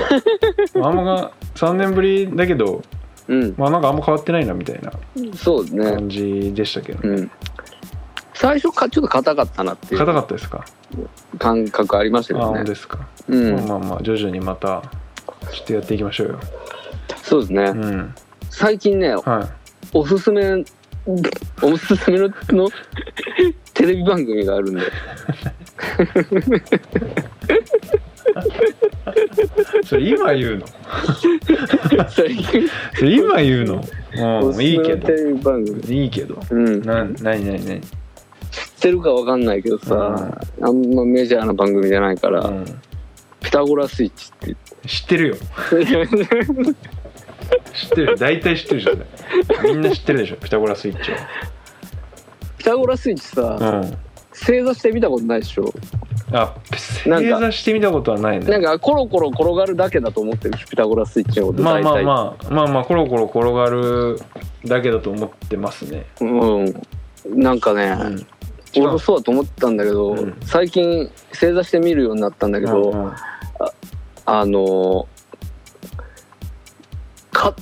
S2: とあんまが3年ぶりだけど
S3: うん
S2: まあなんかあんま変わってないなみたいな
S3: そうですね、
S2: 感じでしたけど、
S3: うん、最初かちょっと硬かったなっていう
S2: 硬かったですか、
S3: 感覚ありました
S2: あ
S3: けど
S2: 本
S3: ね
S2: 当ですか、
S3: うん、
S2: まあまあまあ徐々にまたちょっとやっていきましょうよ
S3: そうですね、
S2: うん
S3: 最近ね
S2: は
S3: おすすめおすすめのの [LAUGHS] テレビ番組が
S2: [LAUGHS]
S3: あるんで
S2: いそれ今言うの
S3: 最近
S2: それ今言うの
S3: お
S2: う
S3: すす
S2: んい
S3: め
S2: い
S3: の
S2: け
S3: テ
S2: ど
S3: レビ番組
S2: いいけど
S3: うん、知っ
S2: な何何何
S3: てるかわかんないけどさ、あんまメジャーな番組じゃないから「
S2: うん
S3: ピタゴラスイッチ」って
S2: 知ってるよ
S3: 言って
S2: 知ってるよ大体知ってるじゃ
S3: [LAUGHS]
S2: ないみんな知ってるでしょピタゴラスイッチ
S3: [LAUGHS] ピタゴラスイッチさ、
S2: はうん
S3: 正座して見たことないでしょ
S2: あ
S3: なんか
S2: 正座してみたことはないね
S3: なんかコロコロ転がるだけだと思ってるでしょピタゴラスイッチのこと
S2: まあ
S3: 大体、
S2: まあまあまあまあコロコロ転がるだけだと思ってますね、
S3: うんなんかね、
S2: うん違う
S3: 俺もそうだと思ったんだけど、
S2: うん
S3: 最近正座して見るようになったんだけど、
S2: うんうん
S3: あのか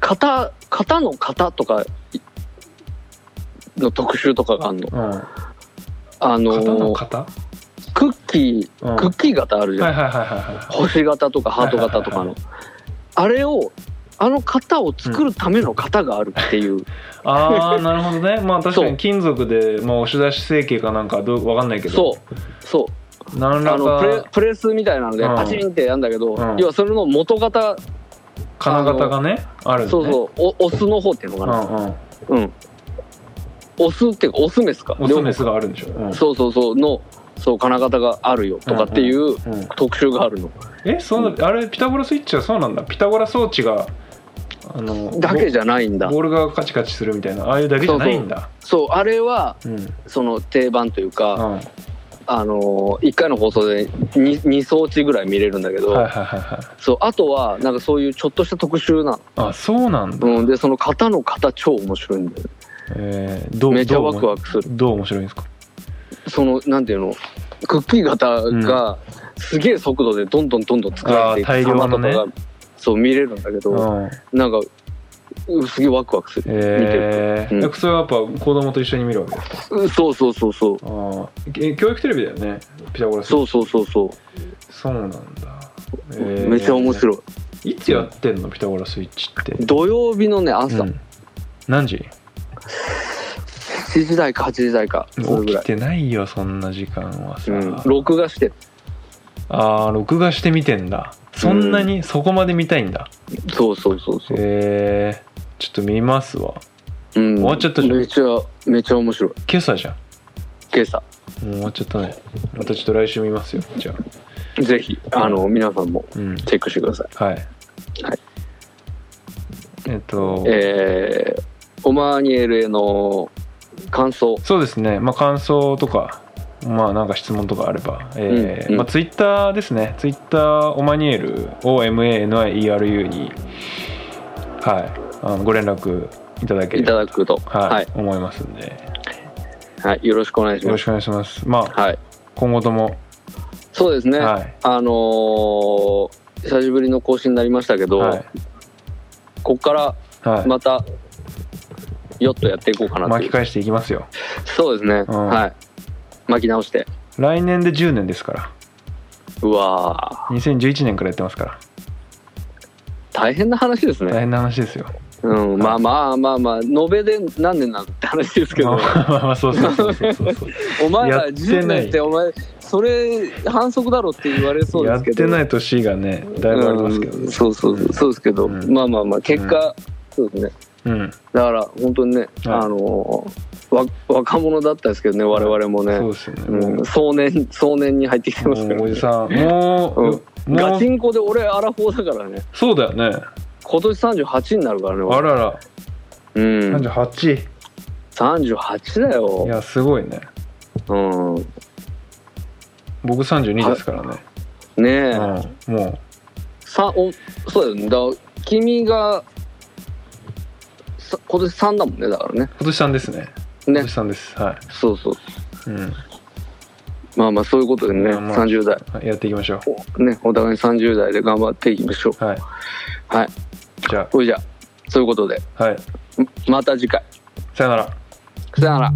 S3: 型型の型とかいの特集とかがあるの。
S2: うん
S3: あの
S2: 型の型、
S3: クッキ
S2: うん
S3: ークッキー型あるじゃん、
S2: はいはいはいはいはい
S3: 星型とかハート型とかの、
S2: はいはいはいは
S3: あれをあの型を作るための型があるっていう、
S2: ああなるほど
S3: [LAUGHS]
S2: ねまあ確か
S3: そ
S2: に
S3: う
S2: 金属で、まあ、押し出し成形かなんかどう分かんないけど
S3: そうそう
S2: う何
S3: あ
S2: ら
S3: のプレ
S2: か
S3: プレスみたいなので
S2: うん
S3: パチンってやるんだけど、
S2: うん
S3: 要はそれの元型、
S2: 金型がねあるんだ
S3: そう
S2: ね
S3: そうおオスの方っていうのか
S2: う
S3: な、
S2: んうん
S3: うん、オスっていうかオスメスか
S2: オスメスがあるんでしょ、うん
S3: 両方そうそうそうのそう金型があるよとかっていう
S2: うん、
S3: 特集があるの、
S2: えそのあれピタゴラスイッチはそうなんだピタゴラ装置があの
S3: だけじゃないんだ
S2: ボボールがカチカチするみたいなああいうだけじゃないんだ
S3: そうあれは
S2: う
S3: その定番というか、
S2: ん、うん
S3: あの1回の放送で 2, 2装置ぐらい見れるんだけど、
S2: はいはいはいはい
S3: そうあとはなんかそういうちょっとした特集な
S2: あそうなんだ、
S3: の、うん、でその型の型超面白いんだよ
S2: えーどう
S3: めちゃ
S2: どう
S3: ワ
S2: も
S3: クワクする
S2: どう面白いんですか
S3: そのなんていうのクッキー型がすげえ速度でどんどんどんどん作られてい
S2: あー大
S3: く
S2: 量
S3: 様
S2: の
S3: と
S2: ね
S3: かが、そう見れるんだけど、
S2: うん
S3: なんかうすげえワクワクする
S2: え
S3: 見てる
S2: ー
S3: うん
S2: それはやっぱ子供と一緒に見るわけですか
S3: うそうそうそうそう
S2: あーえ教育テレビだよねピタゴラスイッチ
S3: そうそうそうそ
S2: そうなんだ、え
S3: う、めっちゃ面白い
S2: いいつやってんのピタゴラスイッチって、
S3: 土曜日のね朝、
S2: うん何時
S3: 7時台か8時台かそれぐ
S2: 起
S3: ら
S2: き
S3: い、
S2: てないよそんな時間はさ、
S3: うん、録画して
S2: あー録画して見てんだそんなにそこまで見たいんだ、
S3: そうそうそうそう、
S2: えーちょっと見ますわ
S3: うん、
S2: 終わっちゃったじゃん
S3: めちゃめちゃ面白い
S2: 今朝じゃん
S3: 今朝
S2: もう終わっちゃったねまたちょっと来週見ますよじゃあ
S3: ぜひあの皆さんも
S2: うん
S3: チェックしてください
S2: はい、
S3: はい
S2: えっと、
S3: えー、オマーニエルへの感想
S2: そうですね、まあ、感想とか、まあ、なんか質問とかあれば、えー
S3: うんうん
S2: まあ、ツイッターですね、ツイッター、オマニエル、OMANIERU に、はい、あのご連絡いただけ
S3: い
S2: れ
S3: た
S2: ば
S3: だくと
S2: はい
S3: はい、
S2: 思いますんで、
S3: はい、よろしくお願いし
S2: よ
S3: ま
S2: ろ
S3: す
S2: しくお願いします。まあ、
S3: はい
S2: 今後とも、
S3: そうですね、
S2: はい、
S3: あのー久しぶりの更新になりましたけど、
S2: はい、
S3: こっから
S2: はい
S3: またヨッとやっていこうかなとい
S2: 巻
S3: う
S2: き返していきますよ。
S3: そうですね、
S2: うん
S3: はい巻き直して
S2: 来年で10年ですから、
S3: うわ
S2: 2011年からやってますから、
S3: ー大変な話です
S2: 大
S3: ね、
S2: 変な話ですよ。
S3: うん、まあまあまあまあ延べで何年なんて話ですけ
S2: まあ
S3: ど
S2: まあまあ、そうそうそうそうそうそう。
S3: お前
S2: や
S3: ら
S2: って
S3: 10
S2: ない
S3: 年ってお前それ反則だろって言われそうで
S2: やっ
S3: すけ
S2: て
S3: ど
S2: ないい年がね、だいぶありますけどね。
S3: そうそうそうそうですけど、
S2: うん
S3: まあまあまあ結果、そうですね
S2: うん
S3: だから本当にね、あのわ若者だったですけどね我々もね、
S2: そうですよね。もう
S3: うん、壮年壮年に入ってきて
S2: も
S3: ますか
S2: う
S3: ら、
S2: おじさん、もう、も
S3: ガ
S2: う
S3: チンコで俺アラフォーだからね
S2: そうだよね。
S3: 今年38になるからね俺
S2: あらら、
S3: うん
S2: 三十八。
S3: 38だ
S2: い
S3: よ
S2: やすごいね。
S3: うんね
S2: 僕三十二ですからね。
S3: え、
S2: うん、も
S3: さおそうだよねだから君がさ今年3だもんねだからね
S2: う今年さんですね。今
S3: ね
S2: 年さんです。は
S3: そうそう
S2: い。うん。
S3: まあまあそういうことでね、
S2: まあまあ
S3: 30代
S2: はいやっていきましょ
S3: おねお互い30代で頑張っていきましょ
S2: う。
S3: う
S2: はい。
S3: はい
S2: じゃ
S3: それじゃあそういうことで
S2: あ、はい。
S3: また次回
S2: さよなら。
S3: さよなら